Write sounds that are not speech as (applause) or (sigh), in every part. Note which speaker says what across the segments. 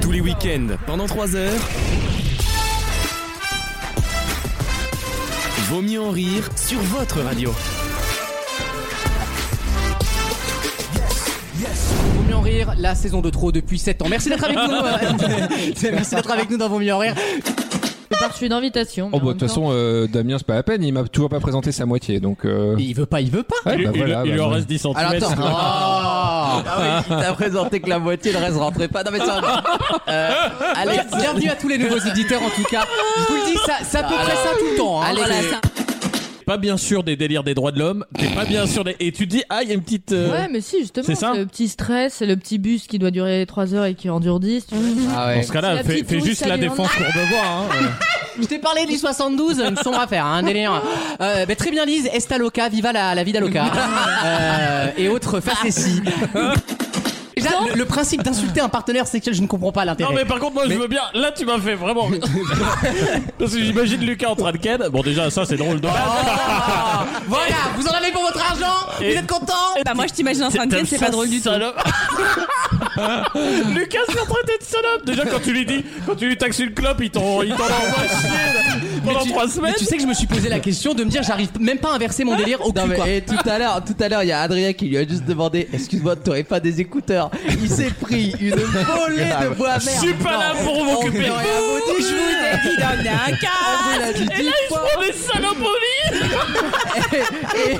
Speaker 1: Tous les week-ends, pendant 3 heures. Vaut mieux en rire sur votre radio.
Speaker 2: Vaut mieux en rire, la saison de trop depuis 7 ans. Merci d'être avec nous. Merci d'être avec nous dans Vaut mieux en rire.
Speaker 3: J'ai pas reçu d'invitation. mais
Speaker 4: Oh
Speaker 3: en
Speaker 4: bah de
Speaker 3: même temps-
Speaker 4: toute façon euh, Damien c'est pas la peine, il m'a toujours pas présenté sa moitié donc euh...
Speaker 2: Il veut pas, il veut pas.
Speaker 4: ouais,
Speaker 5: Il,
Speaker 4: bah
Speaker 5: il-
Speaker 4: voilà,
Speaker 5: il
Speaker 4: bah
Speaker 5: lui en
Speaker 4: voilà.
Speaker 5: reste 10 cm.
Speaker 2: Alors attends. Oh ah oui, il t'a présenté que la moitié, le reste rentrait pas. Non mais ça. (laughs) Euh, Alex, bienvenue à tous les nouveaux auditeurs en tout cas. Je vous le dis, ça, ça à peu près ça tout le temps. hein.
Speaker 3: Allez,
Speaker 2: Voilà,
Speaker 3: c'est-
Speaker 2: ça-
Speaker 5: pas bien sûr des délires des droits de l'homme, t'es pas bien sûr des... Et tu te dis, ah, il y a une petite... euh,
Speaker 3: Ouais, mais si, justement,
Speaker 5: c'est ça
Speaker 3: le petit stress, c'est le petit bus qui doit durer 3 heures et qui en dure 10. tu vois.
Speaker 2: Ah ouais.
Speaker 5: Dans ce cas-là,
Speaker 3: C'est la
Speaker 5: fais,
Speaker 3: petite
Speaker 5: fais
Speaker 3: rousse
Speaker 5: juste la
Speaker 3: allumée en-
Speaker 5: défense pour devoir. Hein.
Speaker 2: Je t'ai parlé du 72, une sombre affaire, hein, un délire. Euh, ben, très bien Lise, Estaloca, viva la, la vida loca. Euh, et autres facéties. Déjà, le, le principe d'insulter un partenaire sexuel, je ne comprends pas l'intérêt.
Speaker 5: Non mais par contre moi je veux bien. Là tu m'as fait vraiment.
Speaker 2: (laughs)
Speaker 5: Parce que j'imagine Lucas en train de ken. Bon déjà ça c'est drôle. Dommage.
Speaker 2: Ah, voilà, vous en avez pour votre argent,
Speaker 5: Et-
Speaker 2: vous êtes content
Speaker 6: Bah moi je t'imagine en train de dire c'est pas drôle du tout.
Speaker 5: Salope. Lucas s'est retraité de salope. Déjà quand tu lui dis, quand tu lui taxes une clope, il t'en, il t'en envoie chier pendant
Speaker 2: tu-
Speaker 5: trois
Speaker 2: Mais
Speaker 5: semaines.
Speaker 2: tu sais que je me suis posé la question de me dire j'arrive même pas à inverser mon délire au cul
Speaker 7: Non mais
Speaker 2: quoi.
Speaker 7: et tout à l'heure, tout à l'heure, il y a Adrien qui lui a juste demandé "Excuse-moi, t'aurais pas des écouteurs Il s'est pris
Speaker 2: (laughs)
Speaker 7: une volée de voix
Speaker 5: Je
Speaker 7: merde.
Speaker 5: suis pas là pour m'occuper.
Speaker 7: On aurait abouti, je vous ai dit,
Speaker 6: Il y a un cas
Speaker 7: on vous l'a dit dix fois,
Speaker 5: Oh les salopes au lit.
Speaker 7: (laughs) et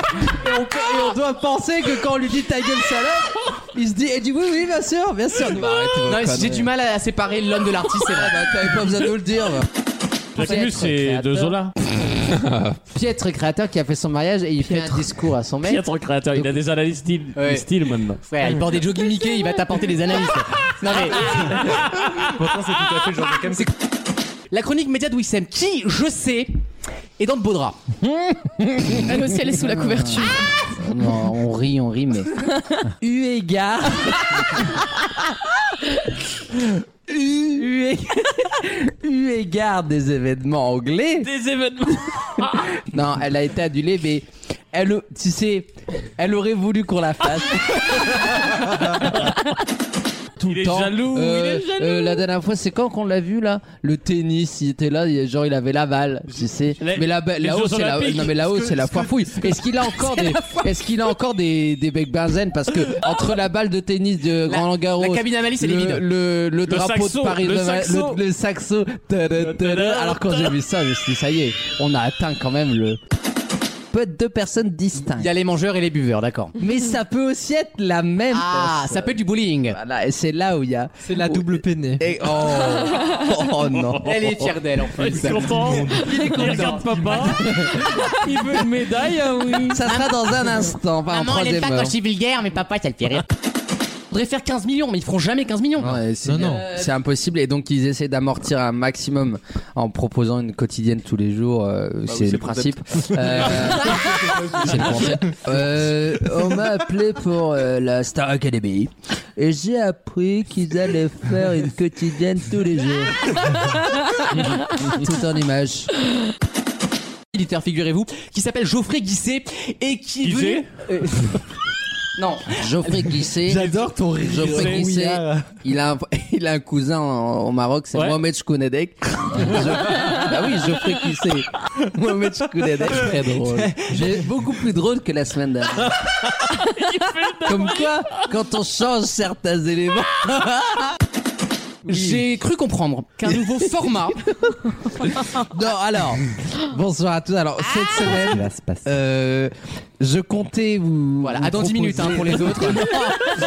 Speaker 7: on, et on doit penser que quand on lui dit ta gueule salope, il se dit et dit oui oui bien sûr bien sûr. Non, mais arrêtez vos
Speaker 2: Non, mais j'ai
Speaker 7: conneries.
Speaker 2: du mal à séparer l'homme de l'artiste, c'est
Speaker 7: Ah,
Speaker 2: vrai.
Speaker 7: bah, T'avais pas besoin de nous le dire. bah.
Speaker 5: Jacques c'est de Zola.
Speaker 7: Piètre créateur qui a fait son mariage et il fait un discours à son
Speaker 5: Qui est ton créateur Il a des analyses style,
Speaker 2: Ouais.
Speaker 5: style maintenant.
Speaker 2: Ouais, il porte des jogging Mickey, il va t'apporter des
Speaker 7: (laughs)
Speaker 2: analyses. Non mais
Speaker 8: Pourtant, c'est tout à fait le genre de cam-
Speaker 2: la chronique média de Wissem, qui, je sais, est dans de beaux draps.
Speaker 3: Elle aussi, elle est sous la couverture.
Speaker 7: Non, on rit, on rit, (laughs) mais.
Speaker 2: Eu égard.
Speaker 7: eu, eu égard des événements anglais.
Speaker 5: Des événements.
Speaker 7: (laughs) Non, elle a été annulée, mais elle, tu sais, elle aurait voulu qu'on la
Speaker 5: (laughs)
Speaker 7: fasse. Tout
Speaker 5: Il est jaloux,
Speaker 7: Euh,
Speaker 5: il est jaloux.
Speaker 7: euh, la dernière fois, c'est quand qu'on l'a vu là Le tennis, il était là, il- genre il avait l'aval, tu sais.
Speaker 5: Les-
Speaker 7: mais là-
Speaker 5: les
Speaker 7: là-haut,
Speaker 5: Jeux
Speaker 7: c'est la,
Speaker 5: Olympiques.
Speaker 7: non mais là-haut, c'est la foire fouille. Est-ce qu'il
Speaker 2: (laughs)
Speaker 7: a encore des, est-ce qu'il a encore des des becs benzen Parce que entre la balle de tennis de
Speaker 2: La-
Speaker 7: Grand Garros,
Speaker 2: La cabine à malice, elle est
Speaker 7: le,
Speaker 2: vide.
Speaker 7: le, le drapeau
Speaker 5: saxo,
Speaker 7: de Paris,
Speaker 5: le
Speaker 7: le,
Speaker 5: saxo.
Speaker 7: le- le saxo. Tada, tada. Alors quand j'ai vu ça, je me suis dit, ça y est, on a atteint quand même le. Peut être deux personnes
Speaker 2: Il y a
Speaker 7: distinctes.
Speaker 2: les mangeurs et les buveurs, d'accord.
Speaker 7: Mais ça peut aussi être la même
Speaker 2: Ah,
Speaker 7: personne.
Speaker 2: ça peut être du bullying.
Speaker 7: Voilà, et c'est là où il y a.
Speaker 8: C'est la double peinée.
Speaker 7: Et oh, oh non.
Speaker 2: Elle est fière d'elle en
Speaker 5: Il
Speaker 2: plus.
Speaker 5: est content. Il est content. Il regarde papa. Il veut une médaille. hein, oui.
Speaker 7: Ça sera dans un instant, enfin, en
Speaker 2: Maman, elle aime
Speaker 7: troisième
Speaker 2: pas quand
Speaker 7: heure.
Speaker 2: je suis vulgaire, mais papa, ça le fait rire. Faudrait faire 15 millions, mais ils feront jamais 15 millions.
Speaker 7: Ouais, c'est
Speaker 8: Non,
Speaker 7: bien.
Speaker 8: non.
Speaker 7: C'est impossible et donc ils essaient d'amortir un maximum en proposant une quotidienne tous les jours. euh, c'est le principe. Euh, (laughs) c'est le principe. Euh, on m'a appelé pour euh, la Star Academy et j'ai appris qu'ils allaient faire une quotidienne tous les (laughs) jours. Tout en images.
Speaker 2: militaire, figurez-vous, qui s'appelle Geoffrey Guisset et qui est
Speaker 5: Guisset
Speaker 2: venu- Euh, Non,
Speaker 7: Geoffrey Guisset.
Speaker 8: J'adore ton rire.
Speaker 7: Geoffrey Guisset, il a, un, (laughs) il a un cousin en- au Maroc, c'est
Speaker 5: Ouais.
Speaker 7: Mohamed
Speaker 2: (laughs)
Speaker 7: Chkounédek. bah oui, Geoffrey Guisset. Mohamed Chkounédek, très drôle. J'ai beaucoup plus drôle que la semaine
Speaker 2: (laughs)
Speaker 7: dernière. Comme quoi, quand on change certains éléments,
Speaker 2: j'ai cru comprendre qu'un
Speaker 7: (laughs)
Speaker 2: nouveau format.
Speaker 7: Non, alors, bonsoir à tous. Alors,
Speaker 2: Ah.
Speaker 7: cette semaine, euh, je comptais vous.
Speaker 2: Voilà,
Speaker 7: vous
Speaker 2: à dans 10 minutes hein,
Speaker 7: proposer-
Speaker 2: pour les autres.
Speaker 7: (laughs)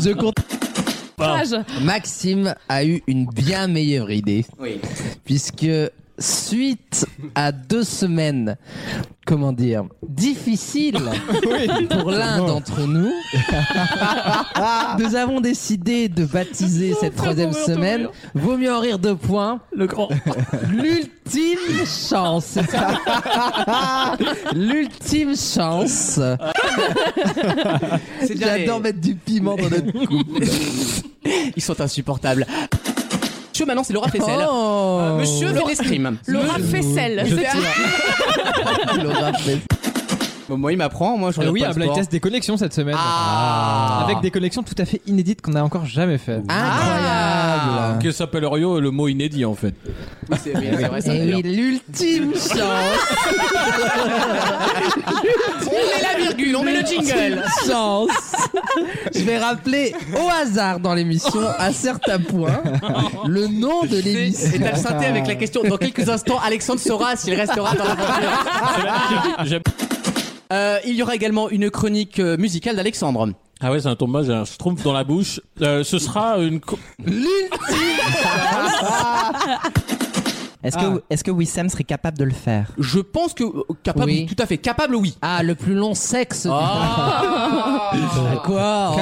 Speaker 7: je comptais, je comptais. Maxime a eu une bien meilleure idée.
Speaker 2: Oui.
Speaker 7: Puisque, suite à deux semaines, comment dire, difficiles pour l'un d'entre nous, nous avons décidé de baptiser cette troisième semaine Vaut mieux en rire deux points.
Speaker 5: Le grand.
Speaker 7: L'ultime chance. L'ultime chance. J'adore mettre du piment dans notre
Speaker 2: (laughs) Ils sont insupportables. Monsieur maintenant c'est Laura Fessel. Euh,
Speaker 7: Oh.
Speaker 2: Ah, (laughs) Monsieur fait l'escrime.
Speaker 3: Laura Fessel.
Speaker 7: Laura Fessel. Bon, moi, il m'apprend. Moi, je
Speaker 8: Euh,
Speaker 7: regarde
Speaker 8: oui,
Speaker 7: pas
Speaker 8: un
Speaker 7: le
Speaker 8: blind
Speaker 7: sport.
Speaker 8: test des connexions cette semaine.
Speaker 2: Ah.
Speaker 8: Avec des connexions tout à fait inédites qu'on n'a encore jamais fait.
Speaker 7: Ah. Incroyable.
Speaker 5: Que s'appelle Rio le mot inédit en fait.
Speaker 2: Oui, c'est Eh oui, c'est vrai, ça,
Speaker 7: Et
Speaker 2: d'ailleurs.
Speaker 7: Eh oui, l'ultime chance.
Speaker 2: On met la virgule, on met le jingle.
Speaker 7: chance. (laughs) Je vais rappeler au hasard dans l'émission, à certains points, le nom de
Speaker 2: Et
Speaker 7: l'émission.
Speaker 2: t'as le synthé avec la question. Dans quelques instants, Alexandre saura s'il restera dans la
Speaker 7: (laughs)
Speaker 2: Euh, il y aura également une chronique euh, musicale d'Alexandre.
Speaker 5: Ah ouais, c'est un tombage, j'ai un schtroumpf dans la bouche. Euh, ce sera une. co-
Speaker 9: Est-ce
Speaker 7: Ah.
Speaker 9: que, est-ce que Wissem serait capable de le faire
Speaker 2: Je pense que euh, capable,
Speaker 7: Oui.
Speaker 2: tout à fait capable, oui. Ah.
Speaker 7: Ah, le plus long sexe. (laughs) hein
Speaker 9: Quoi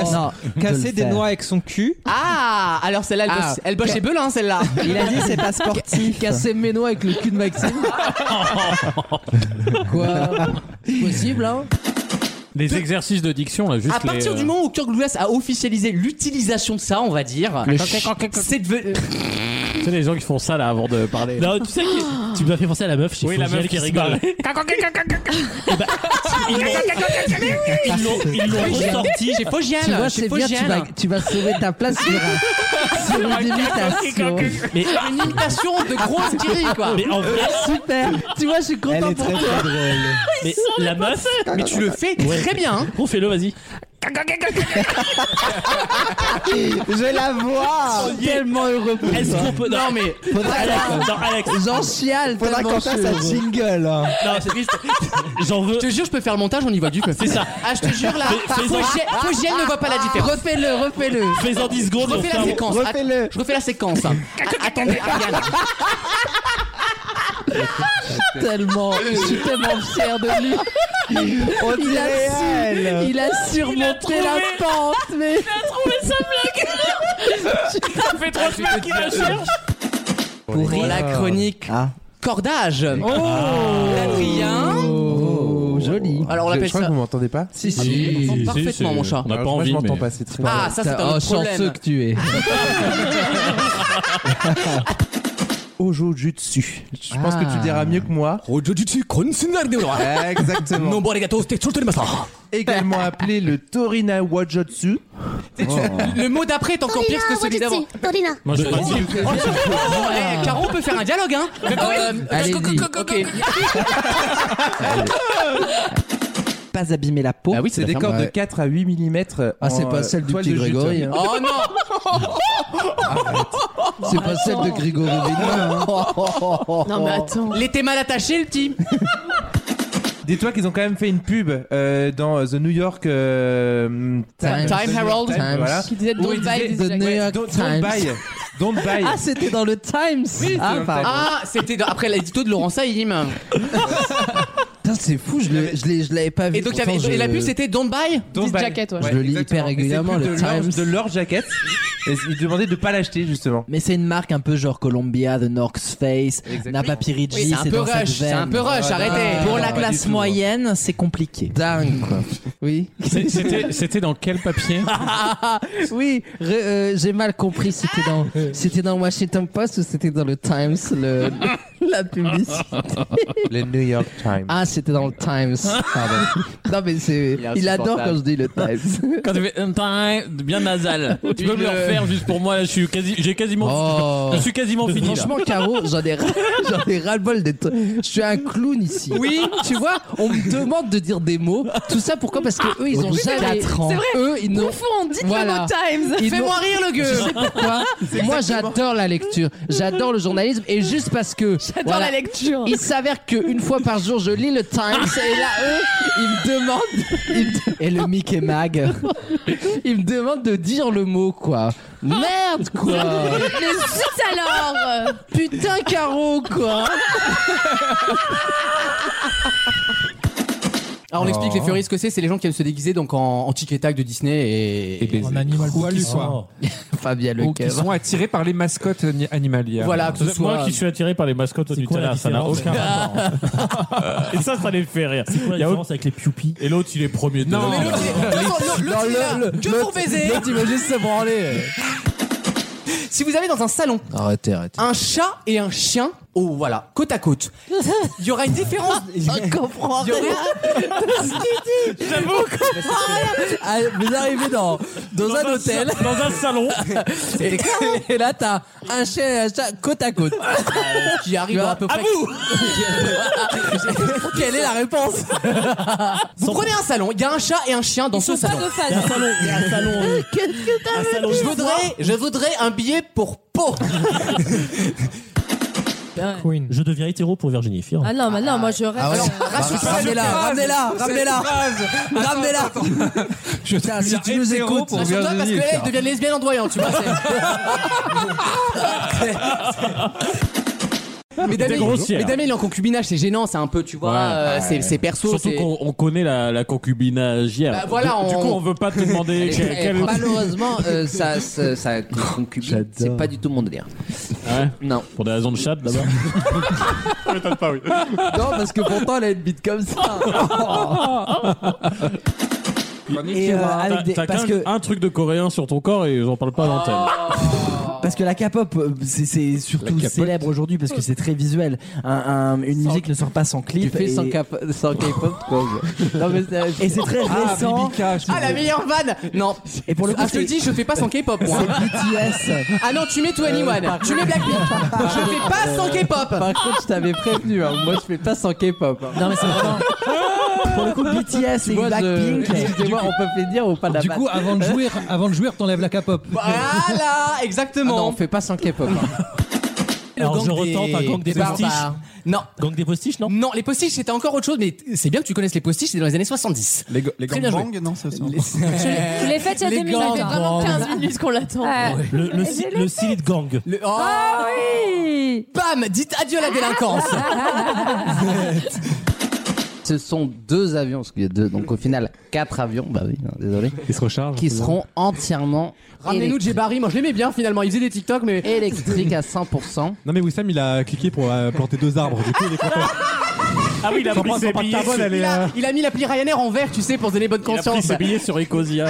Speaker 8: Casser des noix avec son cul.
Speaker 2: Ah, alors celle-là, elle,
Speaker 7: Ah.
Speaker 2: bosse- elle bosse chez Belin, celle-là.
Speaker 7: (laughs)
Speaker 9: Il a dit c'est pas sportif.
Speaker 7: Casser mes noix avec le cul de Maxime. Quoi C'est possible, hein
Speaker 5: Des exercices de diction là, juste.
Speaker 2: À partir
Speaker 5: les, euh,
Speaker 2: du moment où Kirk Douglas a officialisé l'utilisation de ça, on va dire, c'est devenu.
Speaker 5: euh, Tu sais, les gens qui font ça là avant de parler. Non, tu sais, tu m'as fait penser à la meuf chez Oui, la meuf qui rigole.
Speaker 2: Ah,
Speaker 5: Ils l'ont- ils l'ont ressorti.
Speaker 2: Chez Fogiel,
Speaker 7: Tu vois,
Speaker 2: chez
Speaker 7: c'est bien, tu
Speaker 2: Fogiel.
Speaker 7: vas, tu vas sauver ta place sur,
Speaker 2: (laughs)
Speaker 7: un- sur une imitation.
Speaker 5: Mais,
Speaker 2: Une imitation de grosse guiri, quoi.
Speaker 5: mais en vrai,
Speaker 7: Super Tu vois, je suis content pour toi.
Speaker 5: (laughs) mais la meuf.
Speaker 2: Mais tu le fais très bien. hein.
Speaker 5: Bon, fais-le, vas-y.
Speaker 7: Je la vois Tellement heureux pour
Speaker 5: Est-ce
Speaker 7: toi.
Speaker 5: qu'on peut. Non, mais. Alex, non, Alex,
Speaker 7: J'en chiale tellement je suis heureux.
Speaker 9: jingle.
Speaker 5: non, c'est triste. J'en veux.
Speaker 2: Je te jure, je peux faire le montage, on y voit du feu.
Speaker 5: C'est ça.
Speaker 2: Ah, je te jure, là,
Speaker 5: Fais- fais-en.
Speaker 2: Fogiel Fogiel ne voit pas la différence.
Speaker 7: Refais-le, refais-le
Speaker 5: Fais-en 10 secondes.
Speaker 2: Je
Speaker 5: on
Speaker 2: refais
Speaker 5: fait un-
Speaker 2: la séquence. Att- Je refais la séquence. hein. A- Attendez, Ariane.
Speaker 7: Tellement, je suis tellement fier de lui il, a su, il a surmonté la pente, mais
Speaker 5: Ça fait 3 semaines qu'il la cherche.
Speaker 2: Pour la chronique
Speaker 9: Ah.
Speaker 2: cordage.
Speaker 7: Oh.
Speaker 2: Adrien.
Speaker 9: Oh, joli.
Speaker 2: Alors on
Speaker 10: Je- Je
Speaker 2: l'appelle
Speaker 10: crois
Speaker 2: ça.
Speaker 10: que vous m'entendez pas
Speaker 7: Si,
Speaker 2: Je
Speaker 7: si
Speaker 2: m'entends
Speaker 5: Ah, Si, si,
Speaker 2: parfaitement
Speaker 5: c'est-
Speaker 2: mon chat.
Speaker 5: On n'a pas
Speaker 10: Alors, moi,
Speaker 5: envie.
Speaker 10: Je m'entends
Speaker 5: mais-
Speaker 10: pas, c'est très
Speaker 2: Ah ça c'est un
Speaker 7: Oh,
Speaker 2: autre
Speaker 7: chanceux
Speaker 2: problème.
Speaker 7: que tu es
Speaker 10: Ojo Jutsu. Je pense que tu
Speaker 7: Ah.
Speaker 10: le diras mieux que moi. Exactement.
Speaker 2: Non bon les gâteaux, c'était sur le massa.
Speaker 10: Également appelé le Torina Wajotsu.
Speaker 2: Le mot d'après est encore pire que celui d'avant.
Speaker 5: Moi, je pense que-
Speaker 2: Oh,
Speaker 7: Ah.
Speaker 2: eh, Caro on peut faire un dialogue hein. Euh,
Speaker 7: Allez-y.
Speaker 2: Ok.
Speaker 7: (laughs)
Speaker 9: Pas abîmer la peau.
Speaker 2: Bah oui
Speaker 10: Ah C'est des cordes de 4 à 8 mm.
Speaker 7: Ah, c'est pas celle du petit Grégory. hein.
Speaker 2: Oh non.
Speaker 7: C'est pas celle de Grégory Vénin. hein.
Speaker 3: Non, mais attends.
Speaker 2: Il était mal attaché le petit.
Speaker 10: Dis-toi qu'ils ont quand même fait une pub euh, dans The New York euh,
Speaker 7: Times.
Speaker 2: Time Herald.
Speaker 7: Times.
Speaker 10: Voilà.
Speaker 3: Qui disait
Speaker 10: Où
Speaker 3: Don't
Speaker 10: il
Speaker 3: buy
Speaker 10: disait-
Speaker 3: this
Speaker 7: The
Speaker 3: jacket.
Speaker 7: New
Speaker 10: Ouais,
Speaker 7: York
Speaker 10: don't, don't
Speaker 7: Times.
Speaker 10: buy. Don't buy.
Speaker 7: Ah, c'était dans le Times
Speaker 10: dans
Speaker 7: Ah,
Speaker 10: le
Speaker 7: pardon.
Speaker 2: Ah c'était dans- après l'édito de Laurent Saïm.
Speaker 7: Putain, c'est fou, je l'ai- je l'ai- je l'avais pas vu.
Speaker 2: Et donc il y avait-
Speaker 7: Pourtant,
Speaker 2: et la
Speaker 7: je-
Speaker 2: pub c'était Don't Buy.
Speaker 10: Don't
Speaker 3: This
Speaker 10: buy.
Speaker 3: jacket, ouais.
Speaker 7: Je le lis hyper
Speaker 10: exactement. Et c'est
Speaker 7: régulièrement,
Speaker 10: plus
Speaker 7: le
Speaker 10: de leur-
Speaker 7: Times.
Speaker 10: De leur jacket. Et ils demandaient de pas l'acheter justement.
Speaker 7: Mais c'est une marque un peu genre Columbia, The North Face, Napa Pirigi,
Speaker 2: Oui, c'est un peu
Speaker 7: dans cette
Speaker 2: rush, c'est
Speaker 7: veine. Oh,
Speaker 2: un peu rush, arrêtez.
Speaker 9: Pour
Speaker 10: Ah,
Speaker 9: la
Speaker 10: pas du
Speaker 9: classe
Speaker 10: tout, moi.
Speaker 9: moyenne, c'est compliqué.
Speaker 7: Dingue, quoi. Oui.
Speaker 5: C'est- C'était c'était dans quel papier
Speaker 7: Ah, Oui, re- euh, j'ai mal compris. C'était dans, c'était dans Washington Post ou c'était dans le Times, le, la publicité.
Speaker 10: Le New York Times.
Speaker 7: Ah, c'était dans le Times. Pardon. Non, mais c'est,
Speaker 9: est
Speaker 7: il adore
Speaker 9: insupportable.
Speaker 7: quand je dis le Times.
Speaker 5: (laughs) (laughs) Quand tu fais un pain, bien nasal. Tu peux me le
Speaker 2: Une-
Speaker 5: refaire juste pour moi là, je suis quasi j'ai quasiment
Speaker 7: Oh.
Speaker 5: je suis quasiment fini. là.
Speaker 7: Franchement, Caro, j'en ai, ra- j'en ai ras-le-bol d'être. Je suis un clown ici. Oui, tu vois, on me demande de dire des mots. Tout ça pourquoi Parce que eux, ils ont jamais.
Speaker 9: ans.
Speaker 7: C'est vrai. Eux, ils n'ont.
Speaker 3: Confondent, dites
Speaker 7: Voilà.
Speaker 3: le mot Times.
Speaker 7: ils n'ont-
Speaker 2: Fais-moi rire le
Speaker 7: Tu
Speaker 2: gueux.
Speaker 7: sais pourquoi Moi, j'adore la lecture. J'adore le journalisme. Et juste parce que.
Speaker 3: J'adore
Speaker 7: voilà,
Speaker 3: la lecture.
Speaker 7: Il s'avère qu'une fois par jour, je lis le Times. Et là, eux, ils me demandent. ils me de-
Speaker 9: Et le Mickey Mag.
Speaker 7: (laughs) Ils me demandent de dire le mot, quoi. Merde,
Speaker 9: Ah.
Speaker 7: quoi.
Speaker 3: Mais zut alors
Speaker 7: Putain, Caro, quoi.
Speaker 2: Alors on
Speaker 9: Oh.
Speaker 2: explique les Furies ce que c'est, c'est les gens qui aiment se déguiser donc en, en tic et tac de Disney et,
Speaker 4: En animal poilu,
Speaker 5: Oh.
Speaker 7: Fabien
Speaker 4: Ou
Speaker 7: Lecoeur.
Speaker 4: qui sont attirés par les mascottes ni- animalières.
Speaker 2: voilà que ce soit.
Speaker 5: Moi qui suis attiré par les mascottes au Nutella, ça n'a aucun (laughs) rapport. Et ça, ça les fait rire. C'est quoi la différence avec les Pioupis Et l'autre, il est premier. Non,
Speaker 2: Mais l'autre, il est- de toute façon, l'autre, l'autre, il est là, que pour baiser.
Speaker 7: tu veux juste se branler.
Speaker 2: Si vous avez dans un salon
Speaker 7: Arrêtez, arrêtez.
Speaker 2: un chat et un chien, Oh, voilà, côte à côte. Il y aura une différence.
Speaker 7: (laughs)
Speaker 9: Je comprends
Speaker 2: Il y aura- (laughs)
Speaker 9: rien.
Speaker 7: Ah, vous arrivez dans, dans, un, hôtel.
Speaker 5: Dans un salon.
Speaker 7: Et, et là, t'as un chien et un chat côte à côte. Qui arrive à peu près. Quelle est la réponse
Speaker 2: Vous prenez un salon, il y a un chat et un chien dans ce salon.
Speaker 6: Pas de
Speaker 5: Il y a un
Speaker 6: phase.
Speaker 5: salon. Il y a un salon.
Speaker 7: euh,
Speaker 9: Qu'est-ce que t'as
Speaker 5: Un salon.
Speaker 2: (laughs) Je voudrais, je voudrais un billet pour Pau.
Speaker 7: Ah,
Speaker 8: Queen.
Speaker 5: Je deviens hétéro pour Virginie hein. Fira.
Speaker 3: Ah non, mais non, moi je rêve.
Speaker 7: Alors,
Speaker 3: euh,
Speaker 7: ramenez-la, ramenez-la, ramenez-la, ramenez-la. Tiens, si tu nous
Speaker 8: hétéro
Speaker 7: écoutes,
Speaker 8: pour
Speaker 2: Surtout (laughs) toi, parce que
Speaker 8: Virginie,
Speaker 2: là,
Speaker 8: etc.
Speaker 2: ils deviennent lesbiennes en doyant, tu vois. (laughs) Mais
Speaker 5: T'es grossière.
Speaker 2: Damien, il est en concubinage, c'est gênant, c'est un peu, tu vois,
Speaker 5: Ouais,
Speaker 2: euh, c'est- c'est perso.
Speaker 5: Surtout
Speaker 2: c'est-
Speaker 5: qu'on on connaît la, la concubinagière.
Speaker 2: Bah voilà,
Speaker 5: du, du
Speaker 2: on-
Speaker 5: coup, on veut pas
Speaker 7: (laughs)
Speaker 5: te demander
Speaker 7: Et-
Speaker 5: quel.
Speaker 7: et
Speaker 5: quel-
Speaker 7: Malheureusement, euh, ça, ça, ça
Speaker 9: (laughs)
Speaker 7: concubine, c'est pas du tout mon délire.
Speaker 5: Ouais,
Speaker 7: Non.
Speaker 5: pour des raisons de chat d'abord.
Speaker 7: Non, parce que pourtant, elle a une bite comme (laughs) ça.
Speaker 9: Et euh, avec des,
Speaker 5: T'as
Speaker 9: parce
Speaker 5: qu'un-
Speaker 9: que
Speaker 5: un truc de coréen sur ton corps et j'en parle pas à
Speaker 7: Ah.
Speaker 5: l'antenne.
Speaker 9: parce que la K-pop euh, c'est- c'est surtout célèbre aujourd'hui parce que c'est très visuel. Un- un- une musique ne sort pas sans
Speaker 7: Tu
Speaker 9: clip
Speaker 7: fais sans
Speaker 9: et, (laughs)
Speaker 7: cap- sans K-pop, quoi. Non, mais c'est-
Speaker 9: et c'est très récent.
Speaker 2: Ah, la meilleure vanne (laughs) Non.
Speaker 9: Et pour le
Speaker 2: Ah,
Speaker 9: coup,
Speaker 2: je te le
Speaker 9: c'est
Speaker 2: dis, je fais pas sans K-pop, moi.
Speaker 9: BTS.
Speaker 2: Ah non, tu mets 21, tu mets Blackpink. Je fais pas sans K-pop.
Speaker 7: Par contre, je t'avais prévenu, hein, moi je fais pas sans K-pop. hein.
Speaker 9: Non mais c'est vraiment. pour
Speaker 7: (laughs)
Speaker 9: le coup, BTS et
Speaker 7: Moi, je-
Speaker 9: Blackpink.
Speaker 7: Excusez-moi, on peut plaisir ou pas de la
Speaker 11: Du
Speaker 7: batte
Speaker 11: coup, avant de jouer, avant de jouer, t'enlèves la K-pop.
Speaker 2: Voilà,
Speaker 7: Ah non,
Speaker 2: exactement.
Speaker 7: on fait pas sans K-pop. hein.
Speaker 2: Le
Speaker 5: Alors,
Speaker 2: gang
Speaker 5: je retente un gang des
Speaker 2: barbares.
Speaker 5: postiches.
Speaker 2: Non.
Speaker 5: Gang des postiches, non
Speaker 2: Non, les postiches c'était encore autre chose, mais c'est bien que tu connaisses les postiches, c'était dans les années 70.
Speaker 11: Les, les
Speaker 2: Très bien joué.
Speaker 11: gangbangs, non, ça ça-
Speaker 2: (laughs)
Speaker 6: Je l'ai faite il y a
Speaker 2: Les
Speaker 6: deux minutes.
Speaker 2: gants,
Speaker 3: Ça fait
Speaker 6: hein.
Speaker 3: vraiment
Speaker 2: Bon.
Speaker 3: 15 minutes qu'on l'attend.
Speaker 6: Ouais.
Speaker 5: Le, le, si- le silite gang.
Speaker 2: Le- oh,
Speaker 6: Ah oui
Speaker 2: Bam Dites adieu à la délinquance
Speaker 7: Ce sont deux avions, parce qu'il y a deux, donc au final, quatre avions, bah oui, non, désolé,
Speaker 4: Qui se recharge
Speaker 7: qui seront entièrement
Speaker 2: Ramenez-nous
Speaker 7: électriques,
Speaker 2: Jebari, moi je l'aimais bien finalement, il faisait des TikTok, mais.
Speaker 7: électriques à 100%.
Speaker 11: Non mais Wissam il a cliqué pour euh, planter deux arbres, du coup il est content.
Speaker 5: Ah oui, il a
Speaker 11: Sans
Speaker 5: pris
Speaker 11: pas-
Speaker 5: ses
Speaker 11: sans pas de
Speaker 5: billets.
Speaker 11: carbone,
Speaker 5: sur-
Speaker 11: elle
Speaker 2: Il
Speaker 11: est, euh,
Speaker 2: a, il a mis l'appli Ryanair en vert, tu sais, pour se donner bonne
Speaker 5: Il a pris
Speaker 2: conscience.
Speaker 5: ses billets sur Ecosia.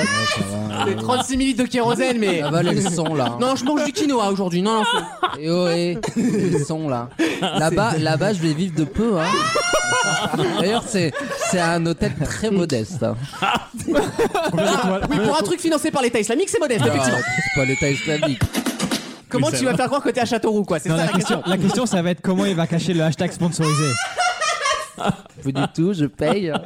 Speaker 2: Les 36 minutes de kérosène, mais.
Speaker 7: Ah bah, les sons là.
Speaker 2: Non, je mange du quinoa aujourd'hui, non, non. faut-
Speaker 7: Et oh, et les sons là. Là-bas, là-bas, je vais vivre de peu. Hein. D'ailleurs, c'est c'est un hôtel très modeste. hein.
Speaker 2: Oui, pour un truc financé par l'État islamique, c'est modeste,
Speaker 7: Alors,
Speaker 2: effectivement.
Speaker 7: Bah, C'est pas l'État islamique.
Speaker 2: Comment
Speaker 5: Oui,
Speaker 2: tu
Speaker 5: c'est
Speaker 2: vas faire croire que t'es à Châteauroux, quoi C'est ça
Speaker 11: Non,
Speaker 2: la
Speaker 11: la
Speaker 2: question.
Speaker 11: question, la question ça va être comment il va cacher le hashtag sponsorisé.
Speaker 7: Plus du tout, je paye hein.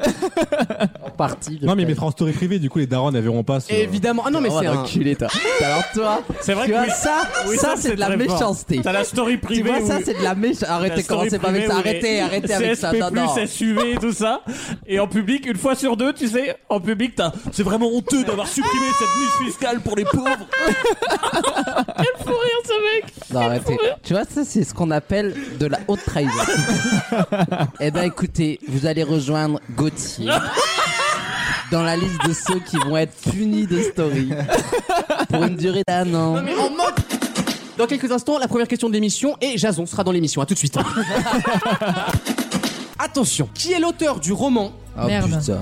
Speaker 7: en partie. je
Speaker 11: Non mais
Speaker 7: paye.
Speaker 11: mes transports privés du coup les darons n'averont pas ce...
Speaker 2: Évidemment. Ah non, mais
Speaker 7: Oh,
Speaker 2: c'est un.
Speaker 7: l'enculé, toi. Alors toi,
Speaker 5: C'est vrai
Speaker 7: tu
Speaker 5: que
Speaker 7: vois
Speaker 5: oui.
Speaker 7: ça,
Speaker 5: Oui,
Speaker 7: ça
Speaker 5: ça,
Speaker 7: c'est
Speaker 5: c'est
Speaker 7: de la
Speaker 5: très fort.
Speaker 7: méchanceté.
Speaker 5: T'as la story privée.
Speaker 7: Tu vois, ça
Speaker 5: où-
Speaker 7: c'est de la méchanceté.
Speaker 5: la
Speaker 7: Arrêtez,
Speaker 5: story
Speaker 7: commencez pas avec
Speaker 5: privée
Speaker 7: ça.
Speaker 5: où les-
Speaker 7: Arrêtez,
Speaker 5: (laughs)
Speaker 7: arrêtez avec ça.
Speaker 5: CSP+,
Speaker 7: Non, non.
Speaker 5: SUV, tout ça. Et en public, une fois sur deux, tu sais, en public, t'as. C'est vraiment honteux d'avoir supprimé cette niche fiscale pour les pauvres.
Speaker 7: Non, arrêtez. Tu vois, ça, c'est ce qu'on appelle de la haute trahison. eh ben, écoutez, vous allez rejoindre Gauthier dans la liste de ceux qui vont être punis de story pour une durée d'un an.
Speaker 2: Mais en mode. Dans quelques instants, la première question de l'émission et Jason sera dans l'émission. À tout de suite. Attention, qui est l'auteur du roman
Speaker 7: Oh
Speaker 3: Merde.
Speaker 7: putain.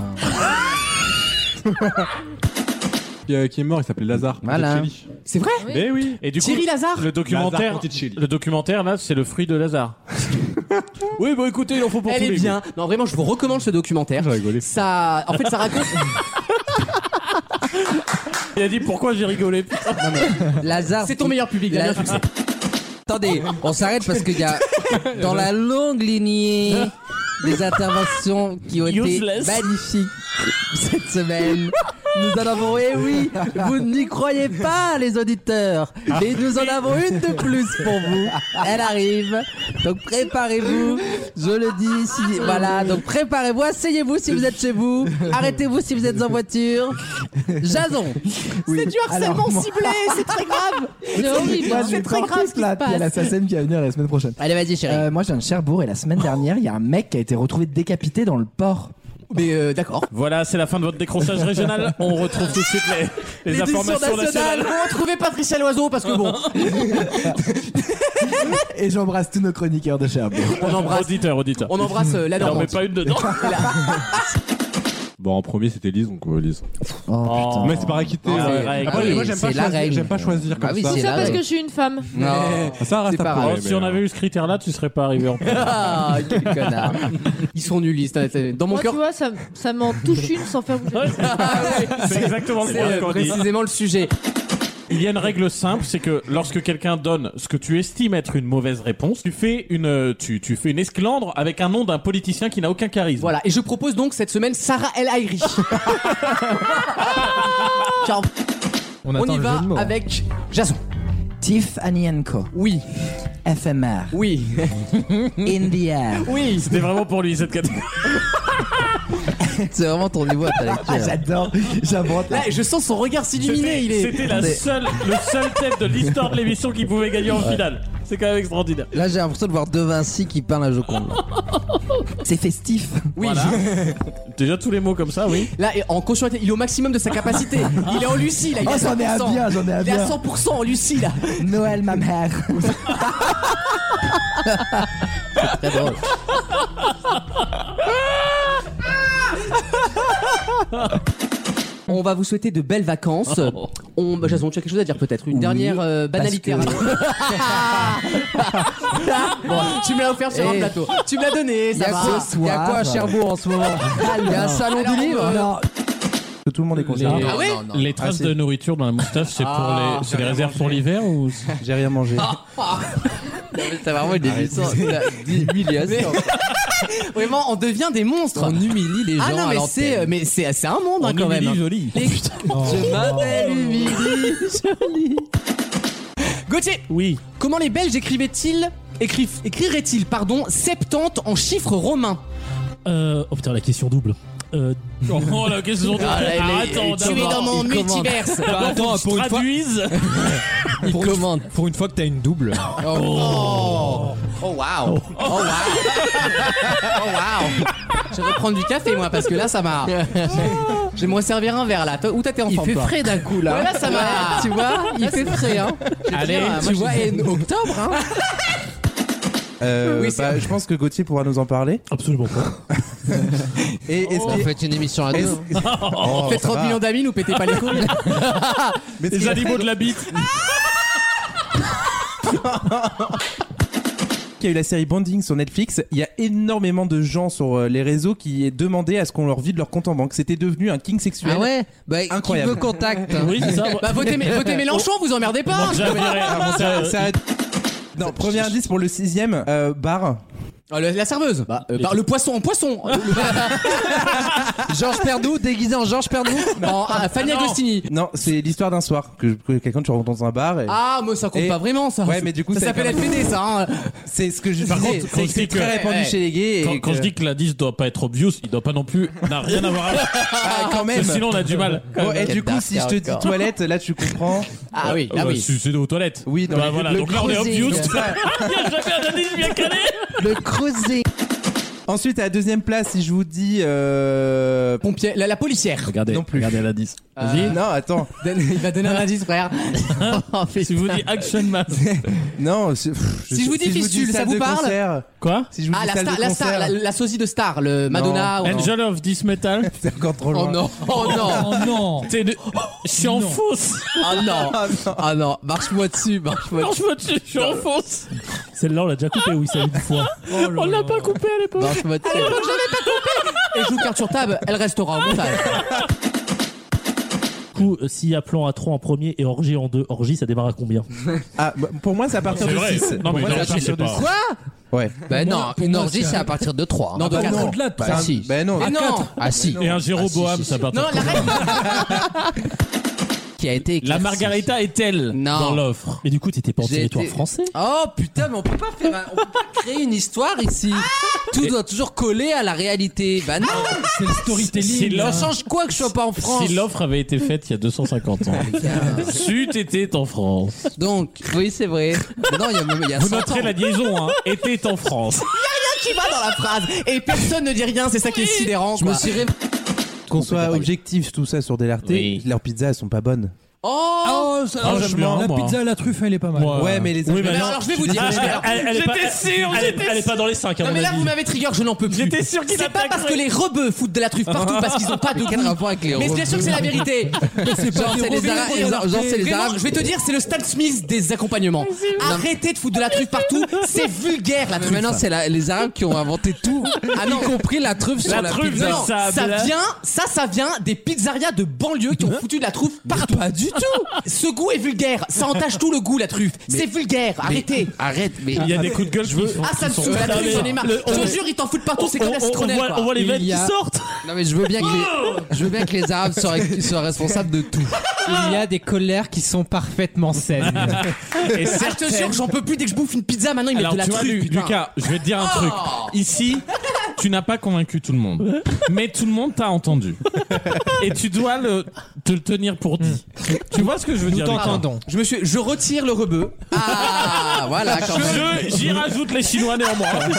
Speaker 11: Qui, euh, qui est mort, il s'appelait Lazare.
Speaker 7: Voilà.
Speaker 11: Ponticelli.
Speaker 2: C'est vrai
Speaker 11: Eh oui
Speaker 5: Et du coup,
Speaker 2: Thierry Lazare
Speaker 5: le
Speaker 11: Lazare
Speaker 5: documentaire.
Speaker 11: Ponticelli.
Speaker 5: Le documentaire, là, c'est le fruit de Lazare. oui, bon, écoutez, il en faut pour
Speaker 2: Elle
Speaker 5: tous
Speaker 2: est
Speaker 5: les
Speaker 2: bien. Non, vraiment, je vous recommande ce documentaire.
Speaker 11: J'ai rigolé.
Speaker 2: Ça, en fait, ça raconte.
Speaker 5: goûts. Il a dit pourquoi j'ai rigolé. putain.
Speaker 7: Non, mais, Lazare.
Speaker 2: C'est ton meilleur public.
Speaker 7: La-
Speaker 2: Damien, tu le sais.
Speaker 7: Attendez, on s'arrête parce qu'il y a dans la longue lignée des interventions qui ont
Speaker 5: Useless.
Speaker 7: été magnifiques cette semaine. Nous en avons, eh oui, vous n'y croyez pas, les auditeurs. Et nous en avons une de plus pour vous. Elle arrive. Donc préparez-vous. Je le dis, si, voilà. Donc préparez-vous, asseyez-vous si vous êtes chez vous. Arrêtez-vous si vous êtes en voiture. Jason.
Speaker 2: C'est du harcèlement ciblé, c'est très grave.
Speaker 3: C'est horrible.
Speaker 9: Moi,
Speaker 3: hein.
Speaker 9: je
Speaker 2: C'est
Speaker 9: vais
Speaker 2: très
Speaker 9: porter
Speaker 2: grave ce
Speaker 9: plainte. Il
Speaker 2: qui se
Speaker 9: y a
Speaker 2: passe.
Speaker 9: l'assassin qui va venir la semaine prochaine.
Speaker 7: Allez, vas-y, chérie.
Speaker 9: Euh, moi, je viens de Cherbourg et la semaine dernière, il y a un mec qui a été retrouvé décapité dans le port.
Speaker 2: Mais euh, d'accord.
Speaker 5: Voilà, c'est la fin de votre décrochage régional. On retrouve tout de suite les, les
Speaker 2: L'édition
Speaker 5: informations nationales.
Speaker 2: Vous retrouvez Patricia Loiseau parce que bon,
Speaker 9: Et j'embrasse tous nos chroniqueurs de Cherbourg.
Speaker 2: on embrasse, euh,
Speaker 5: Auditeur, auditeur.
Speaker 2: on embrasse euh, la
Speaker 5: Il en met
Speaker 2: Normandie.
Speaker 5: pas une dedans.
Speaker 11: Bon, en premier, c'était Lise, donc euh, Lise.
Speaker 7: Oh,
Speaker 5: putain.
Speaker 11: Mais c'est pas acquitté.
Speaker 5: Ah,
Speaker 11: là.
Speaker 5: c'est la règle.
Speaker 11: Après,
Speaker 5: Oui,
Speaker 11: moi, j'aime
Speaker 5: c'est
Speaker 11: pas
Speaker 5: la
Speaker 11: choisir-
Speaker 5: règle.
Speaker 11: J'aime pas choisir
Speaker 7: Bah
Speaker 11: comme
Speaker 7: oui,
Speaker 11: ça. Ah,
Speaker 7: c'est
Speaker 3: Tout ça
Speaker 7: la
Speaker 3: parce
Speaker 7: règle.
Speaker 3: que je suis une femme.
Speaker 7: Non.
Speaker 2: (laughs)
Speaker 11: Ça reste
Speaker 7: C'est pas
Speaker 11: à
Speaker 7: grave.
Speaker 10: Ah,
Speaker 11: prouver,
Speaker 5: Oh, si
Speaker 11: mais,
Speaker 5: on
Speaker 11: euh,
Speaker 5: avait eu ce critère-là, tu serais pas arrivé en premier.
Speaker 7: Ah, quel connard.
Speaker 2: Ils sont nuls. ils- t'as- t'as- Dans mon
Speaker 3: Moi, tu
Speaker 2: cœur,
Speaker 3: vois, ça, ça m'en touche une sans faire bouger.
Speaker 5: C'est exactement
Speaker 2: c'est euh,
Speaker 5: ce qu'on dit.
Speaker 2: précisément le sujet.
Speaker 5: Il y a une règle simple, c'est que lorsque quelqu'un donne ce que tu estimes être une mauvaise réponse, tu fais une, euh, tu, tu fais une esclandre avec un nom d'un politicien qui n'a aucun charisme.
Speaker 2: Voilà, et je propose donc cette semaine Sarah El Haïry. Car on,
Speaker 8: attend
Speaker 2: y
Speaker 8: le
Speaker 2: va
Speaker 8: jeu de mots.
Speaker 2: avec Jason.
Speaker 9: Tiffany Co.
Speaker 2: Oui,
Speaker 9: FMR.
Speaker 2: oui,
Speaker 9: In the air.
Speaker 2: oui.
Speaker 5: C'était vraiment pour lui cette catégorie.
Speaker 7: (laughs) C'est vraiment ton niveau à
Speaker 9: (laughs)
Speaker 7: ta
Speaker 9: Ah,
Speaker 7: lecture.
Speaker 9: j'adore. J'invente.
Speaker 2: Là, je sens son regard s'illuminer.
Speaker 5: C'était
Speaker 2: Il est.
Speaker 5: c'était la
Speaker 7: Attendez.
Speaker 5: seule, le seul thème de l'histoire de l'émission qui pouvait gagner en finale. C'est quand même extraordinaire.
Speaker 7: Là, j'ai l'impression de voir De Vinci qui peint la Joconde.
Speaker 9: (laughs) C'est festif.
Speaker 2: Oui.
Speaker 5: Déjà tous les mots comme ça, oui.
Speaker 2: Là, et en conscient, il est au maximum de sa capacité. Il est en Lucie, là. Il est
Speaker 9: Oh,
Speaker 2: à
Speaker 9: j'en ai un
Speaker 2: 100%.
Speaker 9: bien, j'en ai un
Speaker 2: Il est à
Speaker 9: bien.
Speaker 2: 100% en Lucie, là.
Speaker 9: Noël, ma mère.
Speaker 7: Très drôle.
Speaker 2: On va vous souhaiter de belles vacances. On, bah, Jason, tu as quelque chose à dire peut-être Une dernière euh, banalité.
Speaker 7: Oh. parce
Speaker 2: Bon, tu me l'as offert sur un
Speaker 7: Eh.
Speaker 2: plateau. Tu me l'as donné,
Speaker 7: Il y
Speaker 2: ça
Speaker 7: a
Speaker 2: va.
Speaker 7: quoi, il y a quoi à Cherbourg en ce moment Ah, Il y a un salon du livre
Speaker 9: Non. Que tout le monde est concerné.
Speaker 2: Ah oui
Speaker 7: non.
Speaker 5: Les traces de nourriture dans la moustache, c'est
Speaker 2: Ah,
Speaker 5: pour les, c'est les réserves pour l'hiver ou
Speaker 9: J'ai rien
Speaker 7: (laughs)
Speaker 9: mangé.
Speaker 7: Ah, T'as vraiment une émission (laughs) d'humiliation.
Speaker 2: Vraiment, on devient des monstres.
Speaker 7: On humilie les gens
Speaker 2: Ah non,
Speaker 7: à
Speaker 2: mais c'est, euh,
Speaker 7: l'antenne.
Speaker 2: mais c'est, c'est un monde hein, quand même. hein.
Speaker 5: joli.
Speaker 2: Les- Oh.
Speaker 7: Je m'appelle Humili.
Speaker 2: Gauthier,
Speaker 5: Oui.
Speaker 2: comment les Belges écrivaient-ils écrif- écriraient-ils pardon 70 en chiffres romains
Speaker 12: Euh, oh putain, la question double. Euh,
Speaker 5: Oh la question de.
Speaker 2: Ah, là, il est-
Speaker 5: Attends,
Speaker 2: Tu es
Speaker 5: d'abord.
Speaker 2: dans mon
Speaker 7: il commande.
Speaker 2: multiverse.
Speaker 12: bah, attends, pour une, fois,
Speaker 5: Traduise.
Speaker 7: Il commande.
Speaker 12: pour une fois que t'as une double.
Speaker 2: Oh waouh. Oh waouh. Oh waouh. Je vais prendre du café moi parce que là ça (laughs) m'a. Je vais me servir un verre là. Toi, Où t'étais en
Speaker 7: Il
Speaker 2: forme
Speaker 7: fait
Speaker 2: toi
Speaker 7: frais d'un coup là.
Speaker 2: Ouais, là, ça m'a.
Speaker 7: Tu vois, il fait frais. Hein.
Speaker 2: Allez, tu vois, et octobre, hein
Speaker 10: Euh,
Speaker 2: Oui, c'est
Speaker 10: bah, je pense que Gauthier pourra nous en parler.
Speaker 12: Absolument pas.
Speaker 10: Et est-ce
Speaker 7: On fait une émission à
Speaker 10: que-
Speaker 7: deux.
Speaker 10: est-ce- Oh,
Speaker 2: On fait
Speaker 10: ça
Speaker 2: 30
Speaker 10: va.
Speaker 2: millions d'amis, nous pétez pas les couilles.
Speaker 10: Mais
Speaker 5: (laughs) Les animaux de la bite.
Speaker 10: Il y a eu la série Bonding sur Netflix. Il y a énormément de gens sur euh, les réseaux qui demandaient à ce qu'on leur vide leur compte en banque. C'était devenu un king sexuel.
Speaker 7: Ah ouais Bah,
Speaker 10: Incroyable.
Speaker 7: Qui veut contact
Speaker 5: (laughs) Oui, c'est ça.
Speaker 2: Bah votez, Mé- votez Mélenchon, vous emmerdez pas
Speaker 5: Moi, j'avais-
Speaker 10: Ça-
Speaker 7: Ah,
Speaker 5: euh,
Speaker 10: ça- Non, premier indice pour le sixième, euh, bar.
Speaker 2: Ah, le- La serveuse bah, euh, par- Le poisson en poisson Le-
Speaker 7: Georges Perdoux, déguisé en Georges Perdoux
Speaker 2: le- en- ah, Fanny
Speaker 5: Ah, non.
Speaker 2: Agostini
Speaker 10: Non, c'est l'histoire d'un soir que, que quelqu'un tu rencontres dans un bar. Et...
Speaker 2: Ah, mais ça compte
Speaker 10: Et-
Speaker 2: pas vraiment ça
Speaker 10: Ouais, mais du coup,
Speaker 2: Ça
Speaker 10: ça
Speaker 2: s'appelle LPD ça hein.
Speaker 10: C'est ce que je
Speaker 5: Par
Speaker 10: disais,
Speaker 5: contre,
Speaker 10: c'est
Speaker 5: quand
Speaker 10: que
Speaker 5: je dis
Speaker 10: c'est
Speaker 5: que-
Speaker 10: très répandu
Speaker 2: ouais.
Speaker 10: chez les gays. et
Speaker 5: Quand, quand
Speaker 10: que-
Speaker 5: je dis que l'indice doit pas être obvious, il doit pas non plus. n'a rien à voir avec.
Speaker 10: Ah, quand même.
Speaker 5: Parce que Sinon, on a du mal.
Speaker 10: Bon, et du coup,
Speaker 7: dark
Speaker 10: si je te dis
Speaker 7: hardcore.
Speaker 10: toilette, là tu comprends.
Speaker 2: Ah oui,
Speaker 5: Ah
Speaker 2: ah
Speaker 5: bah,
Speaker 2: oui
Speaker 5: C'est c'est aux toilettes.
Speaker 10: Oui, dans
Speaker 5: Bah
Speaker 10: les-
Speaker 5: voilà,
Speaker 7: le
Speaker 5: donc là on est
Speaker 7: cruising.
Speaker 5: obvious. (laughs) Il y a jamais un indice bien calé.
Speaker 7: Le creuset.
Speaker 10: Ensuite, à la deuxième place, si je vous dis. Euh...
Speaker 2: Pompier, la, la policière
Speaker 12: Regardez,
Speaker 10: Non plus.
Speaker 12: regardez l'indice.
Speaker 2: Euh,
Speaker 10: Non, attends.
Speaker 2: donne- Il va donner un indice frère
Speaker 5: Si je vous dis Action Man.
Speaker 10: Non, c'est- pff,
Speaker 2: Si je vous dis fistule, ça
Speaker 10: salle
Speaker 2: vous
Speaker 10: de
Speaker 2: parle
Speaker 10: concert,
Speaker 5: Quoi
Speaker 10: Si je vous
Speaker 2: Ah
Speaker 10: dis
Speaker 2: la
Speaker 10: salle
Speaker 2: star,
Speaker 10: de
Speaker 2: la,
Speaker 10: concert,
Speaker 2: star la, la sosie de star, le Madonna ou-
Speaker 5: Angel of This Metal.
Speaker 10: c'est encore trop
Speaker 2: Oh
Speaker 10: loin.
Speaker 2: non, oh non,
Speaker 12: Oh non
Speaker 5: T'es de- Je suis en fausse.
Speaker 2: oh non
Speaker 7: Ah non, marche-moi dessus, marche-moi
Speaker 5: Non,
Speaker 7: dessus.
Speaker 5: je me tue, je suis en fausse.
Speaker 12: Celle-là, on l'a déjà coupée, oui, ça une fois.
Speaker 7: Oh,
Speaker 5: On l'a pas coupé à l'époque.
Speaker 7: Marche-moi dessus.
Speaker 2: Et je vous carte sur table, elle restera au montage
Speaker 12: Du coup, euh, s'il y a plan à 3 en premier et orgie en 2, orgie, ça démarre à combien
Speaker 10: Ah, bah, pour moi, c'est à partir de 6.
Speaker 5: Non, mais non, c'est pas.
Speaker 10: Ouais.
Speaker 7: Bah non,
Speaker 12: pour
Speaker 7: une
Speaker 12: moi,
Speaker 7: orgie,
Speaker 12: c'est-
Speaker 7: c'est à partir de 3.
Speaker 2: Non, de quatre.
Speaker 12: Au-delà de
Speaker 7: Bah,
Speaker 10: Ah,
Speaker 12: trois.
Speaker 7: si.
Speaker 10: Bah non.
Speaker 2: Mais non
Speaker 7: Ah si.
Speaker 5: Et un
Speaker 7: Ah,
Speaker 5: Géro
Speaker 7: si,
Speaker 5: Boham,
Speaker 7: si,
Speaker 5: ça
Speaker 7: si.
Speaker 5: part.
Speaker 2: Non, la reine
Speaker 7: Qui a été
Speaker 5: La
Speaker 7: éclaircie.
Speaker 5: margarita est-elle
Speaker 7: Non.
Speaker 5: dans l'offre
Speaker 12: Mais du coup, t'étais pas en
Speaker 7: J'ai
Speaker 12: territoire
Speaker 7: été-
Speaker 12: français
Speaker 7: Oh putain, mais on peut pas faire, un- on peut pas créer une histoire ici. Tout doit toujours coller à la réalité. Bah non,
Speaker 12: C'est le
Speaker 7: c'est
Speaker 12: storytelling.
Speaker 7: ça change quoi que je sois pas en France.
Speaker 5: Si l'offre avait été faite il y a 250 (laughs) ans, c'eût été en France.
Speaker 7: Donc, oui, c'est vrai. Mais non, il y a même il y a
Speaker 5: (laughs) Vous
Speaker 7: 100
Speaker 5: noterez
Speaker 7: ans.
Speaker 5: la liaison, hein. Était en France.
Speaker 2: qui va dans la phrase et personne ne dit rien, c'est ça qui est sidérant.
Speaker 7: Je me
Speaker 2: quoi.
Speaker 7: suis rêvé.
Speaker 10: Qu'on soit objectif, tout ça sur DLRT,
Speaker 5: Oui.
Speaker 10: leurs pizzas, elles sont pas bonnes.
Speaker 2: Oh,
Speaker 13: ça,
Speaker 12: Ah,
Speaker 13: j'aime
Speaker 12: j'aime bien,
Speaker 13: La
Speaker 12: moi.
Speaker 13: pizza à la truffe, elle est pas mal.
Speaker 12: Moi, euh, oui,
Speaker 7: bah
Speaker 12: mais non.
Speaker 5: Ah,
Speaker 12: Elle- elle est pas- elle- Elle est pas dans les 5
Speaker 2: Non mais là vous m'avez trigger, je n'en peux plus.
Speaker 12: J'étais sûr qu'il
Speaker 2: C'est pas parce que les rebeux foutent de la truffe partout parce qu'ils ont pas de
Speaker 7: Mais quel
Speaker 2: goût.
Speaker 7: rapport avec les
Speaker 2: Mais bien sûr que c'est la
Speaker 7: rebeux
Speaker 2: (laughs) vérité.
Speaker 7: Mais c'est pas
Speaker 2: Genre
Speaker 7: des
Speaker 2: c'est les
Speaker 7: rebeux,
Speaker 2: Arabes.
Speaker 7: les Arabes, genre, c'est les
Speaker 2: Vraiment,
Speaker 7: Arabes.
Speaker 2: Je vais te dire, c'est le Stan Smith des accompagnements. Arrêtez de foutre de la truffe partout, c'est vulgaire la truffe.
Speaker 7: Maintenant, c'est la- les Arabes qui ont inventé tout,
Speaker 2: Ah non.
Speaker 7: y compris la truffe sur la pizza.
Speaker 2: non, ça
Speaker 5: hein.
Speaker 2: vient, ça, ça vient des pizzerias de banlieue qui ont foutu de la truffe partout. Pas du tout. Ce goût est vulgaire. Ça entache tout le goût la truffe. C'est vulgaire. Arrêtez.
Speaker 7: Arrête, mais
Speaker 5: Il y a des coups de gueule. Je veux.
Speaker 2: Ah ça me saoule la
Speaker 5: Non,
Speaker 2: truffe,
Speaker 5: mais-
Speaker 2: j'en ai marre.
Speaker 5: le-
Speaker 2: Je
Speaker 5: on-
Speaker 2: te jure, ils t'en foutent partout, c'est
Speaker 5: on-
Speaker 2: que la
Speaker 5: on- on
Speaker 2: citronnelle,
Speaker 5: voit-
Speaker 2: quoi.
Speaker 5: on voit les
Speaker 7: Il
Speaker 5: veines
Speaker 7: y
Speaker 5: qui
Speaker 7: a-
Speaker 5: sortent.
Speaker 7: Non mais je veux bien que les, je veux bien que les Arabes soient, soient responsables de tout.
Speaker 8: Il y a des colères qui sont parfaitement saines.
Speaker 5: (laughs) Et
Speaker 2: Ah, je te jure, j'en peux plus dès que je bouffe une pizza. Maintenant, ils mettent
Speaker 5: Alors,
Speaker 2: de la
Speaker 5: tu vois, Lu-
Speaker 2: truffe. putain.
Speaker 5: Lucas, je vais te dire un
Speaker 2: Oh
Speaker 5: truc. Ici, tu n'as pas convaincu tout le monde. Mais tout le monde t'a entendu. Et tu dois le, te le tenir pour dit.
Speaker 12: Hmm.
Speaker 5: Tu vois ce que je veux dire
Speaker 2: Pardon.
Speaker 5: Lucas
Speaker 2: Je me suis, je retire le rebeu. Ah, voilà. quand même.
Speaker 5: Je- J'y rajoute les Chinois néanmoins.
Speaker 12: Oh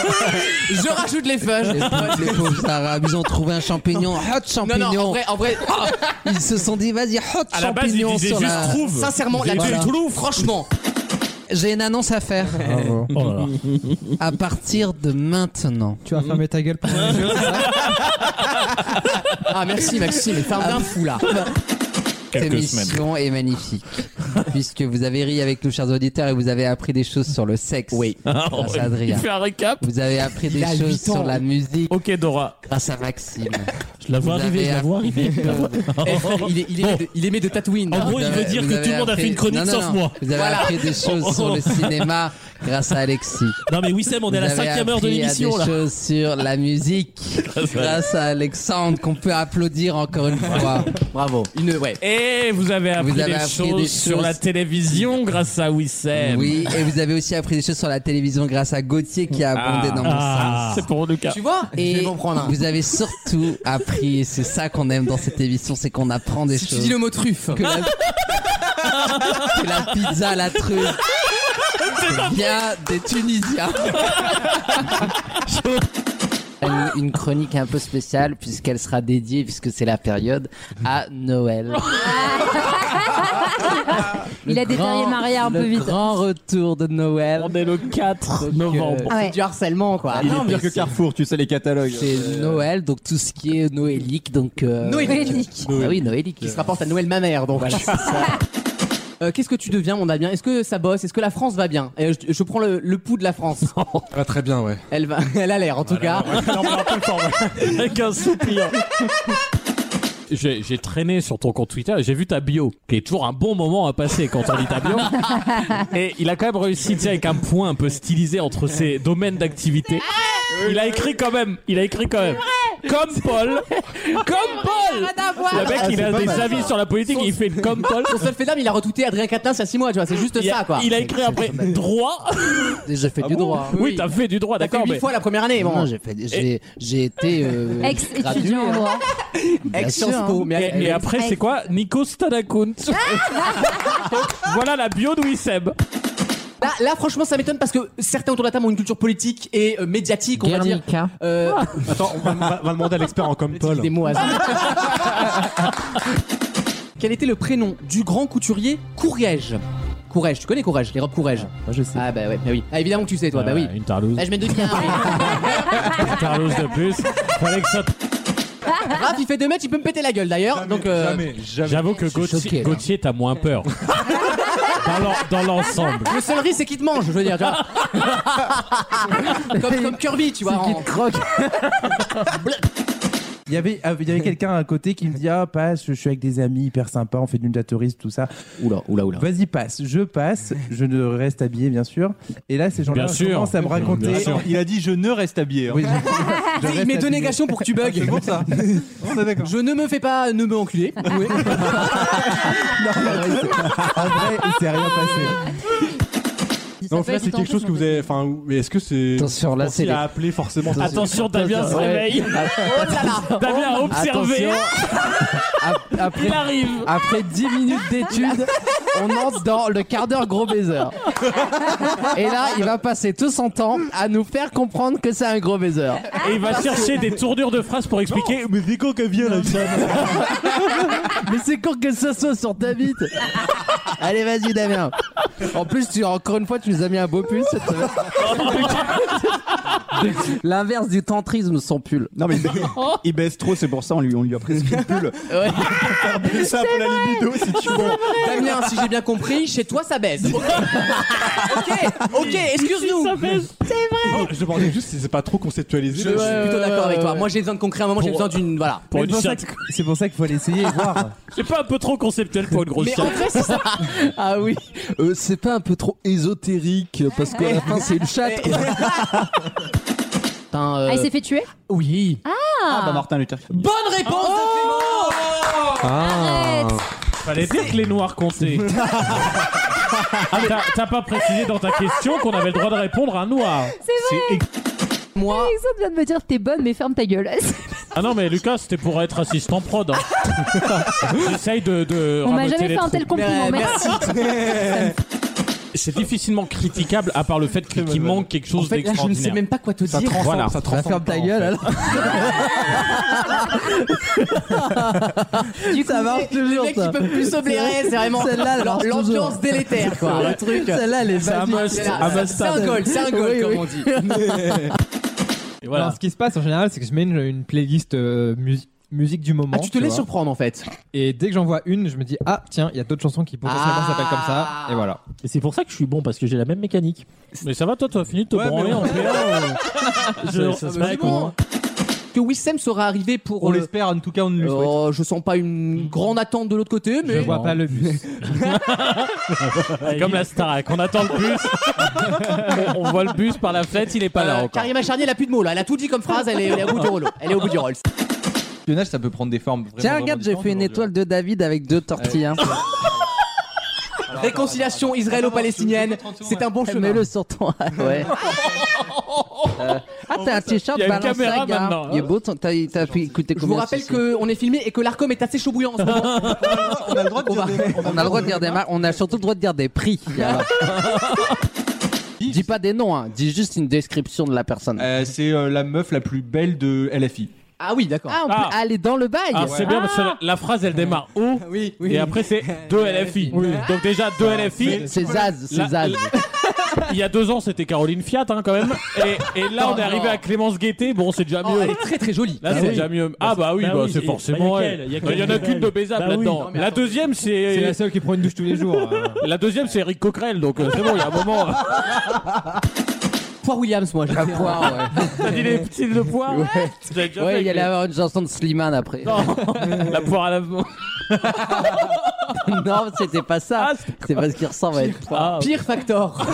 Speaker 2: Je rajoute les
Speaker 7: Les,
Speaker 2: fudges.
Speaker 7: pauvres- les pauvres Arabes, ils ont trouvé un champignon, hot
Speaker 2: Non,
Speaker 7: champignon.
Speaker 2: non, en vrai, en vrai. ah,
Speaker 7: Ils se sont dit vas-y hot
Speaker 5: À la base,
Speaker 7: champignon
Speaker 5: ils disaient
Speaker 7: sur
Speaker 5: juste
Speaker 7: la.
Speaker 5: trouve.
Speaker 2: bah, sincèrement,
Speaker 5: Ils
Speaker 2: la
Speaker 5: disaient
Speaker 2: truffe,
Speaker 5: trouve.
Speaker 2: franchement.
Speaker 7: J'ai une annonce
Speaker 8: (laughs)
Speaker 7: à faire.
Speaker 10: Eh,
Speaker 12: Oh là là.
Speaker 7: À partir de maintenant.
Speaker 8: Tu vas fermer ta gueule. pendant les jeux.
Speaker 2: Ah, merci, Maxime. Mais ferme d'un fou, là.
Speaker 7: Cette
Speaker 5: Quelques semaines.
Speaker 7: émission est magnifique, puisque vous avez ri avec nous, chers auditeurs, et vous avez appris des choses sur le sexe. Oui.
Speaker 12: Ah,
Speaker 5: Oh,
Speaker 7: Grâce à
Speaker 5: il (laughs)
Speaker 7: Adrien.
Speaker 5: fait un récap.
Speaker 7: Vous avez appris
Speaker 2: Il
Speaker 7: des
Speaker 2: a
Speaker 7: choses
Speaker 2: huit ans.
Speaker 7: sur la musique
Speaker 5: Ok, Dora.
Speaker 7: grâce à Maxime.
Speaker 12: Je la vois
Speaker 7: Vous
Speaker 12: arriver, (laughs) je
Speaker 7: avez
Speaker 12: la vois
Speaker 7: appris
Speaker 12: arriver.
Speaker 7: que-
Speaker 2: Eh, frère,
Speaker 7: (laughs)
Speaker 2: il, est, il, aimait de, il aimait de Tatooine.
Speaker 12: En gros,
Speaker 7: Vous
Speaker 12: il
Speaker 7: avez-
Speaker 12: veut dire
Speaker 7: vous
Speaker 12: que
Speaker 7: avez
Speaker 12: tout le monde a fait
Speaker 7: appris-
Speaker 12: une chronique
Speaker 7: Non, non,
Speaker 12: sauf
Speaker 7: non.
Speaker 12: moi.
Speaker 7: Vous avez
Speaker 2: Voilà.
Speaker 7: appris des choses
Speaker 12: Oh, oh. (laughs)
Speaker 7: sur le cinéma grâce à Alexis.
Speaker 12: Non mais Wissem, on est à la
Speaker 7: Vous avez
Speaker 12: cinquième heure de
Speaker 7: appris à
Speaker 12: l'émission
Speaker 7: des
Speaker 12: là.
Speaker 7: choses sur
Speaker 12: (laughs)
Speaker 7: la musique grâce à Alexandre qu'on peut applaudir encore une fois.
Speaker 2: (laughs) Bravo. Une, ouais.
Speaker 5: Et Eh, vous avez appris,
Speaker 7: avez
Speaker 5: des,
Speaker 7: appris
Speaker 5: choses
Speaker 7: des
Speaker 5: sur
Speaker 7: choses.
Speaker 5: la télévision grâce à Wissem.
Speaker 7: Oui, et vous avez aussi appris des choses sur la télévision grâce à Gauthier qui a abondé dans mon
Speaker 5: Ah,
Speaker 7: sens.
Speaker 5: c'est pour Lucas.
Speaker 2: Tu vois Je
Speaker 7: Et
Speaker 2: vais m'en prendre un.
Speaker 7: vous avez surtout appris, et c'est ça qu'on aime dans cette émission, c'est qu'on apprend des
Speaker 2: Si tu
Speaker 7: choses.
Speaker 2: dis le mot truffe.
Speaker 7: (laughs) Que, la... que la pizza, la truffe, c'est bien des Tunisiens. (laughs) Une- Une chronique un peu spéciale puisqu'elle sera dédiée, puisque c'est la période, à
Speaker 6: (laughs)
Speaker 7: Noël.
Speaker 6: Il
Speaker 7: Le
Speaker 6: a détaillé
Speaker 7: grand-
Speaker 6: Maria un peu
Speaker 7: Le
Speaker 6: vite.
Speaker 7: grand retour de Noël. Euh,
Speaker 5: On est le 4 novembre.
Speaker 6: Ah ouais.
Speaker 2: Du harcèlement, quoi. Euh,
Speaker 13: Il est pire que Carrefour, tu sais les catalogues.
Speaker 7: C'est Noël, donc tout ce qui est noélique, donc. euh,
Speaker 2: Noélique.
Speaker 7: Ah oui, noélique.
Speaker 2: Qui se rapporte à Noël ma mère, donc. Euh, Qu'est-ce que tu deviens, mon Damien Est-ce que ça bosse Est-ce que la France va bien Euh, je, je prends le, le pouls de la France.
Speaker 4: Ah, très bien, ouais.
Speaker 2: Elle, va, (laughs) elle a l'air, en tout cas.
Speaker 5: Avec un soupir. J'ai j'ai traîné sur ton compte Twitter et j'ai vu ta bio, qui est toujours un bon moment à passer quand on lit ta bio. Et il a quand même réussi, tu sais, avec un point un peu stylisé entre ses domaines d'activité. Il a écrit quand même, il a écrit quand même. Comme Paul, comme Paul. Le mec, il a des avis sur la politique, il fait une comme Paul.
Speaker 2: Son seul fait d'âme, il a retweeté Adrien Quatennens il y a 6 mois, tu vois. C'est juste
Speaker 5: Il a,
Speaker 2: ça, quoi.
Speaker 5: il a écrit après droit.
Speaker 7: J'ai
Speaker 13: Ah
Speaker 7: fait du
Speaker 13: (laughs)
Speaker 7: droit.
Speaker 5: (laughs) Oui, t'as fait du droit,
Speaker 2: T'as fait
Speaker 5: d'accord,
Speaker 2: 8
Speaker 5: mais
Speaker 2: fois la première année, bon.
Speaker 7: Non, j'ai fait- j'ai- j'ai été. euh, gratuit,
Speaker 6: Ex-étudiant en
Speaker 7: hein.
Speaker 6: droit.
Speaker 7: Bien sûr,
Speaker 2: Ex-Sciences
Speaker 7: hein.
Speaker 2: Po. Mais
Speaker 5: Et, et après, c'est quoi Nikos Tadakunt. Ah (laughs) voilà la bio de Wissem.
Speaker 2: Là, là, franchement, ça m'étonne parce que certains autour de la table ont une culture politique et euh, médiatique, on va dire.
Speaker 3: Guernica.
Speaker 2: Euh,
Speaker 13: Attends, on va, va- va demander à l'expert en comme Paul.
Speaker 2: des mots à ça. (laughs) Quel était le prénom du grand couturier Courrèges Courrèges, tu connais Courrèges, les robes Courrèges
Speaker 5: je sais.
Speaker 2: Ah bah ouais, bah oui. Ah, évidemment que tu sais, toi, bah oui.
Speaker 5: Euh, Une tarlouse.
Speaker 2: Bah je mets deux bien.
Speaker 5: Une tarlouse de plus. Fallait que ça.
Speaker 2: (laughs) Raph, il fait 2 mètres, il peut me péter la gueule d'ailleurs. Donc, euh,
Speaker 13: Jamais, jamais.
Speaker 5: J'avoue que Gauthier,
Speaker 7: choqué, là.
Speaker 5: Gauthier, t'as moins (laughs) peur. dans l'en- dans l'ensemble.
Speaker 2: le seul risque, c'est qu'il te mange, je veux dire, tu
Speaker 13: (laughs)
Speaker 2: vois. comme, comme Kirby, tu vois. en-
Speaker 10: Il y avait, ah, il y avait quelqu'un à côté qui me dit Ah, passe, je suis avec des amis hyper sympas, on fait du dateurisme, tout ça.
Speaker 2: Oula, oula, oula.
Speaker 10: Vas-y, passe. Je passe, je ne reste habillé, bien sûr. Et là, ces gens-là
Speaker 5: Bien sûr.
Speaker 10: commencent à me raconter.
Speaker 5: Bien sûr.
Speaker 13: Il a dit je ne reste habillé. hein.
Speaker 10: Oui, je-
Speaker 2: (laughs)
Speaker 10: je
Speaker 2: Il
Speaker 10: reste
Speaker 2: met deux
Speaker 10: habillé.
Speaker 2: négations pour que tu bugs.
Speaker 13: C'est pour ça. On est d'accord.
Speaker 2: Je ne me fais pas euh, ne me enculer. (laughs) Oui.
Speaker 10: Non, mais c'est- en vrai, il s'est rien passé.
Speaker 13: Non, en fait, c'est quelque chose que vous avez. Enfin, ou- mais est-ce que c'est.
Speaker 7: Attention, là, c'est
Speaker 13: Il
Speaker 7: les-
Speaker 13: a appelé forcément.
Speaker 5: Attention, Damien se
Speaker 7: Ouais.
Speaker 2: (laughs)
Speaker 5: réveille. Damien a observé.
Speaker 7: Attention. Ap- Après,
Speaker 5: Il arrive.
Speaker 7: après 10 minutes d'études,
Speaker 2: on entre dans le quart d'heure gros baiser. Et là, il va passer tout son temps à nous faire comprendre que c'est un gros baiser.
Speaker 5: Et il va chercher des tournures de phrases pour expliquer. Mais c'est quoi qu'elle vient là
Speaker 2: Mais c'est con que ça soit sur ta bite. Allez, vas-y, Damien. En plus, tu, encore une fois, tu nous as mis un beau pull cette semaine.
Speaker 7: L'inverse du tantrisme, son pull.
Speaker 14: Non, mais il, ba- il baisse trop, c'est pour ça, on lui, on lui a prescrit le pull. Faire baisser ça pour la libido, si tu veux.
Speaker 2: Damien, si j'ai bien compris, chez toi ça (laughs) baise. ok, ok, excuse-nous. C'est vrai.
Speaker 13: Non, je demandais juste si c'est pas trop
Speaker 2: Je,
Speaker 13: conceptualisé.
Speaker 2: je suis plutôt d'accord avec toi. Moi j'ai besoin de concret un moment, j'ai
Speaker 13: Pour-
Speaker 2: besoin d'une. Voilà.
Speaker 13: pour
Speaker 2: Mais
Speaker 13: une
Speaker 2: pour ça
Speaker 13: chatte.
Speaker 2: que-
Speaker 10: C'est pour ça qu'il faut aller essayer et voir.
Speaker 5: C'est pas un peu trop conceptuel pour une grosse
Speaker 2: Mais en vrai, c'est ça.
Speaker 7: Ah oui. Euh, c'est pas un peu trop ésotérique parce qu'à la fin c'est une chatte. quoi.
Speaker 2: Putain, euh,
Speaker 6: Ah, il s'est fait tuer
Speaker 2: Oui.
Speaker 6: Ah,
Speaker 14: bah, Martin Luther King.
Speaker 2: Bonne réponse
Speaker 5: Fallait dire que les noirs comptaient. Ah, t'as- T'as pas précisé dans ta question qu'on avait le droit de répondre à un noir. C'est vrai.
Speaker 2: Moi.
Speaker 6: Alexandre vient de me dire t'es bonne, mais ferme ta gueule.
Speaker 5: Ah non, mais Lucas, c'était pour être assistant prod. (laughs) hein. J'essaye de. de
Speaker 6: On m'a
Speaker 5: ramoter
Speaker 6: jamais
Speaker 5: les
Speaker 6: fait un
Speaker 5: trous.
Speaker 6: tel compliment,
Speaker 5: Mais-
Speaker 6: merci.
Speaker 5: C'est difficilement critiquable à part le fait qu'il qu'il manque quelque chose
Speaker 2: En fait, là, je ne
Speaker 5: d'extraordinaire.
Speaker 2: sais même pas quoi te dire.
Speaker 5: Voilà.
Speaker 2: Bah, ferme ta gueule alors.
Speaker 7: Du ça marche toujours.
Speaker 2: (laughs) Les mecs qui peuvent plus se blairer, c'est vraiment
Speaker 7: Celle-là, elle marche
Speaker 2: l'ambiance
Speaker 7: toujours.
Speaker 2: délétère quoi. Le truc.
Speaker 7: Celle-là, elle est
Speaker 2: C'est
Speaker 8: Ah,
Speaker 2: un
Speaker 7: magique.
Speaker 2: must, un must. C'est un goal, c'est un goal,
Speaker 7: Oui,
Speaker 2: comme
Speaker 7: oui.
Speaker 2: on dit. Ah,
Speaker 5: Et voilà.
Speaker 8: Alors, ce qui se passe en général, c'est que je mets une, une playlist euh, musi- musique du moment.
Speaker 2: Ah, tu te laisses
Speaker 8: vois.
Speaker 2: surprendre en fait.
Speaker 8: Et dès que j'en vois une, je me dis ah tiens, il y a d'autres chansons qui potentiellement
Speaker 2: Ah.
Speaker 8: s'appellent comme ça. Et voilà.
Speaker 5: Et c'est pour ça que je suis bon parce que j'ai la même mécanique. Mais ça va, toi, tu as fini de te
Speaker 8: Ouais,
Speaker 5: branler
Speaker 8: mais on-
Speaker 5: en PA. euh, (laughs) je-
Speaker 8: Ça
Speaker 5: ça
Speaker 8: se
Speaker 5: se
Speaker 8: fait
Speaker 5: fait
Speaker 8: comment
Speaker 2: Que Wissem sera arrivé pour.
Speaker 8: On
Speaker 2: le-
Speaker 8: l'espère, en tout cas, on ne le souhaite.
Speaker 2: Oh, je sens pas une grande attente de l'autre côté,
Speaker 8: Je
Speaker 2: mais.
Speaker 8: vois pas le bus.
Speaker 5: hein. Comme la Starac, on attend le bus. (laughs) on, on voit le bus par la fête, il est pas là
Speaker 2: Euh,
Speaker 5: encore.
Speaker 2: Karima Charnier, elle a plus de mots là. Elle a tout dit comme phrase, elle est, elle est au bout du rôle. Elle est au bout du rôle.
Speaker 15: L'espionnage, ça peut prendre des formes. Vraiment,
Speaker 7: Tiens, regarde, j'ai fait une étoile de David avec deux hein. tortillas.
Speaker 2: Réconciliation israélo-palestinienne, c'est un bon
Speaker 7: Eh,
Speaker 2: chemin.
Speaker 7: Mets-le sur
Speaker 2: (laughs)
Speaker 7: toi. Ouais. Euh, ah, t'as un t-shirt
Speaker 2: Il y a une
Speaker 7: Balenciaga.
Speaker 2: caméra maintenant, hein.
Speaker 7: Il est beau ton. T'as t'as pu écouter
Speaker 2: Je vous
Speaker 7: combien
Speaker 2: rappelle
Speaker 7: ce-
Speaker 2: qu'on est filmé et que l'ARCOM est assez chaud bouillant en ce (laughs) moment.
Speaker 14: On a le droit de dire des-
Speaker 7: On a le droit de dire des marques, on a surtout le droit de dire des prix.
Speaker 2: (laughs)
Speaker 7: alors. dis pas des noms, hein. dis juste une description de la personne.
Speaker 15: (laughs) Euh, c'est euh, la meuf la plus belle de LFI.
Speaker 2: Ah oui, d'accord.
Speaker 7: Ah, on peut
Speaker 5: Ah.
Speaker 7: aller dans le bail.
Speaker 5: Ah, c'est bien parce que la, la phrase elle démarre haut
Speaker 2: oui.
Speaker 5: et après (laughs) c'est 2 LFI. Donc déjà 2 LFI.
Speaker 7: C'est Zaz, c'est
Speaker 5: La-
Speaker 2: (laughs)
Speaker 7: Zaz.
Speaker 5: la- (laughs) Il y a deux ans c'était Caroline Fiat hein, quand même. Et, et là
Speaker 2: Oh,
Speaker 5: on est arrivé
Speaker 2: non.
Speaker 5: à Clémence Guettet. Bon c'est déjà
Speaker 2: Oh,
Speaker 5: mieux.
Speaker 2: elle est très très jolie.
Speaker 5: Là,
Speaker 2: Ah
Speaker 5: c'est
Speaker 2: oui.
Speaker 5: déjà mieux. Ah, bah oui,
Speaker 13: Bah
Speaker 5: bah,
Speaker 13: oui,
Speaker 5: c'est
Speaker 13: et-
Speaker 5: forcément
Speaker 13: bah, y a
Speaker 5: elle.
Speaker 13: qu'elle, y a
Speaker 5: Il y en a
Speaker 13: qu'elle.
Speaker 5: qu'une de baisable
Speaker 13: Bah oui.
Speaker 5: là-dedans.
Speaker 13: Non, mais
Speaker 5: La
Speaker 13: attends.
Speaker 5: deuxième,
Speaker 8: C'est
Speaker 5: c'est.
Speaker 8: la seule qui prend une douche tous les jours. euh.
Speaker 5: La deuxième, c'est Eric Coquerel, donc euh, c'est bon, il y a un moment.
Speaker 2: Poire Ah, Williams, moi. j'ai-
Speaker 7: Poire,
Speaker 5: T'as dit les petites de poire Tu l'as déjà
Speaker 7: ouais. Ouais,
Speaker 5: fait
Speaker 7: il allait
Speaker 5: avec
Speaker 7: avoir une chanson de Slimane après.
Speaker 5: les- Non, la poire à l'avant.
Speaker 7: (laughs) non, Ah, c'était pas ça. c'est parce qu'il ressemble à être
Speaker 5: Ah,
Speaker 2: Pire Factor.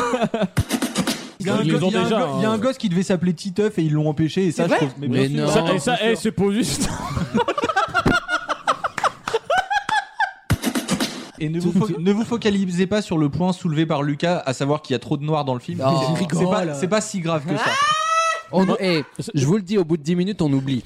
Speaker 15: Il y a un
Speaker 5: Ils les
Speaker 15: go-
Speaker 5: ont
Speaker 15: il y a un
Speaker 5: déjà,
Speaker 15: go- il y a un
Speaker 5: hein.
Speaker 15: gosse qui devait s'appeler Titeuf et ils l'ont empêché et ça je
Speaker 2: C'est vrai
Speaker 15: trouve mais
Speaker 7: Mais
Speaker 15: bien
Speaker 7: non.
Speaker 15: sûr.
Speaker 5: ça, et ça, eh, c'est pas juste.
Speaker 15: Et ne vous, fo- ne vous focalisez pas sur le point soulevé par Lucas, à savoir qu'il y a trop de noirs dans le film.
Speaker 7: Non.
Speaker 15: C'est-
Speaker 7: Rigole.
Speaker 15: c'est pas, c'est pas si grave
Speaker 2: Ah,
Speaker 15: que ça.
Speaker 7: Oh. On, eh, je vous le dis, au bout de 10 minutes, on oublie.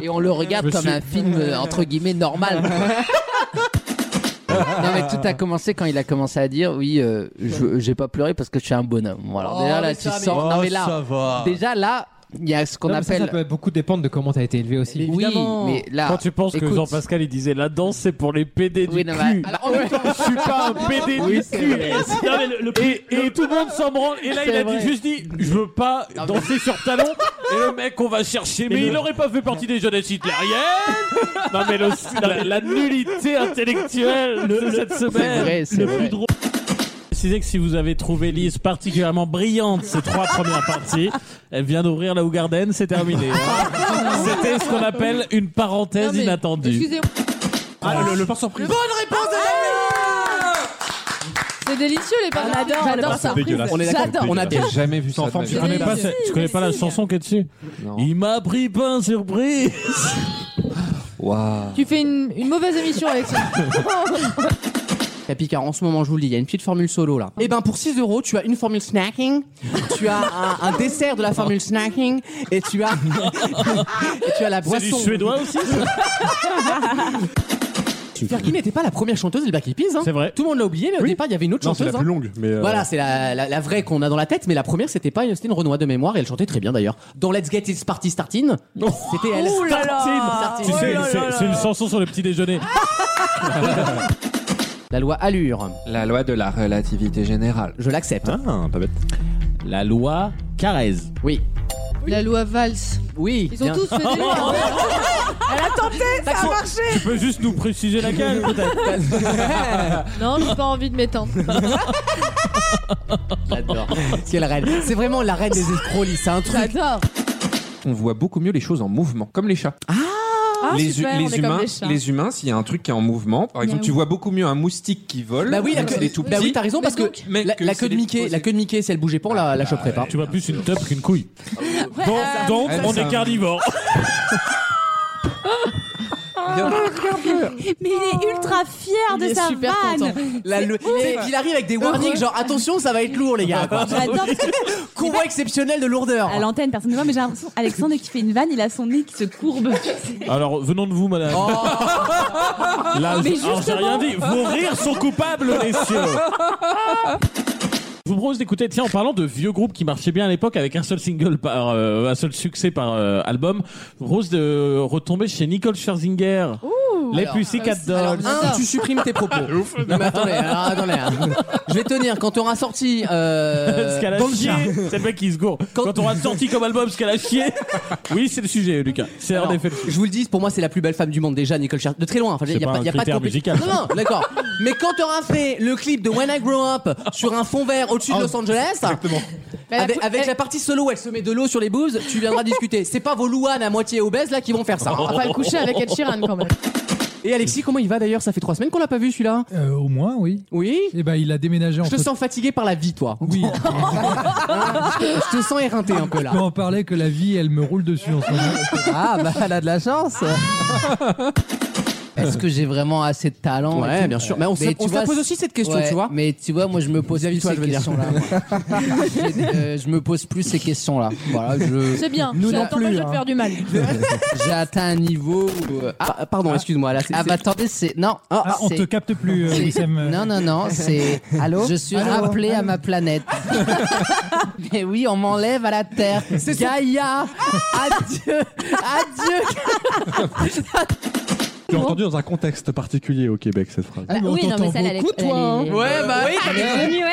Speaker 7: Et on le regarde
Speaker 5: Monsieur.
Speaker 7: comme un film euh, entre guillemets normal. (laughs) non mais tout a commencé quand il a commencé à dire oui, euh, je- j'ai pas pleuré parce que je suis un bonhomme. Bon, alors
Speaker 2: Oh,
Speaker 7: déjà là,
Speaker 2: mais
Speaker 7: tu
Speaker 2: ça, mais-
Speaker 7: sens. non mais
Speaker 15: ça
Speaker 7: là,
Speaker 15: va.
Speaker 7: déjà là, il y a ce qu'on
Speaker 8: Non, mais ça,
Speaker 7: appelle.
Speaker 8: Ça peut beaucoup dépendre de comment t'as été élevé aussi.
Speaker 7: oui,
Speaker 2: évidemment.
Speaker 7: mais là.
Speaker 5: Quand tu penses que
Speaker 7: Ah, écoute,
Speaker 5: Jean-Pascal il disait la danse c'est pour les PD du
Speaker 7: Oui, non, bah, mais-
Speaker 5: cul.
Speaker 2: (laughs) Alors, en même temps,
Speaker 5: Je suis pas un PD
Speaker 7: Oui,
Speaker 5: du
Speaker 7: c'est
Speaker 5: cul.
Speaker 7: vrai.
Speaker 5: Non, mais le- le- et, et tout le Ah, monde s'en branle. Et là il
Speaker 7: C'est
Speaker 5: a
Speaker 7: vrai.
Speaker 5: dit, juste dit je veux pas danser sur talon. Et le mec on va chercher. Mais, il aurait pas fait partie des jeunesses hitlériennes. non mais le- la, la nullité intellectuelle de cette
Speaker 7: c'est
Speaker 5: semaine.
Speaker 7: vrai, c'est vrai.
Speaker 5: Précisez que si vous avez trouvé Lise particulièrement brillante ces trois premières parties, elle vient d'ouvrir la Hougarden, c'est terminé. hein. C'était ce qu'on appelle une parenthèse
Speaker 3: (laughs) Non, mais-
Speaker 5: inattendue.
Speaker 3: Excusez-moi,
Speaker 13: Ah, le, le plan surprise.
Speaker 3: c'est délicieux les pâtes.
Speaker 6: adore,
Speaker 3: j'adore
Speaker 6: les
Speaker 3: ça.
Speaker 13: dégueulasse.
Speaker 2: On est d'accord.
Speaker 3: J'adore.
Speaker 2: On a
Speaker 4: J'ai jamais vu ça. de ma vie.
Speaker 5: tu connais pas, ce- tu connais pas la chanson qui est dessus Il m'a pris pain surprise
Speaker 4: Waouh.
Speaker 3: Tu fais une, une mauvaise émission, Alexandre.
Speaker 2: T'as Picard, en ce moment, je vous le dis, il y a une petite formule solo là. Et ben pour 6 euros, tu as une formule snacking, tu as un, un dessert de la formule snacking, et tu as, (laughs) et tu as
Speaker 5: C'est
Speaker 2: la
Speaker 5: du
Speaker 2: boisson.
Speaker 5: suédois aussi ça
Speaker 2: Fergie n'était pas la première chanteuse des Black Eyed Peas. C'est vrai. Tout le monde l'a oublié, mais au départ, il y avait une autre
Speaker 13: Non, c'est
Speaker 2: chanteuse.
Speaker 13: la
Speaker 2: hein.
Speaker 13: plus longue, mais, euh,
Speaker 2: Voilà, c'est la, la- la vraie qu'on a dans la tête, mais la première, c'était pas une, c'était une Renoir de mémoire et elle chantait très bien d'ailleurs. Dans Let's Get It Party Startin, c'était elle.
Speaker 12: Oh là là
Speaker 2: Startin.
Speaker 5: Tu sais, c'est- c'est une chanson sur le petit déjeuner.
Speaker 2: La loi Allure.
Speaker 7: La loi de la relativité générale.
Speaker 2: Je l'accepte.
Speaker 16: Hein
Speaker 7: Ah, pas bête.
Speaker 5: La loi Carrez.
Speaker 2: Oui.
Speaker 3: La loi Valls.
Speaker 2: Oui.
Speaker 3: Ils ont tous fait des lois.
Speaker 16: Elle a tenté, ça a marché.
Speaker 5: Tu peux juste nous préciser laquelle, peut-être
Speaker 3: Non, j'ai pas envie de m'étendre.
Speaker 2: J'adore. Quelle reine. C'est vraiment la reine des escrocs, Lise, c'est un truc.
Speaker 3: J'adore.
Speaker 4: On voit beaucoup mieux les choses en mouvement, comme les chats.
Speaker 3: Ah,
Speaker 4: les,
Speaker 3: super, on
Speaker 4: hu- les
Speaker 3: est comme
Speaker 4: humains,
Speaker 3: des chats.
Speaker 4: les humains, s'il y a un truc qui est en mouvement, par exemple,
Speaker 2: Miaou.
Speaker 4: tu vois beaucoup mieux un moustique qui vole.
Speaker 2: Bah oui, la
Speaker 4: même s'il
Speaker 2: queue,
Speaker 4: est tout
Speaker 2: bah oui,
Speaker 4: petit.
Speaker 2: t'as raison parce que, la, la queue de Mickey, la queue de Mickey, si elle bougeait pas, on
Speaker 16: Ah,
Speaker 2: la, la choperait pas.
Speaker 5: Tu vois plus une top qu'une couille.
Speaker 12: Donc,
Speaker 5: Donc, on est carnivore.
Speaker 16: Mais il est ultra fier de
Speaker 2: Il est
Speaker 16: sa
Speaker 2: super
Speaker 16: vanne.
Speaker 2: content. La- le-
Speaker 16: C'est
Speaker 2: et
Speaker 16: ouf.
Speaker 2: il arrive avec des warnings genre attention ça va être lourd les gars. quoi.
Speaker 16: (laughs) J'adore.
Speaker 2: Convoi exceptionnel de lourdeur.
Speaker 16: À l'antenne, personne ne voit, mais j'ai l'impression Alexandre qui fait une vanne, il a son nez qui se courbe.
Speaker 5: Alors, venons de vous, madame. (laughs) Là,
Speaker 16: Mais
Speaker 5: alors, j'ai rien dit. Vos rires sont coupables, messieurs. Je vous propose d'écouter, tiens, en parlant de vieux groupes qui marchaient bien à l'époque avec un seul single par, euh, un seul succès par euh, album, Rose de retomber chez Nicole Scherzinger. les
Speaker 2: Alors, euh,
Speaker 5: Pussycat
Speaker 2: alors,
Speaker 17: Ah.
Speaker 5: Dolls.
Speaker 2: un, tu supprimes
Speaker 5: (laughs)
Speaker 2: tes propos. Non, mais attendez, alors, attendez, hein. Je vais tenir quand t'auras sorti euh,
Speaker 5: ce qu'elle a
Speaker 2: dans le
Speaker 5: chié,
Speaker 2: chien.
Speaker 5: c'est le mec qui se gourre. Quand, on aura sorti comme album ce qu'elle a
Speaker 2: (laughs)
Speaker 5: chié, oui, c'est le sujet, Lucas. C'est en
Speaker 2: Alors,
Speaker 5: effet le sujet.
Speaker 2: Je vous le dis, pour moi, c'est la plus belle femme du monde déjà, Nicole Scherzinger. De très loin. Enfin,
Speaker 5: C'est
Speaker 2: il y a
Speaker 5: pas
Speaker 2: pas,
Speaker 5: un
Speaker 2: y a pas de
Speaker 5: critère
Speaker 2: compé-
Speaker 5: musical.
Speaker 2: Non, non, d'accord. Mais quand t'auras fait le clip de When I Grow Up sur un fond vert au-dessus
Speaker 5: Oh,
Speaker 2: de Los Angeles, avec, avec la partie solo où elle se met de l'eau sur les bouses, tu viendras discuter. C'est pas vos louanes à moitié obèses là qui vont faire ça.
Speaker 3: On
Speaker 2: hein.
Speaker 3: va pas le coucher avec Ed Sheeran quand même.
Speaker 2: Et Alexis, comment il va d'ailleurs Ça fait trois semaines qu'on l'a pas vu celui-là.
Speaker 8: Euh, au moins, oui.
Speaker 2: Oui.
Speaker 8: Et ben, il a déménagé en
Speaker 2: Je te sens fatigué par la vie, toi.
Speaker 8: Oui.
Speaker 2: Je te sens éreinté un peu
Speaker 8: Je
Speaker 2: là.
Speaker 8: peux en parler que la vie, elle me roule dessus en ce moment.
Speaker 7: Ah, bah elle a de la chance. Est-ce que j'ai vraiment assez de talent et
Speaker 2: Ouais,
Speaker 7: tout
Speaker 2: bien sûr. Mais on se- on se la pose aussi, cette question, tu vois.
Speaker 7: Mais tu vois, moi je me pose plus
Speaker 2: toi,
Speaker 7: ces
Speaker 2: je veux dire.
Speaker 7: questions-là.
Speaker 2: (laughs)
Speaker 7: moi. J'ai- euh, je me pose plus ces questions-là. Voilà, je-
Speaker 3: C'est bien.
Speaker 7: Nous non
Speaker 3: J'attends pas,
Speaker 7: plus,
Speaker 3: Je vais te
Speaker 7: hein.
Speaker 3: faire du mal.
Speaker 7: J'ai atteint un niveau. où- Ah,
Speaker 2: Ah, Pardon, excuse-moi. Là, c'est-
Speaker 7: ah, bah
Speaker 2: c'est-
Speaker 7: attendez, c'est non.
Speaker 8: Ah, on
Speaker 7: c'est-
Speaker 8: te capte plus, euh,
Speaker 7: c'est-
Speaker 8: Wissem.
Speaker 7: Non, non, non. C'est.
Speaker 8: (laughs) Allô
Speaker 7: Je suis
Speaker 8: Allô
Speaker 7: rappelé à
Speaker 8: (laughs)
Speaker 7: ma planète. Mais oui, on m'enlève à la Terre. Gaïa. Adieu. Adieu.
Speaker 13: Tu l'as entendu dans un contexte particulier au Québec, cette phrase.
Speaker 16: Bah oui, non, mais celle, elle est- elle est-
Speaker 2: Ouais, bah oui,
Speaker 16: Elle est connue, ouais,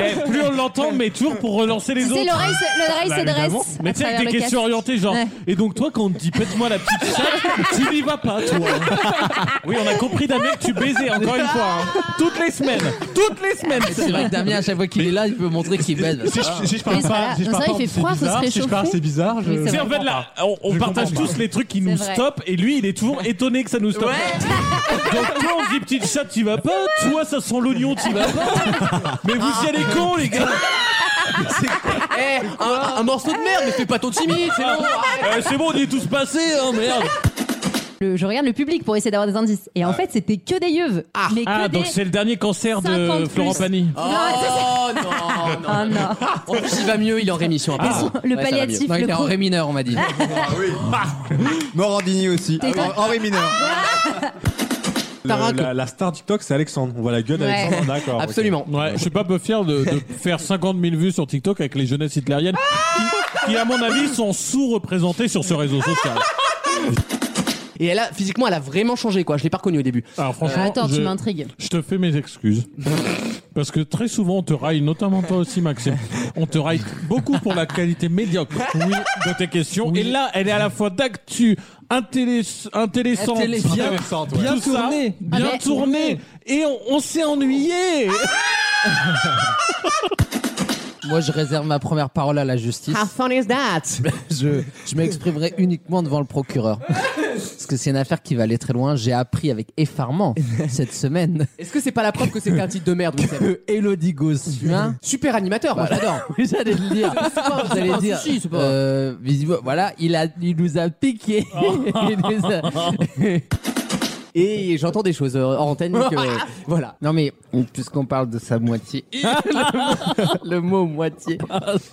Speaker 16: celle-là.
Speaker 5: Eh, plus on l'entend, mais toujours pour relancer les
Speaker 16: Tu sais,
Speaker 5: autres.
Speaker 16: l'oreille se- l'oreille se dresse
Speaker 5: Bah, évidemment.
Speaker 16: Ah, à
Speaker 5: Mais tu sais,
Speaker 16: travers
Speaker 5: avec des
Speaker 16: le
Speaker 5: questions
Speaker 16: casque.
Speaker 5: orientées, genre.
Speaker 16: Ouais.
Speaker 5: Et donc, toi, quand on te dit pète-moi la petite chatte, tu n'y vas pas, toi. (laughs) oui, on a compris, Damien, que tu baisais encore une fois. hein. Toutes les semaines. Toutes les semaines.
Speaker 7: C'est vrai que Damien, à chaque fois qu'il est là, il peut montrer qu'il
Speaker 2: (laughs)
Speaker 7: baise.
Speaker 13: Si je, si je parle
Speaker 3: Mais
Speaker 13: pas,
Speaker 3: voilà.
Speaker 13: si je
Speaker 3: Non,
Speaker 13: parle
Speaker 3: ça,
Speaker 13: pas,
Speaker 3: il fait
Speaker 13: c'est
Speaker 3: froid, faut se
Speaker 13: bizarre. Si je parle,
Speaker 3: réchauffer.
Speaker 13: c'est bizarre. Je...
Speaker 3: Oui, c'est
Speaker 5: C'est
Speaker 3: vrai.
Speaker 5: en fait là, on, on
Speaker 13: Je
Speaker 5: partage
Speaker 13: comprends pas.
Speaker 5: tous les trucs qui
Speaker 3: C'est
Speaker 5: nous
Speaker 3: vrai.
Speaker 5: stoppent et lui il est toujours étonné que ça nous stoppe. (laughs) Donc quand on dit petite chatte tu vas pas, toi ça sent l'oignon tu vas pas. Mais vous y allez con les
Speaker 16: (laughs)
Speaker 5: gars.
Speaker 2: Eh, un, un morceau de merde, mais fais pas ton timide, c'est bon.
Speaker 8: Ah.
Speaker 5: Eh, c'est bon on y est tous passés hein merde.
Speaker 16: Le- je regarde le public pour essayer d'avoir des indices. Et en fait, c'était que des yeux. mais que
Speaker 5: Ah
Speaker 16: des...
Speaker 5: donc c'est le dernier cancer de
Speaker 16: 50
Speaker 5: Florent
Speaker 16: plus.
Speaker 5: Pagny.
Speaker 2: Oh non, non.
Speaker 16: Ah non.
Speaker 2: En plus, il va mieux, il est en rémission. apparemment.
Speaker 16: Le
Speaker 2: Ouais, ça va
Speaker 16: palliatif,
Speaker 2: mieux.
Speaker 7: Non,
Speaker 16: le
Speaker 7: il est en
Speaker 16: pro-
Speaker 7: ré mineur, on m'a dit.
Speaker 11: Morandini aussi.
Speaker 16: T'es-
Speaker 11: Alors, Henri Mineur.
Speaker 13: Ah,
Speaker 10: Ah,
Speaker 13: Le-
Speaker 2: Tara, que-
Speaker 13: la, la star TikTok, c'est Alexandre. On voit la gueule d'Alexandre,
Speaker 16: Ouais.
Speaker 13: d'accord. ok.
Speaker 2: Absolument.
Speaker 5: Ouais, je suis pas peu fier de, de faire 50 000 vues sur TikTok avec les jeunesses hitlériennes qui, qui, à mon avis sont sous-représentées sur ce réseau social.
Speaker 2: Et elle a, physiquement, elle a vraiment changé, quoi. Je l'ai pas reconnue au début.
Speaker 5: Alors franchement,
Speaker 3: Attends,
Speaker 5: je-
Speaker 3: tu m'intrigues.
Speaker 5: Je te fais mes excuses. Parce que très souvent, on te raille, notamment toi aussi, Maxime. On te raille beaucoup pour la qualité médiocre de tes questions. Et là, elle est à la fois d'actu, intélé- intéressante,
Speaker 7: Intélé- bien-
Speaker 5: intéressante,
Speaker 8: bien
Speaker 5: tout ça,
Speaker 8: tournée.
Speaker 5: bien
Speaker 8: Ah, mais-
Speaker 5: tournée. Et on, on s'est ennuyé.
Speaker 7: Moi, je réserve ma première parole à la justice.
Speaker 2: How fun
Speaker 7: (laughs)
Speaker 2: is that?
Speaker 7: Je, je m'exprimerai uniquement devant le procureur. Parce que c'est une affaire qui va aller très loin. J'ai appris avec (laughs) effarement cette semaine
Speaker 2: Est-ce que c'est pas la preuve que c'était un titre de merde,
Speaker 7: (laughs)
Speaker 2: vous savez
Speaker 7: que Elodie Gossuin.
Speaker 2: Super animateur, moi, j'adore.
Speaker 7: (laughs) Oui, j'allais le dire.
Speaker 2: pas- c'est
Speaker 7: J'allais
Speaker 2: pas un
Speaker 7: dire.
Speaker 2: souci, c'est pas-
Speaker 7: euh, (laughs) visiblement, voilà, il, a, il nous a piqué. Il nous a-
Speaker 10: Et j'entends des choses euh, en antenne.
Speaker 7: (laughs)
Speaker 10: donc, euh, voilà.
Speaker 2: Non mais puisqu'on parle de sa moitié, le mot moitié.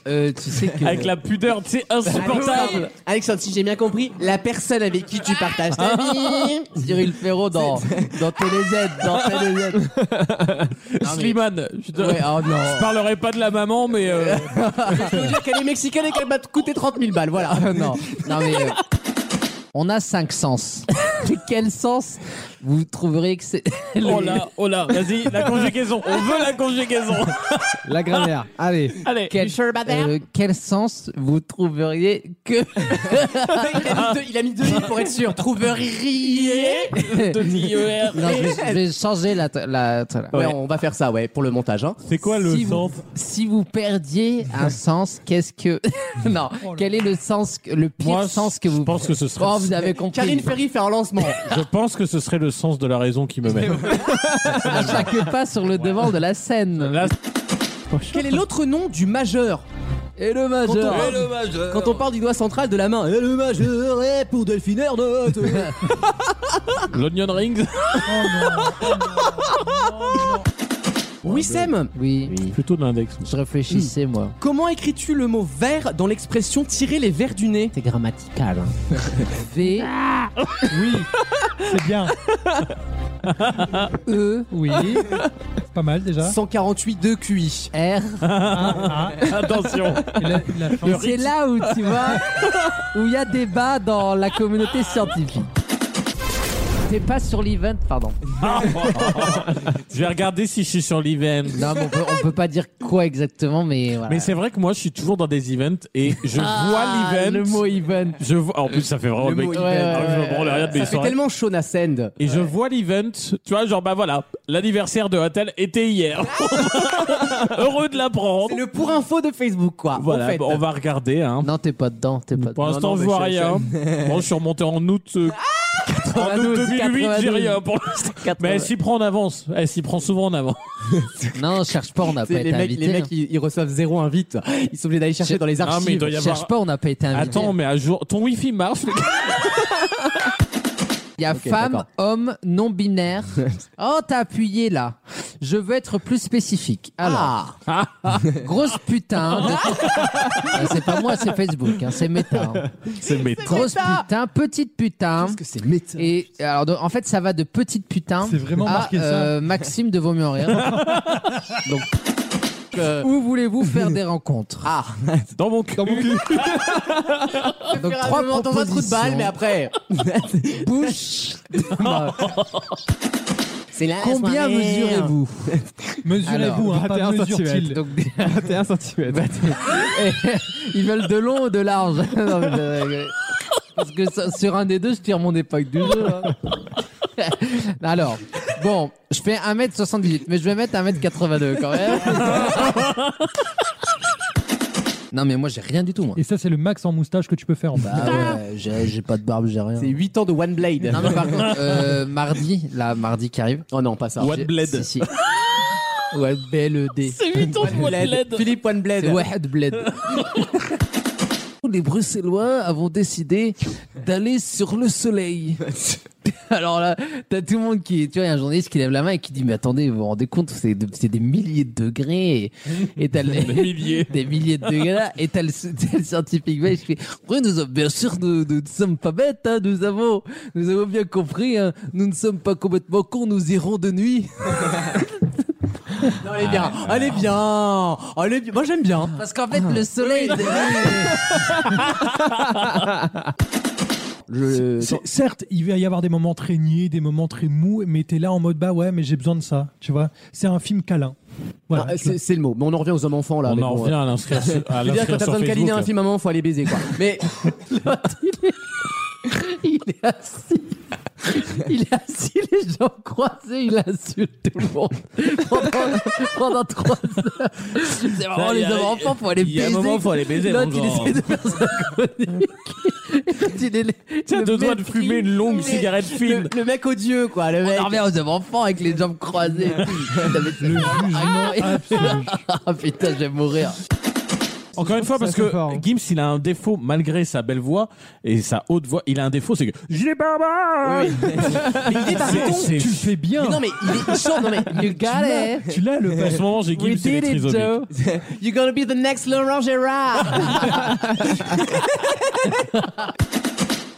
Speaker 2: euh, tu sais que
Speaker 5: Avec la pudeur, tu sais, insupportable.
Speaker 2: hein,
Speaker 10: Alexandre, si j'ai bien compris, la personne avec qui tu partages ta vie.
Speaker 2: Cyril Ferraud dans dans TéléZ, (laughs) dans TéléZ.
Speaker 5: Slimane, je, te-
Speaker 2: Ouais, oh non.
Speaker 5: je parlerai pas de la maman, mais euh,
Speaker 10: Je veux dire qu'elle est mexicaine et qu'elle m'a coûté 30 000 balles. Voilà.
Speaker 2: (laughs) non, non mais euh, on a
Speaker 10: (laughs)
Speaker 2: cinq sens. Quel sens vous trouverez que c'est
Speaker 5: oh là, oh là, vas-y, la conjugaison. On veut la conjugaison.
Speaker 2: la
Speaker 13: (laughs)
Speaker 2: grammaire Allez.
Speaker 5: Allez,
Speaker 2: Quel,
Speaker 10: you sure about that
Speaker 2: euh, quel sens vous trouveriez
Speaker 5: (laughs)
Speaker 2: que
Speaker 10: il, a mis deux, il a mis deux i pour être sûr. Trouveriez.
Speaker 2: Non, je, vais, je vais changer la, la- la-
Speaker 10: Ouais, on va faire ça, ouais, pour le montage. Hein.
Speaker 5: C'est quoi le
Speaker 2: Si vous-
Speaker 5: sens
Speaker 2: Si vous perdiez
Speaker 5: (laughs)
Speaker 2: un sens, qu'est-ce que (laughs) non Quel est le sens, que- le pire
Speaker 5: Oh Moi,
Speaker 2: sens que vous
Speaker 5: Je pense que ce serait.
Speaker 2: Oh, vous avez compris.
Speaker 10: Karine Ferry fait un lancement.
Speaker 5: Je pense que ce serait le sens de la raison qui me
Speaker 2: (laughs)
Speaker 5: mène.
Speaker 2: À chaque pas sur le devant de la scène.
Speaker 5: Là,
Speaker 10: Quel est l'autre nom du majeur
Speaker 2: Et le
Speaker 10: Quand
Speaker 2: majeur.
Speaker 10: on- Quand on parle du doigt central de la main, et le majeur est pour Delphine Ernotte.
Speaker 5: l'onion rings.
Speaker 10: oui, Sam,
Speaker 2: Oui.
Speaker 5: Plutôt de l'index.
Speaker 2: Je réfléchissais moi.
Speaker 10: Hmm. comment écris-tu le mot vert dans l'expression tirer les vers du nez Ah
Speaker 2: C'est grammatical.
Speaker 10: (laughs)
Speaker 2: hein. V
Speaker 18: Oui, c'est bien.
Speaker 2: E
Speaker 18: Oui, (laughs) c'est pas mal déjà.
Speaker 10: 148 de QI.
Speaker 2: R.
Speaker 18: Ah, ah.
Speaker 5: Attention.
Speaker 18: Et la- la fin.
Speaker 2: C'est là où
Speaker 10: (laughs)
Speaker 2: tu vois où il y a débat dans la communauté scientifique. T'es pas sur l'event, pardon.
Speaker 5: (laughs) Je vais regarder si je suis sur l'event.
Speaker 2: Non, mais on peut, on peut pas dire quoi exactement, mais voilà.
Speaker 5: Mais c'est vrai que moi, je suis toujours dans des events et je
Speaker 2: Ah,
Speaker 5: vois l'event.
Speaker 2: Le mot event.
Speaker 5: Je vois. En plus, ça fait vraiment
Speaker 10: Le
Speaker 5: le mec.
Speaker 10: mot
Speaker 5: qui-
Speaker 10: event.
Speaker 5: Ah, je me branle rien de mes
Speaker 10: Ça fait
Speaker 5: soirées.
Speaker 10: tellement Shona Send.
Speaker 5: Et je vois l'event, tu vois, genre, bah voilà, l'anniversaire de Hotel était
Speaker 2: (laughs)
Speaker 5: hier. Heureux de l'apprendre.
Speaker 10: C'est le pour info de Facebook, quoi.
Speaker 5: Voilà,
Speaker 10: en fait.
Speaker 5: bon, on va regarder. Hein.
Speaker 2: Non, t'es pas dedans, t'es pas
Speaker 5: Pour
Speaker 2: dedans.
Speaker 5: l'instant,
Speaker 10: non,
Speaker 5: je
Speaker 10: mais
Speaker 5: vois
Speaker 10: je-
Speaker 5: rien. (laughs) Bon, je suis remonté en août. euh,
Speaker 10: Ah
Speaker 5: en août
Speaker 2: 92,
Speaker 5: 2008, j'ai
Speaker 2: 92.
Speaker 5: rien pour l'instant. Mais elle s'y prend en avance. Elle s'y prend souvent en avance.
Speaker 2: Non, cherche pas, on n'a
Speaker 10: Tu
Speaker 2: pas
Speaker 10: sais,
Speaker 2: été
Speaker 10: les, mecs,
Speaker 2: invité.
Speaker 10: les mecs, ils, ils reçoivent zéro invite. Ils sont obligés d'aller chercher
Speaker 2: Je-
Speaker 10: dans les
Speaker 5: Ah, mais il
Speaker 10: archives.
Speaker 5: doit y avoir-
Speaker 2: Cherche pas, on n'a pas
Speaker 10: Ah,
Speaker 2: été invité.
Speaker 5: Attends, mais à jour, ton wifi marche.
Speaker 2: Il y a
Speaker 10: Ok,
Speaker 2: femme,
Speaker 10: d'accord.
Speaker 2: homme, non binaire. Oh, t'as appuyé là. Je veux être plus spécifique. Alors,
Speaker 10: Ah,
Speaker 2: (laughs) grosse putain. de- Ah, c'est pas moi, c'est Facebook, hein, c'est méta. hein.
Speaker 5: C'est méta.
Speaker 2: Grosse
Speaker 10: méta.
Speaker 2: putain, petite putain.
Speaker 10: parce que c'est méta.
Speaker 2: Et alors, donc, en fait, ça va de petite putain
Speaker 18: C'est vraiment
Speaker 2: à
Speaker 18: marqué ça.
Speaker 2: euh, Maxime de Vaut mieux en rire. Donc,
Speaker 10: Euh,
Speaker 2: où voulez-vous faire des rencontres
Speaker 10: Ah,
Speaker 5: Dans mon cul.
Speaker 2: Donc, trois
Speaker 10: probablement dans un trou de balle,
Speaker 2: propositions.
Speaker 10: mais après.
Speaker 2: Bouche.
Speaker 10: C'est là.
Speaker 2: Combien mesurez-vous
Speaker 18: Mesurez-vous,
Speaker 2: Alors,
Speaker 18: hein, pas
Speaker 2: 21
Speaker 18: mesure-t-il.
Speaker 2: Donc,
Speaker 18: (laughs) 21 cm.
Speaker 2: Eh, Ils veulent de long ou de large (laughs) Non, mais, euh, Parce que ça- sur un des deux, je tire mon époque du jeu. hein. (laughs) Alors, bon, je fais 1m78, mais je vais mettre 1m82 quand même. (laughs) Non, mais moi, j'ai rien du tout, moi.
Speaker 18: Et ça, c'est le max en moustache que tu peux faire en bas.
Speaker 2: Bah ouais, j'ai j'ai pas de barbe, j'ai rien.
Speaker 10: C'est 8 ans de One Blade.
Speaker 2: Non, mais par contre, euh, mardi, là, mardi qui arrive.
Speaker 10: Oh non, pas
Speaker 2: Ah,
Speaker 10: ça.
Speaker 5: One Blade.
Speaker 2: (laughs) Si, si. Ouais, BLED. euh,
Speaker 5: C'est 8 ans de moi, Bled.
Speaker 10: Philippe One Blade.
Speaker 2: C'est Wahed Bled. (laughs) Les Bruxellois avons décidé d'aller sur le soleil. (laughs) Alors là, t'as tout le monde qui, tu vois, il y a un journaliste qui lève la main et qui dit mais attendez, vous vous rendez compte, c'est de- c'est des milliers de degrés et- et t'as le-
Speaker 5: (laughs) Des milliers.
Speaker 2: (laughs) des milliers de degrés là et t'as le, (laughs) t'as le scientifique belge qui fait oui nous sommes bien sûr nous, nous ne sommes pas bêtes, hein, nous avons nous avons bien compris, hein, nous ne sommes pas complètement cons, nous irons de nuit.
Speaker 10: Non, allez bien.
Speaker 5: Ah,
Speaker 10: Allez bien. Allez bien. Moi, j'aime bien.
Speaker 2: Parce qu'en fait, le soleil.
Speaker 10: Je...
Speaker 18: C'est- Certes, il va y avoir des moments très niais, des moments très mous, mais t'es là en mode bah ouais, mais j'ai besoin de ça, tu vois. C'est un film câlin. Voilà.
Speaker 10: Ah, c'est c'est le mot. Mais on en revient aux hommes enfants là.
Speaker 5: On
Speaker 10: mais
Speaker 5: en
Speaker 10: bon,
Speaker 5: revient à l'inscrire sur, à
Speaker 10: Je veux dire,
Speaker 5: l'inscrire
Speaker 10: quand t'as
Speaker 5: sur
Speaker 10: besoin de câliner un
Speaker 5: Facebook.
Speaker 10: film maman, faut aller baiser quoi. Mais
Speaker 2: Il est assis. (laughs) Il est assis, les gens croisés, il insulte tout le monde (laughs) pendant, pendant trois heures. C'est vraiment
Speaker 5: Là, il y
Speaker 2: les
Speaker 5: a-
Speaker 2: hommes enfants, faut aller
Speaker 5: il y a
Speaker 2: baiser.
Speaker 5: un moment, faut aller baiser,
Speaker 2: L'autre, il
Speaker 5: bon genre.
Speaker 2: essaie de faire
Speaker 5: (laughs)
Speaker 2: sa chronique. Et l'autre, il est.
Speaker 5: Tiens,
Speaker 2: le
Speaker 5: deux doigts de
Speaker 2: mépris.
Speaker 5: fumer une longue
Speaker 2: Mais-
Speaker 5: cigarette fine.
Speaker 10: le, le mec odieux quoi. Le mec.
Speaker 2: On en revient aux hommes enfants avec les jambes (laughs) Ah, croisées. Le jugement. Ah putain, je vais mourir.
Speaker 5: Encore une fois, parce que
Speaker 2: hein.
Speaker 5: Gims, il a un défaut, malgré sa belle voix et sa haute voix, il a un défaut, c'est que Gilet (laughs) Barba
Speaker 8: tu le fais bien.
Speaker 2: Mais non, mais il est il chante.
Speaker 10: (laughs)
Speaker 2: Non, mais you got
Speaker 8: Tu l'as,
Speaker 2: it.
Speaker 8: tu l'as,
Speaker 5: (laughs)
Speaker 8: le
Speaker 5: En ce moment, j'ai Gims
Speaker 2: We
Speaker 5: et les
Speaker 2: did it,
Speaker 5: trisomiques.
Speaker 2: Joe.
Speaker 5: (laughs)
Speaker 2: You're gonna be the next Laurent Gérard. (laughs)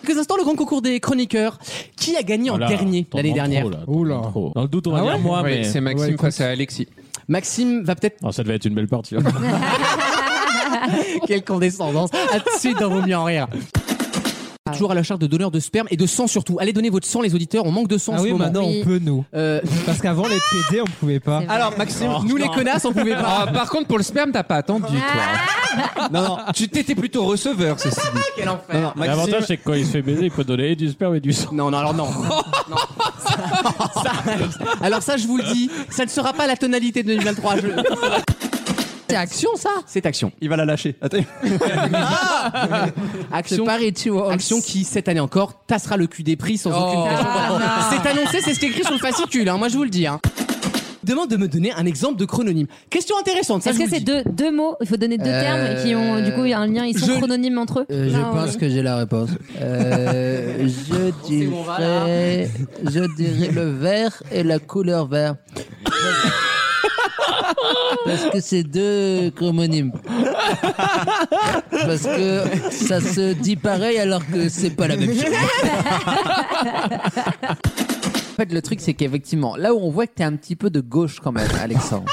Speaker 2: Quelques instants, le grand concours des chroniqueurs. Qui a gagné en
Speaker 5: Voilà,
Speaker 2: dernier
Speaker 5: Oh t'en
Speaker 2: l'année
Speaker 5: demandes
Speaker 2: dernière
Speaker 5: trop, là, t'en demandes trop. Dans le doute, on va
Speaker 2: Ah
Speaker 5: dire
Speaker 2: ouais
Speaker 5: moi,
Speaker 2: Oui,
Speaker 5: mais.
Speaker 2: c'est Maxime Ouais, écoute. face
Speaker 5: à Alexis.
Speaker 2: Maxime
Speaker 19: (laughs)
Speaker 2: va peut-être.
Speaker 5: Oh, ça devait être une belle (laughs) partie.
Speaker 2: Quelle condescendance. À tout de suite dans Vos Mieux en Rire.
Speaker 19: Ah.
Speaker 2: Toujours à la charge de donneurs de sperme et de sang surtout. Allez donner votre sang, les auditeurs. On manque de sang en
Speaker 19: Ah
Speaker 2: ce
Speaker 19: oui,
Speaker 2: moment.
Speaker 19: maintenant on peut nous.
Speaker 5: (laughs)
Speaker 2: Euh,
Speaker 19: Parce qu'avant les PD on pouvait pas.
Speaker 2: C'est vrai. Alors, Maxime, Oh, nous, les non. connasses, on pouvait pas. Ah.
Speaker 19: Ah, par contre pour le sperme t'as pas attendu toi. non non, tu t'étais plutôt receveur ceci dit.
Speaker 2: Quel enfer.
Speaker 5: L'avantage, c'est que quand il se fait baiser, il peut donner et du sperme et du sang.
Speaker 2: Non, non, alors (laughs) non. Alors ça, je vous le dis, ça ne sera pas la tonalité de 2023. je- C'est action, ça C'est action.
Speaker 14: Il va la lâcher. Attends.
Speaker 2: Action, action qui, cette année encore, tassera le cul des prix sans aucune question.
Speaker 19: Ah, non.
Speaker 2: C'est annoncé, c'est ce qui est écrit sur le fascicule, hein, moi je vous le dis. hein. Demande de me donner un exemple de chrononyme. Question intéressante, ça
Speaker 16: Est-ce
Speaker 2: je
Speaker 16: que
Speaker 2: vous le
Speaker 16: c'est deux,
Speaker 2: dis.
Speaker 16: deux mots Il faut donner deux
Speaker 7: Euh,
Speaker 16: termes qui ont du coup un lien, ils sont
Speaker 7: je-
Speaker 16: chrononymes entre eux.
Speaker 7: Euh, je
Speaker 16: Non,
Speaker 7: pense
Speaker 16: euh,
Speaker 7: que j'ai la réponse.
Speaker 16: (laughs)
Speaker 7: Euh, je, dirais,
Speaker 16: bon, voilà.
Speaker 7: je dirais le vert et la couleur vert. Parce que c'est deux homonymes. Parce que ça se dit pareil alors que c'est pas la même chose. En fait, le truc, c'est qu'effectivement, là où on voit que t'es un petit peu de gauche quand même, Alexandre.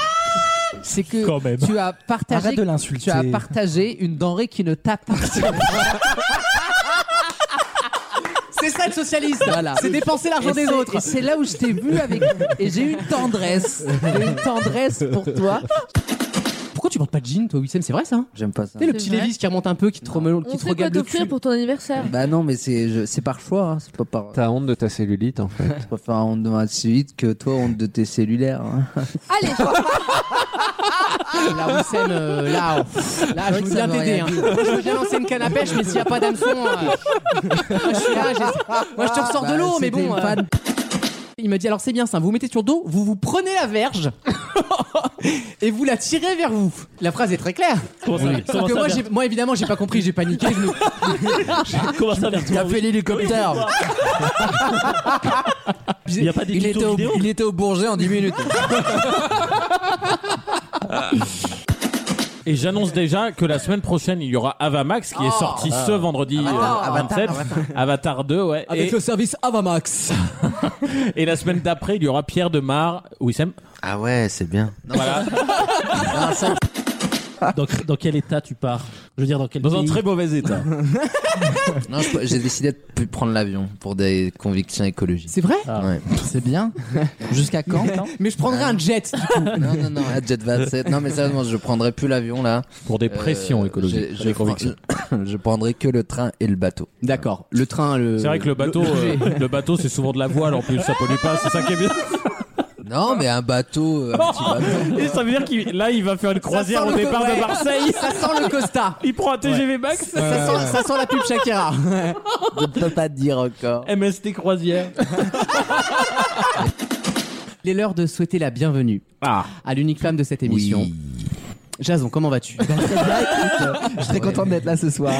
Speaker 7: C'est que tu as partagé,
Speaker 9: Arrête de l'insulter.
Speaker 7: tu as partagé une denrée qui
Speaker 9: (laughs)
Speaker 7: ne t'appartient pas.
Speaker 2: C'est ça le socialiste,
Speaker 7: Voilà.
Speaker 2: Ah, c'est dépenser l'argent
Speaker 7: Et
Speaker 2: des
Speaker 7: c'est-
Speaker 2: autres.
Speaker 7: Et c'est là où je t'ai vu avec. Et j'ai eu une tendresse. J'ai eu une tendresse pour toi.
Speaker 2: Pourquoi tu portes pas de jean, toi, Wissem C'est vrai ça hein.
Speaker 7: J'aime pas ça.
Speaker 2: Tu sais, le petit Lévis qui remonte un peu, qui te, remonte- qui
Speaker 3: On
Speaker 2: te
Speaker 3: sait quoi
Speaker 2: regarde le
Speaker 3: t'offrir
Speaker 2: cul.
Speaker 3: pour ton anniversaire.
Speaker 7: Bah non, mais c'est je- c'est par choix, hein, c'est pas par. T'as honte de ta cellulite en fait. Je préfère honte de ma cellulite que toi honte de tes cellulaires. hein.
Speaker 2: Là, Wissem, euh, là, oh, pff, là,
Speaker 7: C'est vrai
Speaker 2: je
Speaker 7: que
Speaker 2: veux
Speaker 7: ça
Speaker 2: bien
Speaker 7: veut
Speaker 2: t'aider.
Speaker 7: rien
Speaker 2: hein.
Speaker 7: dire.
Speaker 2: Moi, je veux bien lancer une canne à pêche, mais s'il n'y a pas d'hameçon, euh, moi, je suis là, j'ai- moi, je te ressors
Speaker 7: Bah,
Speaker 2: de l'eau, mais
Speaker 7: c'était
Speaker 2: bon.
Speaker 7: une
Speaker 2: euh,
Speaker 7: panne.
Speaker 2: Il m'a dit alors c'est bien ça, vous mettez sur le dos, vous vous prenez
Speaker 7: (laughs)
Speaker 2: la verge et vous la tirez vers vous. La phrase est très claire.
Speaker 12: Comment ça,
Speaker 2: Sauf
Speaker 12: comment
Speaker 2: que
Speaker 12: ça,
Speaker 2: moi,
Speaker 12: vers-
Speaker 2: j'ai- moi, évidemment j'ai pas compris, j'ai paniqué.
Speaker 12: (laughs)
Speaker 2: Je me...
Speaker 12: Comment ça, vers
Speaker 2: Il a fait l'hélicoptère.
Speaker 12: Il y a pas des
Speaker 7: il, était au, il était au Bourget en 10 minutes.
Speaker 5: Et j'annonce déjà que la semaine prochaine, il y aura Avamax qui est sorti
Speaker 2: Ah.
Speaker 5: ce vendredi euh,
Speaker 2: Avatar,
Speaker 5: 27.
Speaker 2: Avatar.
Speaker 5: Avatar 2, ouais.
Speaker 12: Ah,
Speaker 2: Avec
Speaker 5: et,
Speaker 2: le service Avamax.
Speaker 5: et la semaine d'après, il y aura Pierre de Mar, Wissem.
Speaker 7: Ah ouais, c'est bien.
Speaker 5: Voilà.
Speaker 12: dans, dans quel état tu pars Je veux dire, dans quel
Speaker 5: Dans un
Speaker 12: pays
Speaker 5: très mauvais état.
Speaker 7: (laughs) Non, je- j'ai décidé de plus prendre l'avion pour des convictions écologiques.
Speaker 2: C'est vrai
Speaker 7: Ouais. Ah. C'est bien. Jusqu'à (laughs) quand
Speaker 2: Mais je prendrais un jet. du coup.
Speaker 7: Non, non, non, à Jet 27. Non, mais sérieusement, je prendrai plus l'avion là.
Speaker 5: Pour
Speaker 7: Euh,
Speaker 5: des pressions écologiques,
Speaker 7: Je,
Speaker 5: pas
Speaker 7: je,
Speaker 5: des convictions.
Speaker 7: prends- (coughs) je prendrai que le train et le bateau.
Speaker 2: D'accord. Le train, le.
Speaker 5: C'est vrai que le bateau, euh, le bateau, c'est souvent de la voile en plus, ça pollue pas, c'est ça qui est bien.
Speaker 7: (laughs) Non, mais un bateau, euh, un petit bateau.
Speaker 5: (laughs) Et ça veut dire qu'il là, il va faire une croisière
Speaker 2: sent
Speaker 5: au
Speaker 2: le
Speaker 5: départ
Speaker 2: ouais.
Speaker 5: de Marseille.
Speaker 2: Ça sent le (laughs) Costa.
Speaker 5: Il prend un TGV Max.
Speaker 2: Ça, ça sent, ça sent la pub Shakira.
Speaker 7: Je peux pas te dire encore.
Speaker 5: MST croisière.
Speaker 2: Il est l'heure de souhaiter la bienvenue à l'unique femme de cette émission. Jason, comment vas-tu
Speaker 9: Je suis très content d'être là ce soir.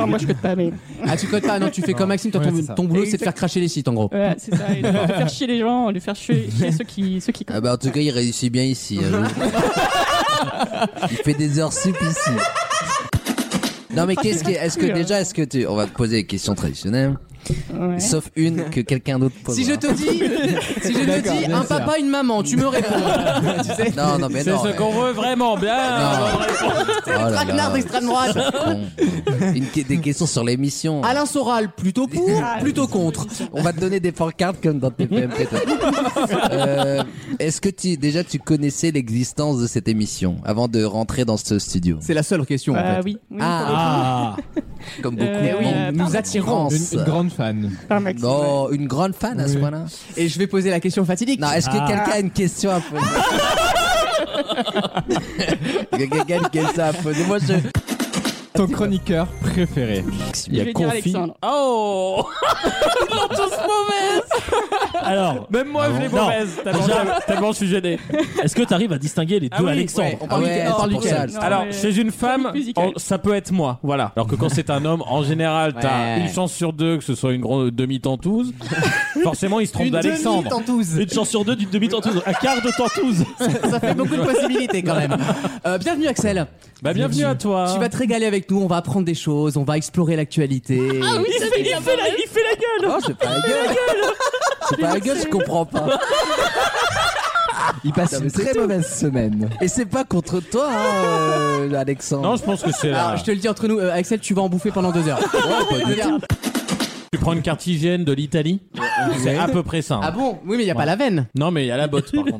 Speaker 2: moi je cote pas, mais. Ah, tu cotes pas, non, tu fais comme Maxime, toi, ton, ton boulot c'est de faire cracher les sites en gros.
Speaker 20: Ouais, c'est ça. Et de faire de faire chier les gens, de faire chier, chier ceux qui. Ceux qui...
Speaker 7: Ah bah en tout cas, il réussit bien ici. hein, je vous
Speaker 2: (laughs)
Speaker 7: dis. il fait des heures sup ici. Non mais qu'est-ce que, est-ce
Speaker 2: hein.
Speaker 7: que déjà, est-ce que tu, on va te poser des questions traditionnelles,
Speaker 20: Ouais.
Speaker 7: sauf une que quelqu'un d'autre pose.
Speaker 2: Si je te dis, si je te
Speaker 7: D'accord,
Speaker 2: dis
Speaker 7: bien
Speaker 2: un
Speaker 7: sûr.
Speaker 2: papa, une maman, tu me réponds.
Speaker 7: (laughs) Non, non mais
Speaker 5: C'est
Speaker 7: non.
Speaker 5: ce
Speaker 7: mais-
Speaker 5: qu'on veut vraiment bien.
Speaker 7: Oh là là.
Speaker 2: Traquenard d'extrême droite. Ah,
Speaker 7: Une, des questions sur l'émission.
Speaker 2: Alain Soral, plutôt pour, plutôt contre.
Speaker 7: On va te donner des pancartes comme dans TPMP.
Speaker 2: (laughs)
Speaker 7: toi. Euh, Est-ce que tu, déjà tu connaissais l'existence de cette émission avant de rentrer dans ce studio
Speaker 2: C'est la seule question
Speaker 20: en
Speaker 7: en
Speaker 20: Euh, fait.
Speaker 7: fait.
Speaker 20: oui, oui,
Speaker 7: ah,
Speaker 20: pour
Speaker 2: Ah.
Speaker 7: comme
Speaker 20: Euh,
Speaker 7: beaucoup.
Speaker 20: oui,
Speaker 7: Bon,
Speaker 20: euh, pardon.
Speaker 19: Une, une grande fan.
Speaker 20: Par Maxime,
Speaker 7: Non, Oh, une grande fan à ce point-là.
Speaker 2: Et je vais poser la question fatidique.
Speaker 7: Non, est-ce que
Speaker 2: Ah.
Speaker 7: quelqu'un a une question à
Speaker 2: (laughs)
Speaker 7: poser Il y a quelqu'un qui a une question à poser. Moi, je.
Speaker 19: Ton chroniqueur préféré.
Speaker 5: Il y a Confi.
Speaker 20: Oh Non, tous mauvaises
Speaker 5: Alors,
Speaker 19: même moi,
Speaker 20: je l'ai mauvaise, tellement-
Speaker 5: tellement je suis gêné. Est-ce que tu arrives à distinguer les deux
Speaker 20: Ah oui,
Speaker 5: Alexandre
Speaker 20: ouais, on parle Ah duquel, ouais, on parle c'est pour duquel. ça.
Speaker 5: Alors,
Speaker 20: Non, mais-
Speaker 5: chez une femme,
Speaker 20: musicale.
Speaker 5: on- ça peut être moi, voilà. Alors que quand c'est un homme, en général, t'as
Speaker 19: Ouais.
Speaker 5: une chance sur deux que ce soit une grande (laughs) demi-tentouse. Forcément, il se trompe
Speaker 12: Une
Speaker 5: d'Alexandre.
Speaker 12: demi-tentouse. Une chance sur deux d'une demi-tentouse. Un quart de tentouse.
Speaker 2: Ça fait beaucoup de possibilités quand même. Ah. Euh, bienvenue Axel.
Speaker 5: Bah, bienvenue à toi.
Speaker 2: Tu vas te régaler avec nous, on va apprendre des choses, on va explorer l'actualité.
Speaker 20: Ah oui,
Speaker 12: Il
Speaker 20: ça
Speaker 12: fait-
Speaker 20: devient
Speaker 12: il fait la-
Speaker 20: mauvais.
Speaker 12: il fait la gueule.
Speaker 2: Oh, c'est pas la gueule. C'est pas la gueule, je comprends pas.
Speaker 7: Il passe une très mauvaise semaine.
Speaker 2: Et c'est pas contre toi, hein, euh, Alexandre.
Speaker 5: Non, je pense que c'est la-
Speaker 2: Alors, je te le dis entre nous, euh, Axel, tu vas en bouffer pendant (laughs) deux heures.
Speaker 5: Tu prends une carte hygiène de l'Italie C'est à peu près ça. hein.
Speaker 2: Ah bon Oui, mais il y a pas
Speaker 5: Ouais.
Speaker 2: la veine.
Speaker 5: Non, mais il y a la botte par contre.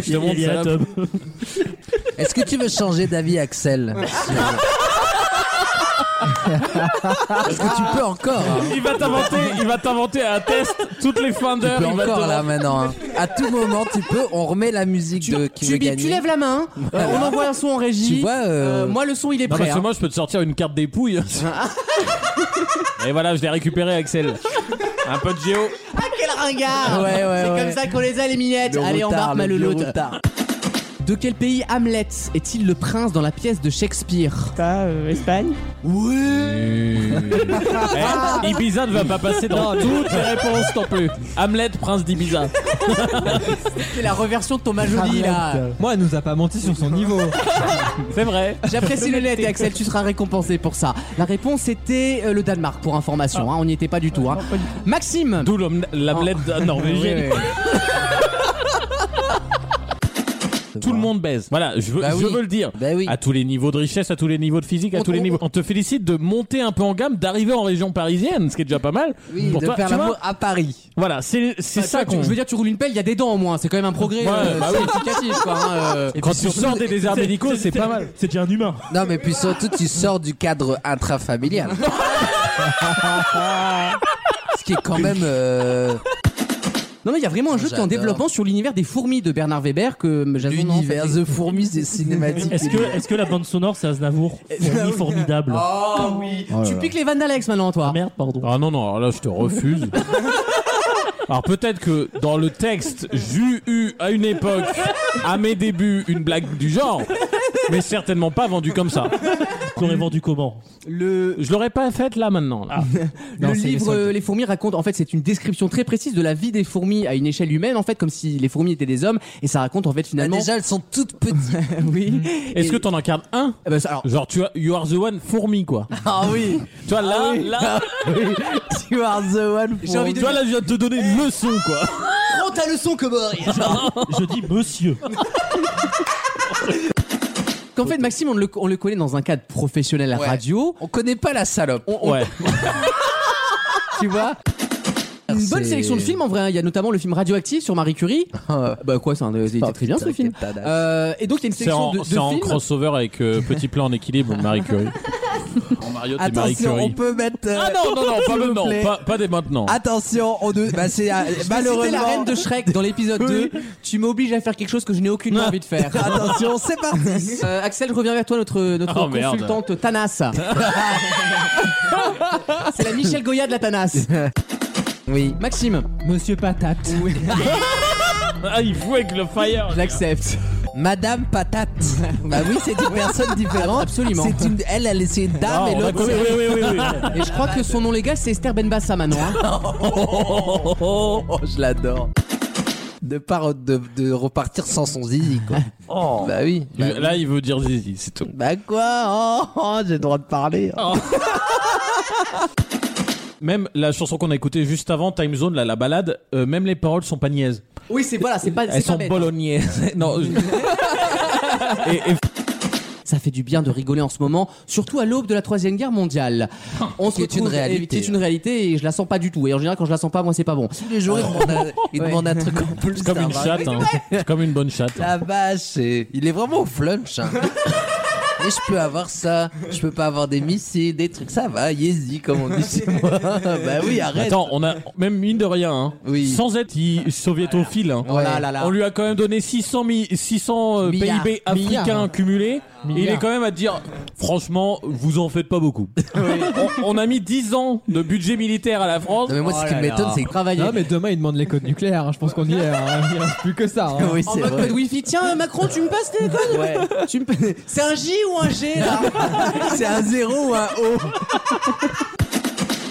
Speaker 5: Je te montre ça.
Speaker 7: Est-ce que tu veux changer d'avis, Axel (laughs) Est-ce que tu peux encore hein
Speaker 5: Il va t'inventer, il va t'inventer un test toutes les fins
Speaker 7: Tu
Speaker 5: d'heure.
Speaker 7: peux
Speaker 5: il va
Speaker 7: encore
Speaker 5: te-
Speaker 7: là maintenant. hein. À tout moment, tu peux. On remet la musique de qui veut
Speaker 2: Tu,
Speaker 7: gagner.
Speaker 2: tu lèves la main, euh, on envoie un son en régie.
Speaker 7: Tu vois, euh,
Speaker 2: Euh, moi, le son, il est
Speaker 5: Non,
Speaker 2: prêt.
Speaker 5: parce que
Speaker 2: hein.
Speaker 5: moi, je peux te sortir une carte dépouille. Et voilà, je l'ai récupéré, Axel. Un peu de géo.
Speaker 2: Ah, quel ringard
Speaker 5: Ouais, ouais,
Speaker 2: C'est
Speaker 5: ouais.
Speaker 2: comme ça qu'on les a, les minettes.
Speaker 5: Le
Speaker 2: Allez,
Speaker 5: routard,
Speaker 2: embarque,
Speaker 5: le
Speaker 2: ma
Speaker 5: vieux
Speaker 2: louloute.
Speaker 5: routard.
Speaker 2: De quel pays Hamlet est-il le prince dans la pièce de Shakespeare
Speaker 20: Ça, Espagne
Speaker 2: Oui
Speaker 5: Eh, Ibiza ne va pas passer dans
Speaker 2: Non, mais-
Speaker 5: toutes les réponses non plus. Hamlet, prince d'Ibiza.
Speaker 2: C'est la reversion de ton Majoli, là.
Speaker 19: Moi, elle nous a pas menti sur son niveau.
Speaker 5: C'est vrai.
Speaker 2: J'apprécie le net, et Axel, tu seras récompensé pour ça. La réponse était euh, le Danemark, pour information. hein, on n'y était pas du tout. hein. Maxime
Speaker 5: D'où l'om- l'Hamlet norvégienne.
Speaker 2: Oui, oui,
Speaker 5: Tout le monde baise. Voilà, je veux,
Speaker 7: Bah
Speaker 5: je
Speaker 7: oui.
Speaker 5: veux le dire.
Speaker 2: Ah,
Speaker 5: À tous les niveaux de richesse, à tous les niveaux de physique, à tous les niveaux. On te félicite de monter un peu en gamme, d'arriver en région parisienne, ce qui est déjà pas mal.
Speaker 7: Oui,
Speaker 5: Pour
Speaker 7: de
Speaker 5: toi,
Speaker 7: faire
Speaker 5: tu vois,
Speaker 7: l'amour à Paris.
Speaker 5: Voilà, c'est c'est
Speaker 2: Bah,
Speaker 5: ça
Speaker 2: tu vois, tu-
Speaker 5: qu'on.
Speaker 2: Je veux dire, tu roules une pelle, il y a des dents au moins. C'est quand même un progrès
Speaker 5: Ouais,
Speaker 2: euh,
Speaker 5: bah oui.
Speaker 2: significatif, quoi. hein, euh.
Speaker 5: Quand tu sors des déserts médicaux, c'est pas mal.
Speaker 12: C'est déjà un humain.
Speaker 7: Non, mais puis surtout, tu sors du cadre intrafamilial. Ce qui est quand même. euh,
Speaker 2: Ah, Non, mais il y a vraiment un jeu qui est en
Speaker 7: J'adore.
Speaker 2: développement sur l'univers des fourmis de Bernard Weber que Jason
Speaker 7: L'univers
Speaker 2: de
Speaker 7: fourmis c'est cinématique.
Speaker 12: Est-ce que, est-ce que la bande sonore c'est
Speaker 2: (laughs)
Speaker 12: Aznavour Fourmi formidable.
Speaker 2: Oh oui
Speaker 5: Oh là
Speaker 2: Tu
Speaker 5: là.
Speaker 2: piques les vannes d'Alex maintenant, toi.
Speaker 12: Merde, pardon.
Speaker 5: Ah non, non, alors là je te
Speaker 2: (laughs)
Speaker 5: refuse. Alors peut-être que dans le texte, j'eus eu à une époque, à mes débuts, une blague du genre, mais certainement pas vendue comme ça.
Speaker 12: T'aurais vendu comment
Speaker 2: Le... Ah.
Speaker 5: Je l'aurais pas faite là maintenant. là.
Speaker 2: le livre euh, Les fourmis raconte, en fait, c'est une description très précise de la vie des fourmis à une échelle humaine, en fait, comme si les fourmis étaient des hommes, et ça raconte, en fait, finalement.
Speaker 7: Bah, déjà, elles sont toutes petites.
Speaker 2: (laughs) oui.
Speaker 5: Mm. Est-ce
Speaker 2: Et-
Speaker 5: que t'en incarnes un
Speaker 2: Eh ben, ça- alors-
Speaker 5: Genre tu as You Are the One fourmi quoi.
Speaker 2: Ah oui
Speaker 5: Toi là,
Speaker 2: Ah oui.
Speaker 5: là,
Speaker 7: (laughs) You are the one
Speaker 2: J'ai envie de
Speaker 5: toi là, je viens de te donner une leçon quoi.
Speaker 2: Prends ta leçon, Cowboy
Speaker 7: (laughs)
Speaker 12: Je dis monsieur.
Speaker 2: Qu'en fait, Maxime, on le, on le connaît dans un cadre professionnel à la
Speaker 7: Ouais.
Speaker 2: radio.
Speaker 7: On connaît pas la salope.
Speaker 2: On- on-
Speaker 5: Ouais.
Speaker 2: Tu vois une bonne
Speaker 7: C'est- Ah.
Speaker 2: sélection de films en vrai. hein. Il y a notamment le film Radioactif sur Marie Curie. bah quoi, c'est un, il était très bien ce film. Euh, et donc il y a une
Speaker 5: C'est
Speaker 2: sélection
Speaker 5: en,
Speaker 2: de, de
Speaker 5: c'est en
Speaker 2: films.
Speaker 5: crossover avec euh, Petit plan en équilibre Marie Curie. En Mariotte et Marie
Speaker 7: Attention, on
Speaker 5: Curie.
Speaker 7: peut mettre. euh,
Speaker 5: Ah non, non, non, pas
Speaker 7: s'il vous
Speaker 5: maintenant,
Speaker 7: plaît.
Speaker 5: pas, pas dès maintenant.
Speaker 7: Attention, on de... bah, c'est, euh,
Speaker 2: Malheureusement, Ah, la reine
Speaker 7: malheureusement.
Speaker 2: de Shrek dans l'épisode 2. Tu m'obliges à faire quelque chose que je n'ai aucune envie de faire.
Speaker 7: Attention, c'est parti.
Speaker 2: Euh, Axel, je reviens vers toi, notre, notre
Speaker 5: Ah, Oh, merde. (laughs)
Speaker 2: consultante Tanas. c'est la Michel Goya de la Tanas.
Speaker 7: Oui.
Speaker 2: Maxime.
Speaker 19: Monsieur Patate.
Speaker 5: Ah, il fout avec le fire.
Speaker 2: Je l'accepte.
Speaker 7: Madame Patate. bah oui, c'est une personne différente.
Speaker 2: Absolument.
Speaker 7: C'est une... Elle, elle c'est une dame
Speaker 5: Ah,
Speaker 7: et
Speaker 5: on a
Speaker 7: l'autre.
Speaker 5: compris, oui, oui, oui, oui.
Speaker 2: Et je crois que son nom légal c'est Esther Benbassa maintenant. hein.
Speaker 7: Oh, oh, oh, je l'adore. De, pas re- de, de repartir sans son zizi, quoi. Bah oui. Bah,
Speaker 5: Il- (laughs) Là, il veut dire zizi, c'est tout.
Speaker 7: bah quoi Oh, oh, j'ai le droit de parler.
Speaker 5: Même la chanson qu'on a écoutée juste avant, Time Zone, là, la balade, euh, même les paroles sont pas niaises.
Speaker 2: Oui, c'est voilà, c'est pas. c'est
Speaker 5: Elles
Speaker 2: pas
Speaker 5: sont
Speaker 2: bête.
Speaker 5: bolognaises. (laughs) non. je- et, et-
Speaker 2: Ça fait du bien de rigoler en ce moment, surtout à l'aube de la troisième guerre mondiale. On se
Speaker 7: Qui est une
Speaker 2: retrouve-
Speaker 7: réalité.
Speaker 2: et- Qui est une réalité et je la sens pas du tout. Et en général, quand je la sens pas, moi, c'est pas bon.
Speaker 7: Tous les jours, il demande un, il
Speaker 2: Ouais.
Speaker 7: demande un truc en plus.
Speaker 5: comme
Speaker 7: ça
Speaker 5: une
Speaker 7: va.
Speaker 5: chatte, hein. C'est comme une bonne chatte.
Speaker 7: La vache, c'est- il est vraiment au flunch. hein. Mais je peux avoir ça, je peux pas avoir des missiles, des trucs, ça va, yézi comme on dit chez moi. bah oui, arrête.
Speaker 5: Attends, on a même mine de rien, hein,
Speaker 7: Oui.
Speaker 5: sans être i- soviétophile, hein,
Speaker 2: Oh là là là.
Speaker 5: on lui a quand même donné 600, mi- 600 euh,
Speaker 2: Milliards.
Speaker 5: PIB africains
Speaker 2: Milliards.
Speaker 5: cumulés. Et il
Speaker 19: Milliards.
Speaker 5: est quand même à te dire Franchement, vous en faites pas (laughs) beaucoup. on, on a mis 10 ans de budget militaire à la France.
Speaker 7: mais moi, ce qui m'étonne, c'est que-
Speaker 19: Non, mais demain, ils demandent les codes nucléaires. hein. Je pense qu'on y est. hein. Il reste plus que ça.
Speaker 7: Ah
Speaker 19: hein.
Speaker 2: en mode code wifi, tiens Macron, tu me passes tes codes Tu me passes- C'est un J ou un G là
Speaker 7: C'est un zéro ou un O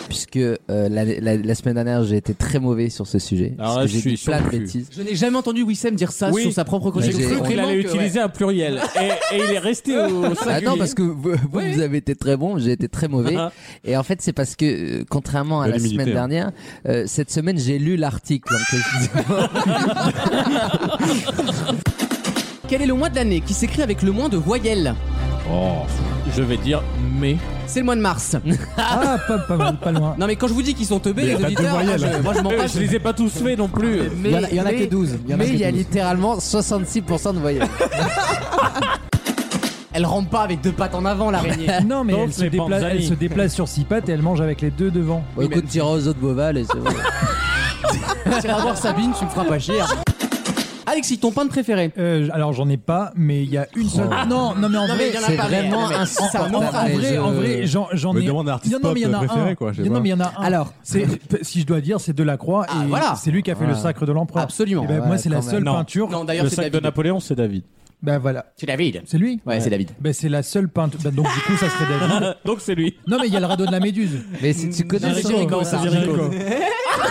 Speaker 7: Puisque euh, la, la- la semaine dernière, j'ai été très mauvais sur ce sujet.
Speaker 5: Alors
Speaker 7: parce
Speaker 5: là,
Speaker 7: que
Speaker 5: je
Speaker 7: j'ai
Speaker 5: suis
Speaker 7: dit plein de
Speaker 5: surpris.
Speaker 7: bêtises.
Speaker 2: Je n'ai jamais entendu Wissem dire ça sur sa propre
Speaker 5: J'ai
Speaker 2: chronique.
Speaker 5: cru
Speaker 2: Vraiment
Speaker 5: qu'il allait
Speaker 2: que-
Speaker 5: utiliser un pluriel. Et, et il est resté au
Speaker 7: Ah
Speaker 5: singulier. Ah,
Speaker 7: non, parce que vous, vous, vous avez été très bon, j'ai été très mauvais.
Speaker 5: Hein.
Speaker 7: Et en fait, c'est parce que, euh, contrairement à
Speaker 5: De
Speaker 7: la
Speaker 5: l'humilité,
Speaker 7: semaine
Speaker 5: hein.
Speaker 7: dernière, euh, cette semaine, j'ai lu l'article. en question.
Speaker 2: Quel est le mois de l'année qui s'écrit avec le moins de voyelles
Speaker 5: Oh, je vais dire mais.
Speaker 2: C'est le mois de mars.
Speaker 8: Ah, pas, pas, mal, pas loin.
Speaker 2: Non mais quand je vous dis qu'ils sont teubés,
Speaker 5: Mais
Speaker 2: les
Speaker 5: t'as deux
Speaker 2: auditeurs, moi,
Speaker 5: voyelles.
Speaker 2: je, moi, je m'en
Speaker 8: ah,
Speaker 2: passe.
Speaker 5: Euh, (laughs) Je les ai pas tous faits non plus.
Speaker 7: Mais- mais- Mais il y a littéralement 66% de voyelles.
Speaker 2: (laughs) Elle rampe pas avec deux pattes en avant (laughs) l'araignée.
Speaker 8: Non, mais
Speaker 2: Donc,
Speaker 8: elle se,
Speaker 2: les
Speaker 8: déplace,
Speaker 2: Panzani.
Speaker 8: elle se déplace sur six pattes et elle mange avec les deux devant.
Speaker 7: Bon, écoute, t'iras aux autres bovales et c'est bon.
Speaker 2: Tu vas voir Sabine, tu me feras pas chier. hein. Alexis, ton pain de préféré
Speaker 8: Euh, Alors j'en ai pas, mais il y a une seule.
Speaker 2: Oh.
Speaker 8: Non, non, mais en
Speaker 2: Non,
Speaker 8: vrai,
Speaker 2: mais il y en a C'est pas, mais- vraiment mais- insupportable.
Speaker 8: En, en vrai,
Speaker 7: euh,
Speaker 8: en vrai, j'en j'en
Speaker 11: Mais
Speaker 8: ai.
Speaker 11: demande à un artiste
Speaker 8: Non, non, mais il y en a
Speaker 11: pop préféré,
Speaker 8: un.
Speaker 11: quoi, je sais
Speaker 8: Non,
Speaker 11: pas.
Speaker 8: mais il y en a un.
Speaker 7: Alors,
Speaker 8: c'est si je dois dire, c'est Delacroix et
Speaker 2: voilà. Ah.
Speaker 8: c'est lui qui a fait
Speaker 2: Voilà.
Speaker 8: le sacre de l'empereur.
Speaker 2: Absolument.
Speaker 8: Eh ben, moi, c'est la
Speaker 2: quand
Speaker 8: seule
Speaker 5: Non.
Speaker 8: peinture.
Speaker 2: Non, d'ailleurs,
Speaker 5: le
Speaker 2: c'est
Speaker 5: sac de
Speaker 2: David.
Speaker 5: Napoléon, c'est David.
Speaker 8: Ben voilà.
Speaker 2: C'est David.
Speaker 8: C'est lui
Speaker 2: Ouais, c'est David.
Speaker 8: Ben c'est la seule peinture. Ben, donc du coup, ça serait David.
Speaker 5: Euh, Donc c'est lui.
Speaker 8: Non, mais il y a le radeau de la Méduse.
Speaker 7: Mais si tu connais hein.
Speaker 8: Non,
Speaker 7: ça,
Speaker 8: Géricault,
Speaker 7: on
Speaker 8: c'est
Speaker 7: va-
Speaker 8: Géricault. Putain,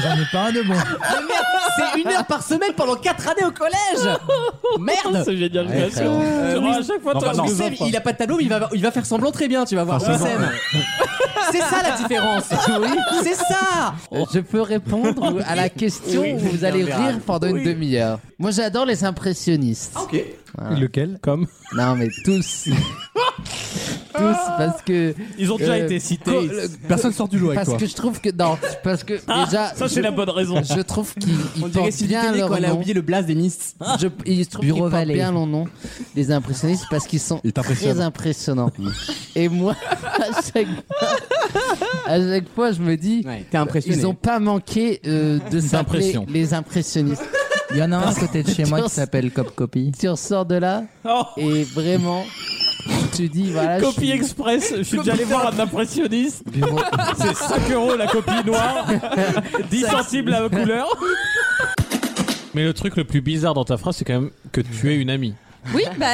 Speaker 8: J'en ai pas un de bon.
Speaker 2: Mais merde, c'est une heure par semaine pendant 4 années au collège (laughs) Merde
Speaker 5: C'est génial,
Speaker 7: Ouais,
Speaker 5: bien sûr.
Speaker 7: frérot.
Speaker 5: Tu
Speaker 2: Euh,
Speaker 5: auras
Speaker 2: oui.
Speaker 5: à chaque fois
Speaker 2: Non,
Speaker 5: toi,
Speaker 2: parce que
Speaker 5: deux
Speaker 2: Seb,
Speaker 5: enfants.
Speaker 2: il a pas de tableau, mais il va, il va faire semblant très bien, tu vas voir.
Speaker 5: Forcément.
Speaker 2: Wissem. C'est ça la différence. C'est ça.
Speaker 7: Euh, (laughs) Je peux répondre à la question
Speaker 2: Oui.
Speaker 7: où vous allez
Speaker 2: Non, mais
Speaker 7: rire pendant
Speaker 2: oui.
Speaker 7: une demi-heure. Moi, j'adore les impressionnistes.
Speaker 2: Ok.
Speaker 7: Voilà.
Speaker 8: Lequel
Speaker 5: Comme
Speaker 7: Non, mais tous. tous, parce que. euh,
Speaker 5: Ils ont déjà été cités. Personne sort du lot avec
Speaker 7: Parce
Speaker 5: toi.
Speaker 7: que je trouve que. Non, parce que
Speaker 5: Ah,
Speaker 7: déjà.
Speaker 5: ça, c'est
Speaker 7: je-
Speaker 5: la bonne raison.
Speaker 7: Je trouve qu'ils ils
Speaker 2: On dirait
Speaker 7: portent
Speaker 2: Sylvie
Speaker 7: bien
Speaker 2: Tellier
Speaker 7: leur
Speaker 2: quand elle a
Speaker 7: nom.
Speaker 2: oublié le blast des Mists.
Speaker 7: Je, ils, je trouve qu'ils
Speaker 2: Bureau
Speaker 7: portent
Speaker 2: Vallée.
Speaker 7: bien leur nom, les impressionnistes, parce qu'ils sont très impressionnants. Et moi, (laughs) à chaque, à chaque fois, je me dis,
Speaker 2: t'es impressionné.
Speaker 7: ils n'ont pas manqué euh, de s'appeler
Speaker 2: D'impression.
Speaker 7: les impressionnistes. Il y en a un à côté de chez moi qui s'appelle Cop Copy. Tu ressors de là
Speaker 2: Oh.
Speaker 7: et vraiment, tu dis, voilà. je
Speaker 5: Copie
Speaker 7: suis-
Speaker 5: Express, je suis déjà allé voir un impressionniste.
Speaker 7: Bureau-
Speaker 5: (laughs) C'est 5 euros la copie
Speaker 2: (laughs)
Speaker 5: noire, 10 centimes la couleur. Mais le truc le plus bizarre dans ta phrase, c'est quand même que tu es une amie.
Speaker 20: Oui, bah,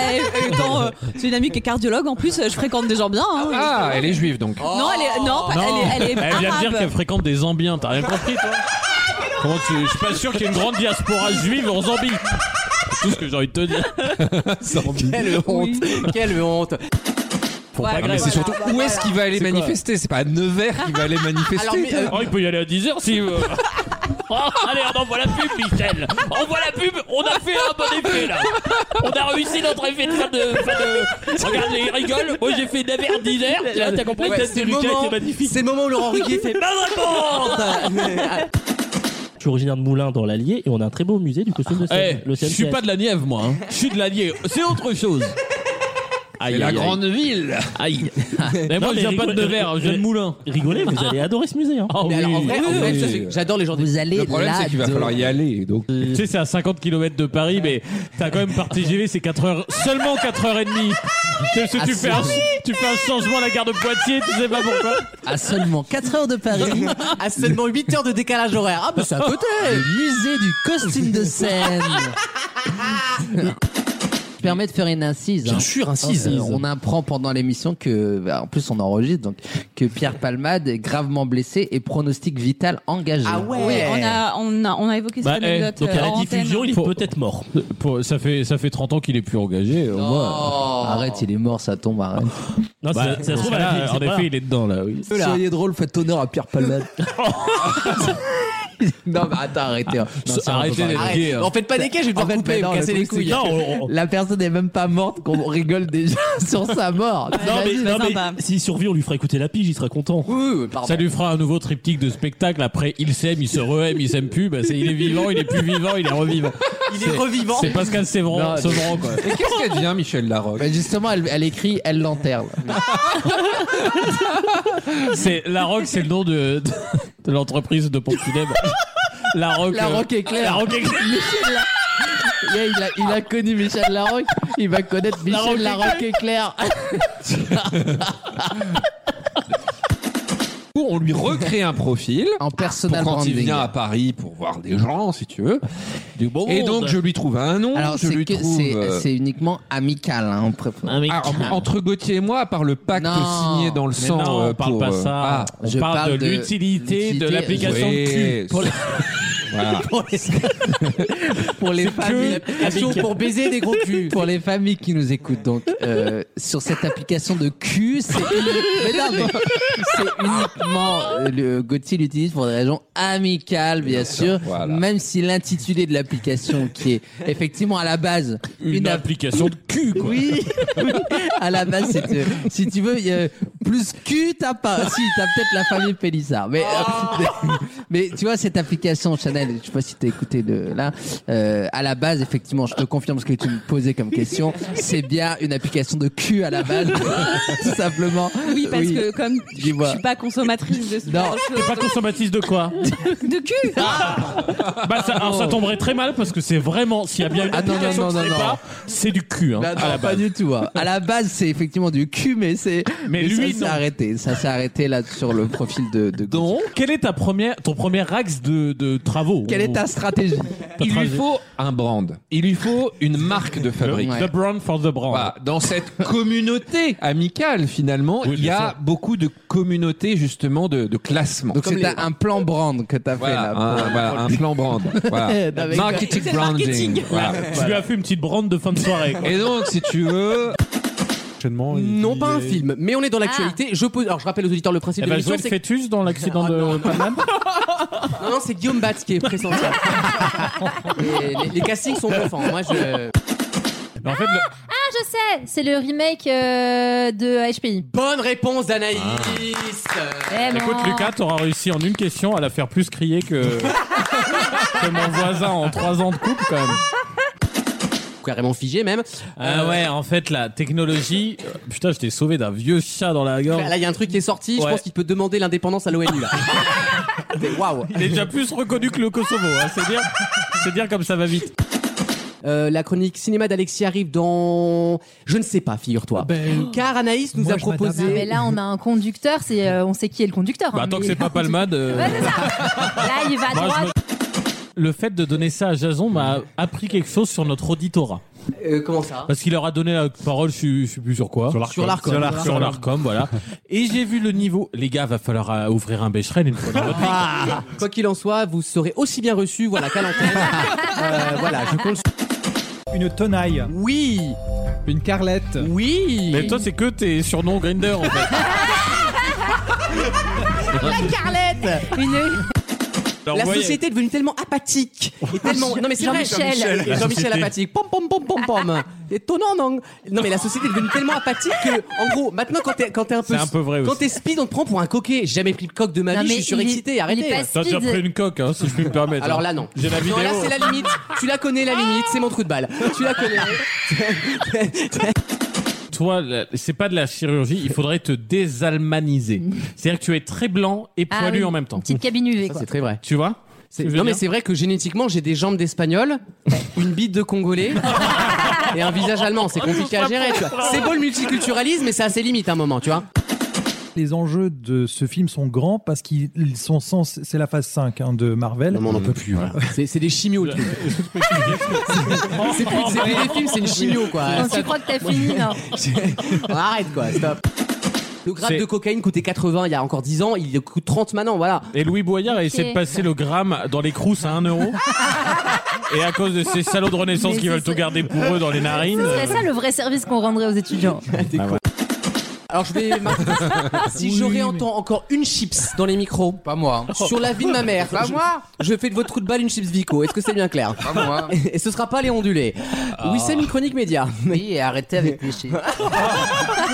Speaker 20: étant, euh, c'est une amie qui est cardiologue en plus, euh, je fréquente des gens bien. hein.
Speaker 5: Ah, elle est juive donc.
Speaker 20: Non, elle est, non, pas- elle est, elle est
Speaker 5: vient de
Speaker 20: arabe.
Speaker 5: dire qu'elle fréquente des Zambiens, t'as rien compris toi Comment tu... Je suis pas sûr qu'il y ait une grande diaspora juive en Zambie. C'est tout ce que j'ai envie de te dire.
Speaker 2: Quelle honte. Quelle honte.
Speaker 20: Voilà,
Speaker 5: pas
Speaker 19: Mais c'est
Speaker 20: voilà.
Speaker 19: surtout où est-ce qu'il va aller
Speaker 5: C'est quoi
Speaker 19: manifester C'est pas à Nevers qu'il va aller manifester.
Speaker 2: (laughs) Alors, mais, euh,
Speaker 5: Oh, il peut y aller à 10h si (laughs) veut. Oh, allez, on envoie la pub, Michel. On voit la pub, on a fait un bon effet là. On a réussi notre effet de fin de. fin de- Regarde, il rigole. Moi j'ai fait 9h, 10h. Là, t'as compris,
Speaker 2: Ouais,
Speaker 5: peut-être
Speaker 2: c'est
Speaker 5: que
Speaker 2: le
Speaker 5: Lucas
Speaker 2: moment-
Speaker 5: était magnifique.
Speaker 2: C'est le moment où Laurent Ruquier fait ma réponse.
Speaker 21: Je suis originaire de Moulins dans l'Allier et on a un très beau musée du costume de
Speaker 5: Eh,
Speaker 21: scène. le
Speaker 5: je suis
Speaker 21: CNCF.
Speaker 5: pas de la Nièvre, moi. hein. Je suis de la Nièvre. C'est autre chose. Aïe,
Speaker 21: la
Speaker 5: grande ville. Aïe. Mais moi,
Speaker 21: Non,
Speaker 5: je viens
Speaker 21: mais
Speaker 5: pas de
Speaker 21: rigole-
Speaker 5: Nevers, je viens de Moulins.
Speaker 21: Rigolez, vous allez adorer ce musée. hein.
Speaker 5: Ah
Speaker 2: Mais
Speaker 5: oui.
Speaker 2: alors, en vrai, en
Speaker 5: Oui,
Speaker 2: vrai,
Speaker 5: oui.
Speaker 2: ça, c'est- j'adore les gens du-
Speaker 7: Vous allez
Speaker 19: Le problème, c'est qu'il va
Speaker 7: là-dedans.
Speaker 19: falloir y aller. Donc,
Speaker 5: Tu sais, c'est à 50 km de Paris, mais t'as quand même par TGV, c'est 4 heures, seulement 4 heures et demie. Tu sais, tu, fais un, tu fais un changement à la gare de Poitiers, tu sais pas pourquoi.
Speaker 7: À seulement 4 heures
Speaker 19: (laughs)
Speaker 7: de Paris,
Speaker 2: à seulement 8 heures de décalage horaire. Ah, bah c'est à côté.
Speaker 7: le musée du costume de
Speaker 19: (laughs)
Speaker 7: scène. Je permets de faire une incise.
Speaker 2: Bien
Speaker 7: hein.
Speaker 2: sûr, incise.
Speaker 7: Euh, on apprend pendant l'émission que, bah, en plus, on enregistre donc que Pierre Palmade est gravement blessé et pronostic vital engagé.
Speaker 2: Ah ouais.
Speaker 20: Oui, on a, on a, on a évoqué
Speaker 5: Bah,
Speaker 20: cette
Speaker 5: eh,
Speaker 20: anecdote. euh, hors antenne.
Speaker 5: peut-être mort. ça, fait, ça fait 30 ans qu'il est plus engagé. hein. au moins.
Speaker 19: Oh.
Speaker 7: Arrête, il est mort, ça tombe. Arrête.
Speaker 21: Non,
Speaker 5: Bah,
Speaker 21: ça, ça se trouve,
Speaker 5: là,
Speaker 21: elle a dit,
Speaker 5: en
Speaker 21: c'est pas-
Speaker 5: effet, il est dedans là. Oui.
Speaker 7: Soyez drôle, faites honneur à
Speaker 19: (laughs)
Speaker 7: Pierre Palmade. non, mais attends, arrêtez. hein. Non, c'est
Speaker 5: Arrêtez
Speaker 7: vraiment
Speaker 5: d'être
Speaker 7: pas
Speaker 2: Arrête.
Speaker 7: pareil.
Speaker 5: gay, hein.
Speaker 2: En fait, pas des cas, je vais
Speaker 7: En
Speaker 2: devoir
Speaker 7: fait,
Speaker 2: couper
Speaker 7: bah
Speaker 2: et
Speaker 7: non,
Speaker 2: me
Speaker 7: le
Speaker 2: casser les
Speaker 7: truc, c'est
Speaker 2: couilles.
Speaker 7: que
Speaker 21: Non, on-
Speaker 7: La personne n'est même pas morte, qu'on rigole déjà (laughs) sur sa mort.
Speaker 21: Non, mais,
Speaker 7: T'imagines
Speaker 21: non, mais
Speaker 20: sympa.
Speaker 21: s'il survit, on lui fera écouter la pige, il sera content.
Speaker 2: Oui, pardon.
Speaker 5: Ça lui fera un nouveau triptyque de spectacle. Après, il s'aime, il se re-aime, il s'aime plus. Bah, c'est- il est vivant, il est plus vivant, il est revivant.
Speaker 2: Il
Speaker 5: C'est-
Speaker 2: est revivant.
Speaker 5: C'est Pascal Sévran,
Speaker 7: Non,
Speaker 5: Sevran, quoi.
Speaker 19: Et qu'est-ce qu'elle devient, Michel Larocque
Speaker 7: Bah, justement, elle, elle écrit, elle l'enterre.
Speaker 5: C'est La Roque, c'est le nom de, de, de l'entreprise de pompes funèbres. La Roque.
Speaker 7: La
Speaker 5: euh,
Speaker 7: roque éclair.
Speaker 5: La Roque éclair.
Speaker 7: Michel, La- Yeah, il, a, il a connu Michel Larocque, il va connaître Michel Larocque éclair.
Speaker 19: Ou on lui recrée un profil
Speaker 7: en personnel
Speaker 19: quand il
Speaker 7: branding.
Speaker 19: vient à Paris pour voir des gens, si
Speaker 7: (laughs)
Speaker 19: tu veux. Et donc je lui trouve un nom.
Speaker 7: Alors
Speaker 19: je
Speaker 7: c'est
Speaker 19: lui
Speaker 7: que-
Speaker 19: trouve,
Speaker 7: c'est-
Speaker 19: euh,
Speaker 7: c'est uniquement amical. hein, on préfère.
Speaker 19: Ah, en- entre Gauthier et moi, à part le pacte
Speaker 7: Non.
Speaker 19: signé dans le
Speaker 7: Mais
Speaker 19: sang,
Speaker 7: non, on
Speaker 19: euh,
Speaker 7: parle
Speaker 19: pour,
Speaker 7: pas
Speaker 19: euh,
Speaker 7: ça.
Speaker 19: ah,
Speaker 7: On Je parle parle de de l'utilité de l'utilité. l'application de
Speaker 19: Ouais,
Speaker 7: cul pour les-
Speaker 19: voilà.
Speaker 7: pour les, (laughs) pour les familles,
Speaker 2: avec- pour baiser des gros culs.
Speaker 7: Pour les familles qui nous écoutent, donc euh, sur cette application de cul,
Speaker 2: (laughs)
Speaker 7: c'est mais non, mais c'est uniquement euh, le Gauthier l'utilise pour des raisons amicales, bien sûr. Même si l'intitulé de l'application, qui est effectivement à la base une,
Speaker 5: application de cul, quoi. (laughs)
Speaker 7: Oui, oui. à la base, c'est euh, si tu veux, il y a plus cul, t'as pas. Si t'as peut-être la famille Pélissard, mais.
Speaker 5: Oh.
Speaker 7: (laughs) Mais tu vois, cette application Chanel, je sais pas si t'as écouté de là, euh, à la base, effectivement, je te confirme ce que tu me posais comme question, c'est bien une application de cul à la base, (laughs) tout simplement.
Speaker 20: Oui, parce que comme je je
Speaker 7: Dis-moi.
Speaker 20: suis pas consommatrice de ce genre de choses,
Speaker 5: T'es pas consommatrice de quoi
Speaker 20: de cul.
Speaker 17: Ah,
Speaker 5: Bah ça, alors, ça tomberait très mal parce que c'est vraiment s'il y a bien une
Speaker 7: Oh. Ah non,
Speaker 5: application
Speaker 7: non,
Speaker 5: que
Speaker 7: non,
Speaker 5: c'est
Speaker 7: non.
Speaker 5: pas, c'est du cul hein,
Speaker 7: Bah, non,
Speaker 5: à la
Speaker 7: pas
Speaker 5: base.
Speaker 7: du tout. hein. À la base, c'est effectivement du cul, mais c'est.
Speaker 5: Mais lui,
Speaker 7: ça
Speaker 5: non.
Speaker 7: s'est arrêté. Ça s'est arrêté là sur le profil de. de...
Speaker 5: Donc, quel est ta première, ton premier axe de, de travaux
Speaker 7: Quelle est ta stratégie
Speaker 19: Il lui faut un brand. Il lui faut une marque de fabrique.
Speaker 5: The brand for the brand.
Speaker 19: Voilà. Dans cette communauté amicale, finalement, il y
Speaker 5: bien
Speaker 19: a
Speaker 5: sûr.
Speaker 19: beaucoup de communautés, justement, de, de classement.
Speaker 7: Donc c'est un plan brand que t'as
Speaker 19: Voilà,
Speaker 7: fait là.
Speaker 19: un,
Speaker 7: pour-
Speaker 19: voilà, un plan brand.
Speaker 7: (laughs)
Speaker 19: Voilà.
Speaker 7: Avec-
Speaker 19: Marketing
Speaker 7: C'est
Speaker 19: branding.
Speaker 7: marketing.
Speaker 19: Voilà.
Speaker 5: Tu lui as fait une petite brande de fin de soirée. quoi.
Speaker 19: Et donc, si tu veux.
Speaker 2: Non, pas un film, mais on est dans l'actualité. Je pose, alors Eh ben, je rappelle aux auditeurs le principe
Speaker 5: Elle
Speaker 2: de
Speaker 5: va
Speaker 2: l'émission.
Speaker 5: Eh ben, jouer le fœtus dans
Speaker 22: Ah,
Speaker 5: l'accident de
Speaker 22: (laughs)
Speaker 5: Paname
Speaker 2: Non, non, c'est Guillaume Batz qui est (laughs) pressenti. Et les, les castings sont bluffants. Moi, je.
Speaker 5: en fait,
Speaker 22: Ah, je sais C'est le remake euh, de HPI.
Speaker 2: (laughs) Bonne réponse d'Anaïs Ah.
Speaker 22: Eh
Speaker 5: Écoute,
Speaker 22: bon.
Speaker 5: Lucas, t'auras réussi en une question à la faire plus crier
Speaker 22: (laughs)
Speaker 5: que, que mon voisin en trois ans de couple, quand même.
Speaker 2: Carrément figé, même.
Speaker 5: Ah ouais, en fait, la technologie. euh, Putain, je t'ai sauvé d'un vieux chat dans la gorge.
Speaker 2: Là, il y a un truc qui est sorti. Je
Speaker 5: Ouais.
Speaker 2: pense qu'il peut demander l'indépendance à l'ONU. là. Mais Waouh
Speaker 5: Il est déjà plus reconnu que le Kosovo, hein. c'est dire, c'est dire comme ça va vite.
Speaker 2: Euh, la chronique cinéma d'Alexis arrive dans. Je ne sais pas, figure-toi.
Speaker 22: Ben,
Speaker 2: Car Anaïs nous a proposé.
Speaker 22: Non, mais là, on a un conducteur, c'est, euh, on sait qui est le conducteur.
Speaker 5: Bah,
Speaker 22: hein,
Speaker 5: tant que
Speaker 22: mais-
Speaker 5: c'est pas Palmade. euh,
Speaker 22: Ouais, c'est ça. Là, il va à
Speaker 5: moi, je
Speaker 22: droite.
Speaker 5: me- Le fait de donner ça à Jason m'a appris quelque chose sur notre auditorat.
Speaker 2: Euh, comment ça
Speaker 5: Parce qu'il leur a donné la parole, je suis, je sais plus sur quoi.
Speaker 2: Sur l'Arcom.
Speaker 5: Sur
Speaker 2: Sur
Speaker 5: l'Arcom.
Speaker 2: l'Arcom.
Speaker 5: Sur l'Arcom, voilà. Et j'ai vu le niveau. Les gars, va falloir euh, ouvrir un Becherel une fois dans votre vie.
Speaker 2: Quoi qu'il en soit, vous serez aussi bien reçu, voilà, qu'à l'antenne. Euh, voilà, je compte.
Speaker 8: Une tenaille.
Speaker 2: Oui.
Speaker 8: Une carlette.
Speaker 2: Oui.
Speaker 5: Mais toi, c'est que tes surnoms Grinder en fait.
Speaker 2: (laughs) La Carlette Une.
Speaker 5: Alors,
Speaker 2: la
Speaker 5: vous voyez-
Speaker 2: société est devenue tellement apathique et tellement non mais c'est vrai
Speaker 22: Jean-Michel.
Speaker 2: Et Jean-Michel
Speaker 5: La société.
Speaker 2: apathique pom pom pom pom
Speaker 5: (laughs)
Speaker 2: pom étonnant non non mais la société est devenue tellement apathique que en gros maintenant quand t'es quand t'es un peu
Speaker 5: C'est un peu vrai
Speaker 2: quand
Speaker 5: aussi.
Speaker 2: t'es speed on te prend pour un coquet J'ai jamais pris de coque de ma
Speaker 22: Non,
Speaker 2: vie je
Speaker 22: mais
Speaker 2: suis
Speaker 22: il est-
Speaker 2: surexcité
Speaker 22: il est
Speaker 2: arrêtez
Speaker 22: pas
Speaker 5: T'as déjà
Speaker 22: Speed.
Speaker 5: pris une coque, hein, si je puis me permettre.
Speaker 2: alors
Speaker 5: hein.
Speaker 2: là non
Speaker 5: J'ai la vidéo.
Speaker 2: non là c'est la limite tu la connais la limite c'est mon trou de balle tu
Speaker 5: (laughs)
Speaker 2: la connais
Speaker 5: Toi, la- c'est pas de la chirurgie, il faudrait te
Speaker 22: (laughs)
Speaker 5: désalmaniser. C'est-à-dire que tu es très blanc et
Speaker 22: Ah
Speaker 5: poilu
Speaker 22: oui,
Speaker 5: en même temps.
Speaker 22: une Petite cabine UV,
Speaker 2: Ça,
Speaker 22: quoi.
Speaker 2: c'est très vrai
Speaker 5: Tu vois Ce
Speaker 2: C'est-
Speaker 5: que je veux
Speaker 2: non mais
Speaker 5: dire
Speaker 2: c'est vrai que génétiquement j'ai des jambes d'espagnol une bite
Speaker 5: (laughs)
Speaker 2: de congolais et un visage allemand c'est compliqué à gérer tu vois. c'est beau le multiculturalisme mais c'est à ses limites à un moment tu vois
Speaker 8: Les enjeux de ce film sont grands parce qu'ils ils sont sans. C'est la phase 5 hein, de Marvel.
Speaker 2: on n'en peut plus. C'est (laughs) c'est des chimios. le truc. C'est plus c'est plus des films, c'est une chimio (laughs) quoi.
Speaker 22: Donc,
Speaker 2: Ça-
Speaker 22: tu crois que t'as fini, non
Speaker 2: Arrête quoi, stop. Le gramme
Speaker 5: C'est-
Speaker 2: de cocaïne coûtait 80 il y a encore 10 ans, il coûte 30 maintenant, voilà.
Speaker 5: Et Louis Boyard a essayé de passer le gramme dans les crousses à 1
Speaker 22: (laughs)
Speaker 5: euro. Et à cause de ces salauds de Renaissance
Speaker 22: Mais
Speaker 5: qui
Speaker 22: ce
Speaker 5: veulent tout
Speaker 22: serait-
Speaker 5: garder pour eux dans les narines.
Speaker 22: Ce serait ça le vrai service qu'on rendrait aux étudiants.
Speaker 5: Ah ouais.
Speaker 2: Alors je vais ma- si
Speaker 5: Oui,
Speaker 2: je
Speaker 5: mais-
Speaker 2: réentends encore une chips dans les micros. Pas moi. (laughs) Sur la vie de ma mère.
Speaker 7: Pas
Speaker 2: je-
Speaker 7: moi.
Speaker 2: Je fais de votre trou de balle une chips Vico. Est-ce que c'est bien clair
Speaker 7: Pas moi.
Speaker 2: Et ce sera pas les ondulés. (laughs) Oui, c'est une chronique média.
Speaker 7: Oui, et arrêtez avec Michel.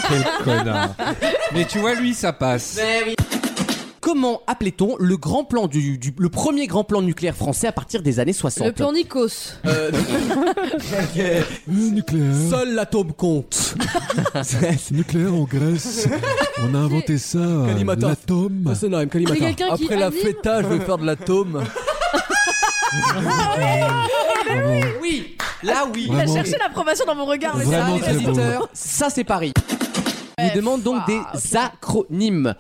Speaker 19: Quel connard. Mais tu vois, lui, ça passe.
Speaker 2: Comment appelait-on le grand plan du, du- le premier grand plan nucléaire français à partir des années 60
Speaker 3: Le plan Nikos.
Speaker 2: Seul l'atome compte.
Speaker 11: C'est nucléaire en Grèce. On a inventé ça. euh,
Speaker 2: Kalimantan.
Speaker 7: Ah,
Speaker 11: L'atome.
Speaker 2: C'est énorme,
Speaker 3: C'est quelqu'un qui
Speaker 2: Après la
Speaker 3: anime
Speaker 2: feta, je vais faire de l'atome. oui, Là, oui.
Speaker 23: Il a cherché l'approbation dans mon regard. mais
Speaker 2: Ça,
Speaker 23: c'est
Speaker 2: les
Speaker 23: vrai.
Speaker 2: auditeurs, ça c'est Paris. Je vous demande donc des acronymes.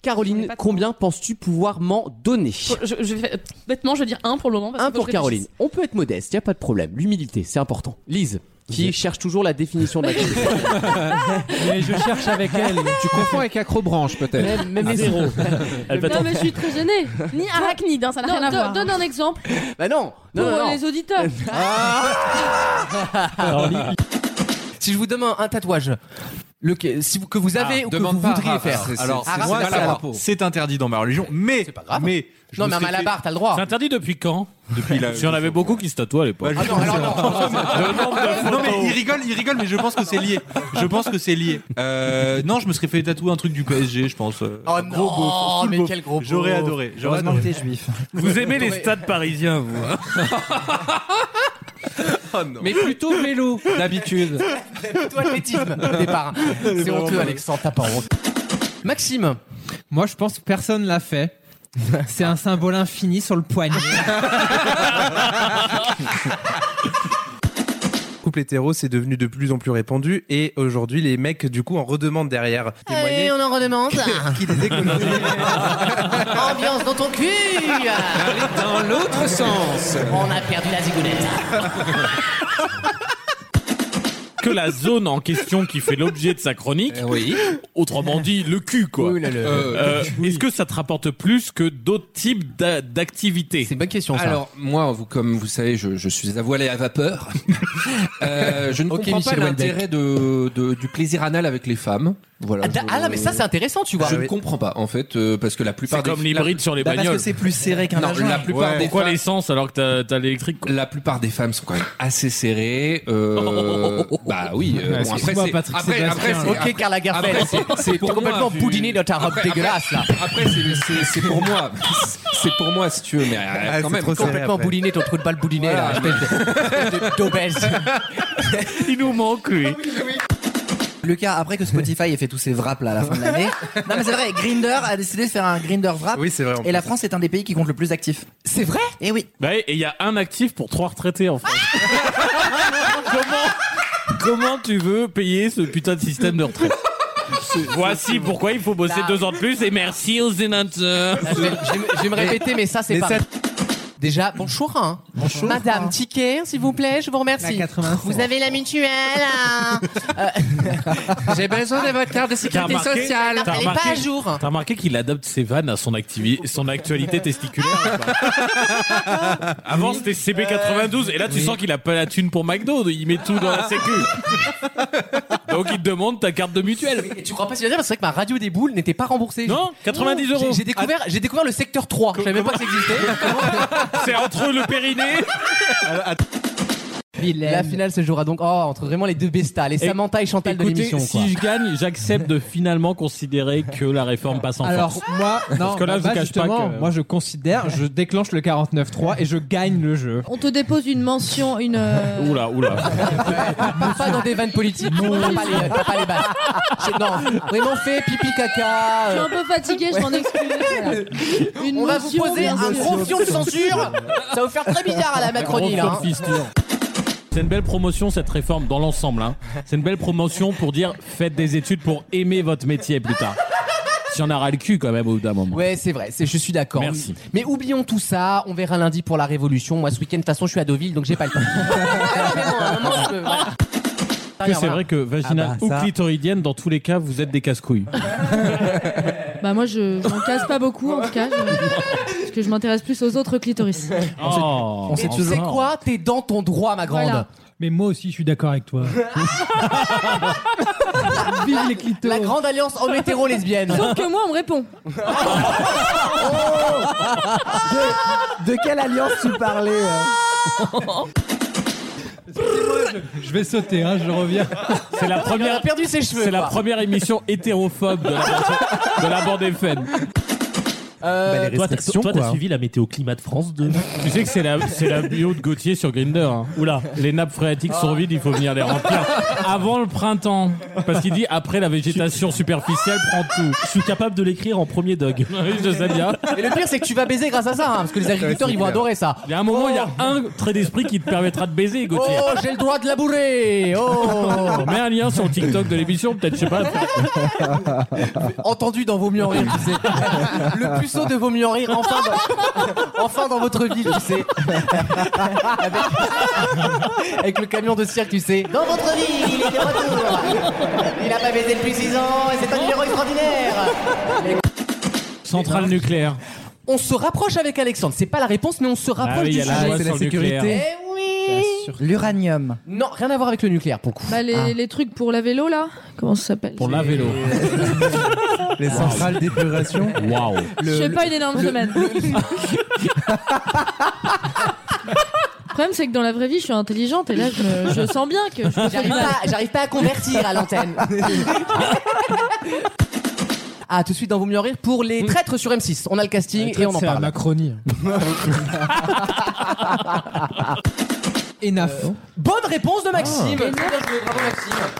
Speaker 2: Caroline, combien penses-tu pouvoir m'en donner
Speaker 24: Je, je vais- bêtement, je vais dire un pour le moment. Parce
Speaker 2: Un
Speaker 24: que faut
Speaker 2: pour
Speaker 24: que je
Speaker 2: Caroline.
Speaker 24: réfléchisse.
Speaker 2: On peut être modeste, il a pas de problème. L'humilité, c'est important. Lise, qui cherche toujours la définition (laughs) de la
Speaker 22: Mais je cherche avec
Speaker 5: (laughs)
Speaker 22: elle. Tu confonds avec Acrobranche peut-être.
Speaker 2: Même- même zéro. Elle peut
Speaker 22: peut être
Speaker 2: être-
Speaker 17: Non, mais je suis très (laughs) gênée.
Speaker 23: Ni arachnide, hein, ça n'a
Speaker 17: Non,
Speaker 23: rien à
Speaker 17: do-
Speaker 23: voir.
Speaker 17: Donne un exemple
Speaker 2: Bah non, non,
Speaker 17: pour
Speaker 2: non, non.
Speaker 17: les auditeurs.
Speaker 22: Si je vous demande un tatouage lequel- si vous- que vous avez
Speaker 7: Ah,
Speaker 22: ou que vous voudriez faire.
Speaker 19: Alors,
Speaker 22: Ah,
Speaker 19: moi,
Speaker 22: c'est pas
Speaker 19: ça,
Speaker 22: la
Speaker 19: c'est,
Speaker 22: peau.
Speaker 19: interdit dans ma religion, mais. mais je
Speaker 2: Non,
Speaker 19: me
Speaker 2: mais à
Speaker 19: suis fait-
Speaker 2: Malabar, t'as le droit.
Speaker 5: C'est interdit depuis
Speaker 19: Euh,
Speaker 5: quand
Speaker 19: Depuis la-
Speaker 5: Si on avait beaucoup qui se tatouaient à l'époque.
Speaker 19: Bah, je- non mais il rigole, il rigole, mais je pense que c'est lié. Je pense que c'est lié. Euh, non, je me serais fait tatouer un truc du PSG, je pense. Euh,
Speaker 2: Oh
Speaker 19: gros beauf, full
Speaker 2: mais
Speaker 19: beauf.
Speaker 2: quel gros beauf.
Speaker 19: J'aurais adoré. J'aurais
Speaker 2: Heureusement
Speaker 19: adoré.
Speaker 2: que t'es juif.
Speaker 5: Vous aimez les stades parisiens, vous hein
Speaker 22: Mais plutôt vélo d'habitude.
Speaker 2: Plutôt athlétisme, au départ. C'est honteux, Alexandre, t'as pas honte. Maxime.
Speaker 25: Moi, je pense que personne l'a fait. C'est un symbole infini sur le poignet.
Speaker 10: couple hétéro, c'est devenu de plus en plus répandu et aujourd'hui les mecs du coup en redemandent derrière.
Speaker 2: Allez, on en
Speaker 5: (laughs)
Speaker 2: redemande. (laughs) Ambiance dans ton cul.
Speaker 22: Dans l'autre sens.
Speaker 2: On a perdu la zigounette.
Speaker 5: Que la zone en question qui fait l'objet de sa chronique, autrement dit le cul quoi.
Speaker 2: Oui, là, là, là.
Speaker 5: Euh, Est-ce que ça te rapporte plus que d'autres types d'a- d'activités C'est
Speaker 2: une bonne question
Speaker 5: Alors,
Speaker 22: Alors moi, vous, comme vous savez, je, je suis voilé à vapeur. (laughs) Euh, je ne
Speaker 26: Ok,
Speaker 22: comprends
Speaker 26: Michel
Speaker 22: pas
Speaker 26: Houellebecq.
Speaker 22: l'intérêt de, de- du plaisir anal avec les femmes. Voilà.
Speaker 2: Ah, da-
Speaker 22: je-
Speaker 2: ah là, mais ça c'est intéressant, tu vois.
Speaker 22: Je ne comprends pas en fait euh, parce que la plupart
Speaker 5: C'est
Speaker 22: des
Speaker 5: comme
Speaker 22: la-
Speaker 5: l'hybride sur les Bah, parce bagnoles. que c'est plus serré qu'un
Speaker 22: Non,
Speaker 5: vagin.
Speaker 22: la plupart
Speaker 5: Ouais.
Speaker 22: des
Speaker 5: Pourquoi
Speaker 22: femmes-
Speaker 5: l'essence alors que t'as as, l'électrique
Speaker 22: La plupart des femmes sont quand même assez serrées.
Speaker 5: (laughs)
Speaker 22: euh, bah oui.
Speaker 2: Ouais,
Speaker 22: euh, bon, après,
Speaker 2: excuse-moi,
Speaker 22: c'est
Speaker 2: Patrick
Speaker 22: après,
Speaker 2: Sébastien.
Speaker 22: après, c'est-
Speaker 2: Ok,
Speaker 22: après-
Speaker 2: Karl Lagerfeld.
Speaker 22: après, c'est- C'est
Speaker 2: T'es
Speaker 22: pour moi,
Speaker 2: complètement
Speaker 22: vu-
Speaker 2: boudiné dans ta robe
Speaker 22: Après-
Speaker 2: dégueulasse, là.
Speaker 22: Après, c'est- c'est c'est pour moi. (laughs) C'est pour moi si tu veux, mais euh,
Speaker 2: Ah,
Speaker 22: quand
Speaker 2: c'est
Speaker 22: même
Speaker 2: trop serré Complètement après. bouliné, ton trou de balle bouliné là,
Speaker 22: (laughs)
Speaker 5: Il nous manque lui.
Speaker 7: Lucas, après que Spotify ait fait tous ses wraps là, à la fin de l'année, (laughs) non mais c'est vrai, Grinder a décidé de faire un Grinder wrap.
Speaker 5: Oui, c'est vrai, en
Speaker 7: Et la
Speaker 5: plus.
Speaker 7: France est un des pays qui compte le plus actif.
Speaker 2: C'est vrai
Speaker 7: Et oui.
Speaker 5: Bah, et il y a un actif pour trois retraités en France. (laughs) comment, comment tu veux payer ce putain de système de retraite Voici pourquoi il faut bosser
Speaker 2: Là.
Speaker 5: deux ans de plus et merci aux sénateurs.
Speaker 2: Je vais- je vais- je vais me répéter, mais ça, c'est pas- Déjà, bonjour. hein. Madame Ticket, s'il vous plaît, je vous remercie.
Speaker 25: La 85.
Speaker 2: Vous avez la mutuelle. hein Euh, J'ai besoin de votre carte de sécurité sociale.
Speaker 5: t'as
Speaker 2: Elle n'est
Speaker 5: remarqué-
Speaker 2: pas à jour.
Speaker 5: T'as remarqué qu'il adapte ses vannes à son, activi- son actualité testiculaire ou pas Avant c'était CB92 et là tu sens qu'il a pas la thune pour McDo, il met tout dans la sécu. Donc il te demande ta carte de mutuelle.
Speaker 2: Et tu crois pas si bien dire parce que c'est vrai que ma radio des boules n'était pas remboursée.
Speaker 5: Non, 90 euros.
Speaker 2: J'ai- J'ai découvert, j'ai découvert le secteur 3. Je savais même pas que ça existait.
Speaker 5: Ah, C'est entre le périnée.
Speaker 2: La finale se jouera donc oh, entre vraiment les deux bestas, les
Speaker 5: Et-
Speaker 2: Samantha et Chantal de
Speaker 5: Écoutez,
Speaker 2: l'émission. quoi.
Speaker 5: si je gagne, j'accepte de finalement considérer que la réforme passe en
Speaker 25: Alors
Speaker 5: force.
Speaker 25: moi, non,
Speaker 5: Parce que là,
Speaker 25: bah,
Speaker 5: je vous cache pas
Speaker 25: justement,
Speaker 5: que...
Speaker 25: moi je considère, je déclenche le 49.3 et je gagne le jeu.
Speaker 17: On te dépose une mention, une. euh,
Speaker 5: Oula, oula.
Speaker 2: Pas, pas dans des vannes politiques. T'as pas les, t'as pas les bases. C'est- Non, vraiment fait pipi caca.
Speaker 17: Je suis
Speaker 2: euh,
Speaker 17: un peu fatiguée, je m'en
Speaker 5: (laughs)
Speaker 17: excuse. Une
Speaker 2: On va vous
Speaker 17: mention,
Speaker 2: poser
Speaker 17: bien
Speaker 2: un
Speaker 17: sûr.
Speaker 2: gros fion de censure. Ça va vous faire très bizarre à la Macronie.
Speaker 5: Grosse
Speaker 2: Là, hein.
Speaker 5: fistule. C'est une belle promotion cette réforme dans l'ensemble. hein. C'est une belle promotion pour dire faites des études pour aimer votre métier plus tard. Si on a ras le cul quand même au bout d'un moment.
Speaker 2: Ouais, c'est vrai, c'est- je suis d'accord.
Speaker 5: Merci.
Speaker 2: Mais oublions tout ça, on verra lundi pour la révolution. Moi, ce week-end, de toute façon, je suis à Deauville, donc j'ai pas le temps. (laughs)
Speaker 5: Que c'est vrai que vaginale
Speaker 17: Ah bah, ça.
Speaker 5: ou clitoridienne, dans tous les cas, vous êtes des casse-couilles.
Speaker 17: Bah, moi, je je m'en casse pas beaucoup, en tout cas. je- Parce que je m'intéresse plus aux autres clitoris.
Speaker 5: Oh,
Speaker 2: Et tu sais quoi T'es dans ton droit, ma grande.
Speaker 17: Voilà.
Speaker 27: Mais moi aussi, je suis d'accord avec toi.
Speaker 2: La grande alliance homme hétéro lesbienne.
Speaker 17: Sauf que moi, on me répond.
Speaker 7: De, de quelle alliance tu parlais
Speaker 25: Je vais sauter, hein, je reviens.
Speaker 5: C'est la première.
Speaker 2: perdu ses cheveux.
Speaker 5: C'est la première émission hétérophobe de la, bande- de la bande FM.
Speaker 19: Euh,
Speaker 21: Bah, les
Speaker 5: Toi, t'as-
Speaker 21: restrictions,
Speaker 5: toi, t'as
Speaker 21: quoi.
Speaker 5: suivi
Speaker 21: la météo climat de France 2
Speaker 5: Tu sais que c'est la, c'est la bio de Gauthier sur Grinder. Hein. Oula, les nappes phréatiques sont vides, il faut venir les remplir avant le printemps. Parce qu'il dit après la végétation superficielle prend tout. Je suis capable de l'écrire en premier dog. (laughs) Oui, je sais bien.
Speaker 2: Et le pire, c'est que tu vas baiser grâce à ça, hein, parce que les agriculteurs,
Speaker 5: Ouais, c'est
Speaker 2: ils vont
Speaker 5: clair.
Speaker 2: adorer ça.
Speaker 5: Il y a un moment, il y a un trait d'esprit qui te permettra de baiser, Gauthier.
Speaker 2: Oh, j'ai le droit de labourer (laughs) Oh
Speaker 5: Mets un lien sur le TikTok de l'émission, peut-être, je sais (laughs) pas.
Speaker 2: Entendu dans Vaut mieux en rire, tu sais. (laughs) Le puceau de Vaut mieux en rire, enfin dans, enfin dans votre ville, tu sais. Avec, avec le camion de cirque, tu sais. Dans votre ville, il est de retour Il n'a pas baisé depuis 6 ans et c'est un numéro extraordinaire
Speaker 5: Centrale nucléaire.
Speaker 2: On se rapproche avec Alexandre, c'est pas la réponse, mais on se rapproche
Speaker 5: Ah oui, il
Speaker 2: du
Speaker 5: y a la loi
Speaker 2: sujet.
Speaker 5: C'est la sur le sécurité. nucléaire.
Speaker 2: Eh oui
Speaker 28: L'uranium.
Speaker 2: Non, rien à voir avec le nucléaire pour le coup.
Speaker 17: Bah, les,
Speaker 2: Ah.
Speaker 17: les trucs pour la vélo là Comment ça s'appelle
Speaker 5: Pour la vélo.
Speaker 10: Les centrales
Speaker 25: (laughs)
Speaker 10: d'épuration.
Speaker 5: Waouh.
Speaker 17: Je fais pas une énorme semaine. (laughs) Le problème, c'est que dans la vraie vie, je suis intelligente et là, je, me- je sens bien que je me fais
Speaker 2: J'arrive
Speaker 17: mal.
Speaker 2: pas, j'arrive pas à convertir à l'antenne. (laughs) Ah, tout de suite dans Vaut mieux en rire pour les traîtres sur M6. On a le casting et on en
Speaker 8: C'est la
Speaker 2: parle.
Speaker 8: Macronie.
Speaker 2: (laughs) Enaf. Bonne réponse de Maxime.
Speaker 12: Ah.
Speaker 2: Bien joué, bravo Maxime.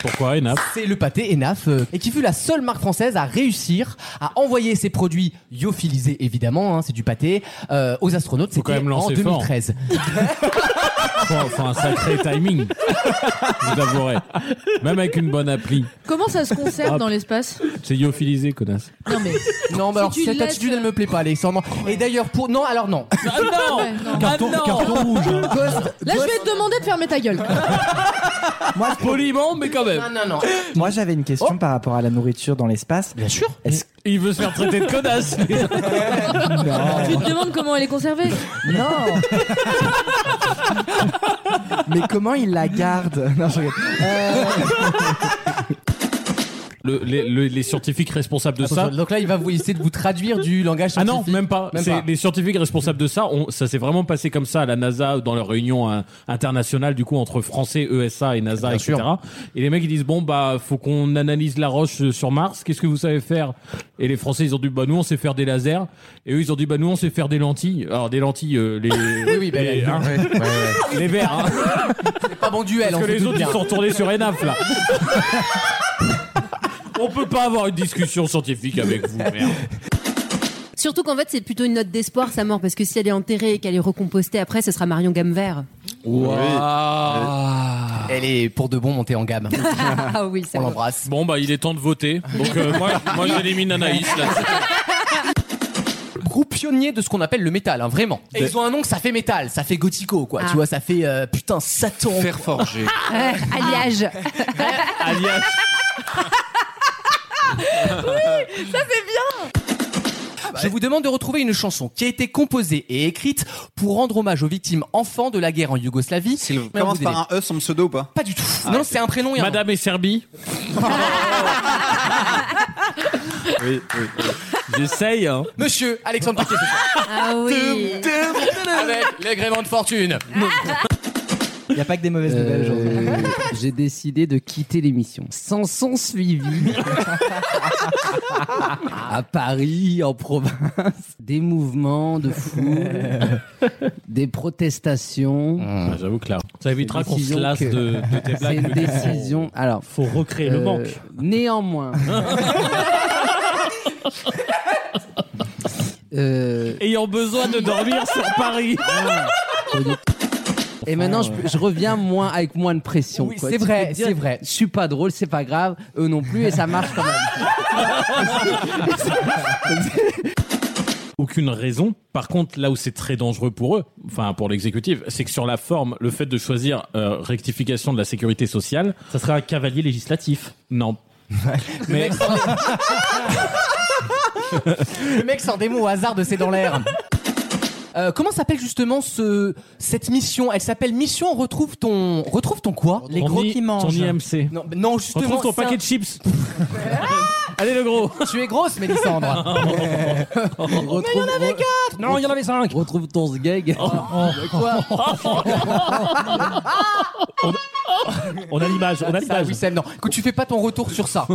Speaker 5: Pourquoi Enaf
Speaker 2: C'est le pâté Enaf euh, et qui fut la seule marque française à réussir à envoyer ses produits lyophilisés évidemment, hein, c'est du pâté, euh, aux astronautes.
Speaker 5: quand
Speaker 2: C'était
Speaker 5: même
Speaker 2: en
Speaker 5: lancer fort.
Speaker 2: 2013.
Speaker 5: Faut, faut un sacré timing. Vous avouerez. Même avec une bonne appli.
Speaker 17: Comment ça se
Speaker 29: Ah.
Speaker 17: conserve dans l'espace
Speaker 5: C'est lyophilisé, connasse.
Speaker 17: Non, mais.
Speaker 2: Non, mais alors
Speaker 17: tu
Speaker 2: cette
Speaker 17: laisses-
Speaker 2: attitude elle me plaît pas, Alexandre. Et d'ailleurs pour non, alors non.
Speaker 29: Ah
Speaker 17: Ouais, non.
Speaker 5: Carton, carton rouge.
Speaker 17: Là, je vais te demander de fermer ta gueule.
Speaker 29: Oh.
Speaker 5: Moi, poliment, mais quand même.
Speaker 2: Non, non, non.
Speaker 28: Moi, j'avais une question par rapport à la nourriture dans l'espace.
Speaker 2: Bien sûr.
Speaker 28: Est-ce
Speaker 5: Il veut se faire traiter de connasse.
Speaker 17: Tu te demandes comment elle est conservée
Speaker 28: Non Mais comment il la garde (laughs) Non, je rigole. Euh,
Speaker 5: Le- les, le- les scientifiques responsables de ça.
Speaker 2: Attention, Donc là, il va vous essayer de vous traduire du langage
Speaker 5: Ah
Speaker 2: scientifique.
Speaker 5: non, même pas.
Speaker 2: Même
Speaker 5: C'est
Speaker 2: pas.
Speaker 5: Les scientifiques responsables de ça, on- ça s'est vraiment passé comme ça à la NASA dans leur réunion euh, internationale du coup entre français, ESA et NASA, etc. Et les mecs ils disent bon bah faut qu'on analyse la roche euh, sur Mars. Qu'est-ce que vous savez faire Et les Français ils ont dit bah nous on sait faire des lasers. Et eux ils ont dit bah nous on sait faire des lentilles. Alors des lentilles euh,
Speaker 2: (laughs)
Speaker 5: les
Speaker 2: oui, bah,
Speaker 5: les, hein, les verts. hein.
Speaker 2: C'est pas bon duel.
Speaker 5: Parce
Speaker 2: on
Speaker 5: que
Speaker 2: se
Speaker 5: les
Speaker 2: doute
Speaker 5: autres ils
Speaker 2: bien.
Speaker 5: sont retournés sur Enaf
Speaker 2: (laughs)
Speaker 5: là. on peut pas avoir une discussion scientifique avec vous. Merde.
Speaker 22: Surtout qu'en fait, c'est plutôt une note d'espoir sa mort, parce que si elle est enterrée et qu'elle est recompostée après, ce sera Marion Gamme Vert.
Speaker 2: Ah.
Speaker 5: Euh,
Speaker 2: Elle est pour de bon montée en gamme.
Speaker 22: Ah oui, c'est
Speaker 2: On
Speaker 22: vrai.
Speaker 2: l'embrasse.
Speaker 5: Bon bah il est temps de voter. Donc euh, moi, moi j'élimine Anaïs là.
Speaker 2: Groupe pionnier de ce qu'on appelle le métal, hein, vraiment. Et ils ont un nom que ça fait métal, ça fait gothico, quoi. Tu vois, ça fait euh, putain Satan. Fer
Speaker 15: forgé.
Speaker 22: Euh, alliage.
Speaker 5: Alias.
Speaker 17: Oui, ça c'est bien
Speaker 2: Je vous demande de retrouver une chanson qui a été composée et écrite pour rendre hommage aux victimes enfants de la guerre en Yougoslavie. Mais
Speaker 14: Commence
Speaker 2: vous
Speaker 14: par
Speaker 2: aidez.
Speaker 25: Ah,
Speaker 14: un E son pseudo ou pas
Speaker 2: Pas du tout. non, c'est un prénom et un
Speaker 5: Madame et Serbie.
Speaker 14: Oui, oui.
Speaker 5: J'essaye. Hein.
Speaker 2: Monsieur Alexandre Paquet.
Speaker 22: Ah oui.
Speaker 2: Avec l'agrément de fortune.
Speaker 28: Il n'y a pas que des mauvaises nouvelles aujourd'hui.
Speaker 7: Euh, J'ai décidé de quitter l'émission. Sans son suivi. à Paris, en province. Des mouvements de foule. des protestations.
Speaker 5: Bah, J'avoue que là, ça évitera qu'on se
Speaker 7: Décision
Speaker 5: lasse
Speaker 7: que-
Speaker 5: de, de tes
Speaker 7: C'est
Speaker 5: blagues.
Speaker 7: une
Speaker 5: mais bon.
Speaker 7: décision. Alors,
Speaker 21: Faut recréer le
Speaker 7: euh,
Speaker 21: manque. (laughs)
Speaker 7: Néanmoins. Euh,
Speaker 5: Ayant besoin de dormir sur Paris.
Speaker 7: Et maintenant, je, je reviens moins avec moins de pression.
Speaker 2: Oui,
Speaker 7: quoi.
Speaker 2: c'est
Speaker 7: Tu
Speaker 2: vrai,
Speaker 7: peux te dire,
Speaker 2: c'est vrai.
Speaker 7: Je suis pas drôle, c'est pas grave. Eux non plus, et ça marche quand même.
Speaker 5: Aucune raison. Par contre, là où c'est très dangereux pour eux, enfin pour l'exécutif, c'est que sur la forme, le fait de choisir euh, rectification de la sécurité sociale, ça serait un cavalier législatif. Non. Mais
Speaker 2: Le mec sort des mots au hasard de ses dans l'air. Euh, comment s'appelle justement ce, cette mission Elle s'appelle Mission Retrouve ton. Retrouve ton quoi
Speaker 5: Ton I- ton IMC.
Speaker 2: Non, non justement.
Speaker 5: retrouve ton
Speaker 2: ça-
Speaker 5: paquet de
Speaker 2: (laughs)
Speaker 5: chips. Allez le gros.
Speaker 2: Tu es grosse, Mélissandre.
Speaker 7: Mais il y en avait quatre
Speaker 2: Non, il y en avait cinq
Speaker 7: Retrouve ton sgeg.
Speaker 5: Oh. (laughs) On a l'image, on a
Speaker 2: Ça,
Speaker 5: l'image.
Speaker 2: (laughs) Wissem, non. Écoute, tu fais pas ton retour sur ça.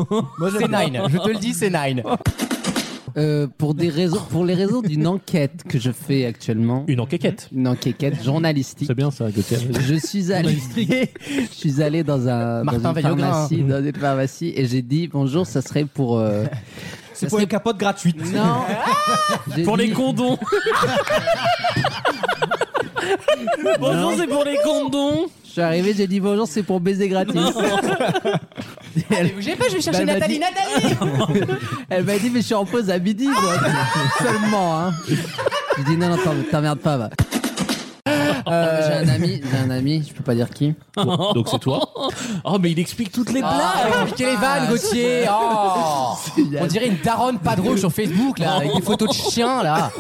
Speaker 2: c'est Nine. Je te le dis, c'est Nine.
Speaker 7: euh, pour, des raisons, pour les raisons d'une enquête que je fais actuellement.
Speaker 5: Une enquête
Speaker 7: Une enquête journalistique.
Speaker 5: C'est bien ça, Gauthier.
Speaker 7: Je suis allé, je suis allé dans, un, dans,
Speaker 5: Martin
Speaker 7: une
Speaker 5: Veillogrin.
Speaker 7: pharmacie, dans une pharmacie et j'ai dit bonjour, ça serait pour. euh,
Speaker 30: C'est pour les capotes gratuites.
Speaker 7: Non.
Speaker 30: Pour les
Speaker 5: condons.
Speaker 7: Bonjour,
Speaker 5: c'est pour les condons.
Speaker 7: Je suis arrivé, j'ai dit bonjour, c'est pour baiser gratis. (laughs) Ah, Elle-
Speaker 2: J'ai pas, je vais chercher
Speaker 7: Bah, elle m'a
Speaker 2: Nathalie.
Speaker 7: dit-
Speaker 2: Nathalie
Speaker 7: (laughs) Elle m'a dit, mais je suis en pause à midi, moi. (laughs) Seulement, hein. Je lui dis, non, non, t'em- t'emmerdes pas, va. Euh, j'ai un ami, j'ai un ami, je peux pas dire qui.
Speaker 5: Donc c'est toi (laughs) Oh, mais il explique toutes les
Speaker 2: Ah,
Speaker 5: blagues
Speaker 2: quelle est vanne, Gauthier Oh. On dirait une daronne padro sur Facebook, là, avec des photos de chiens, là.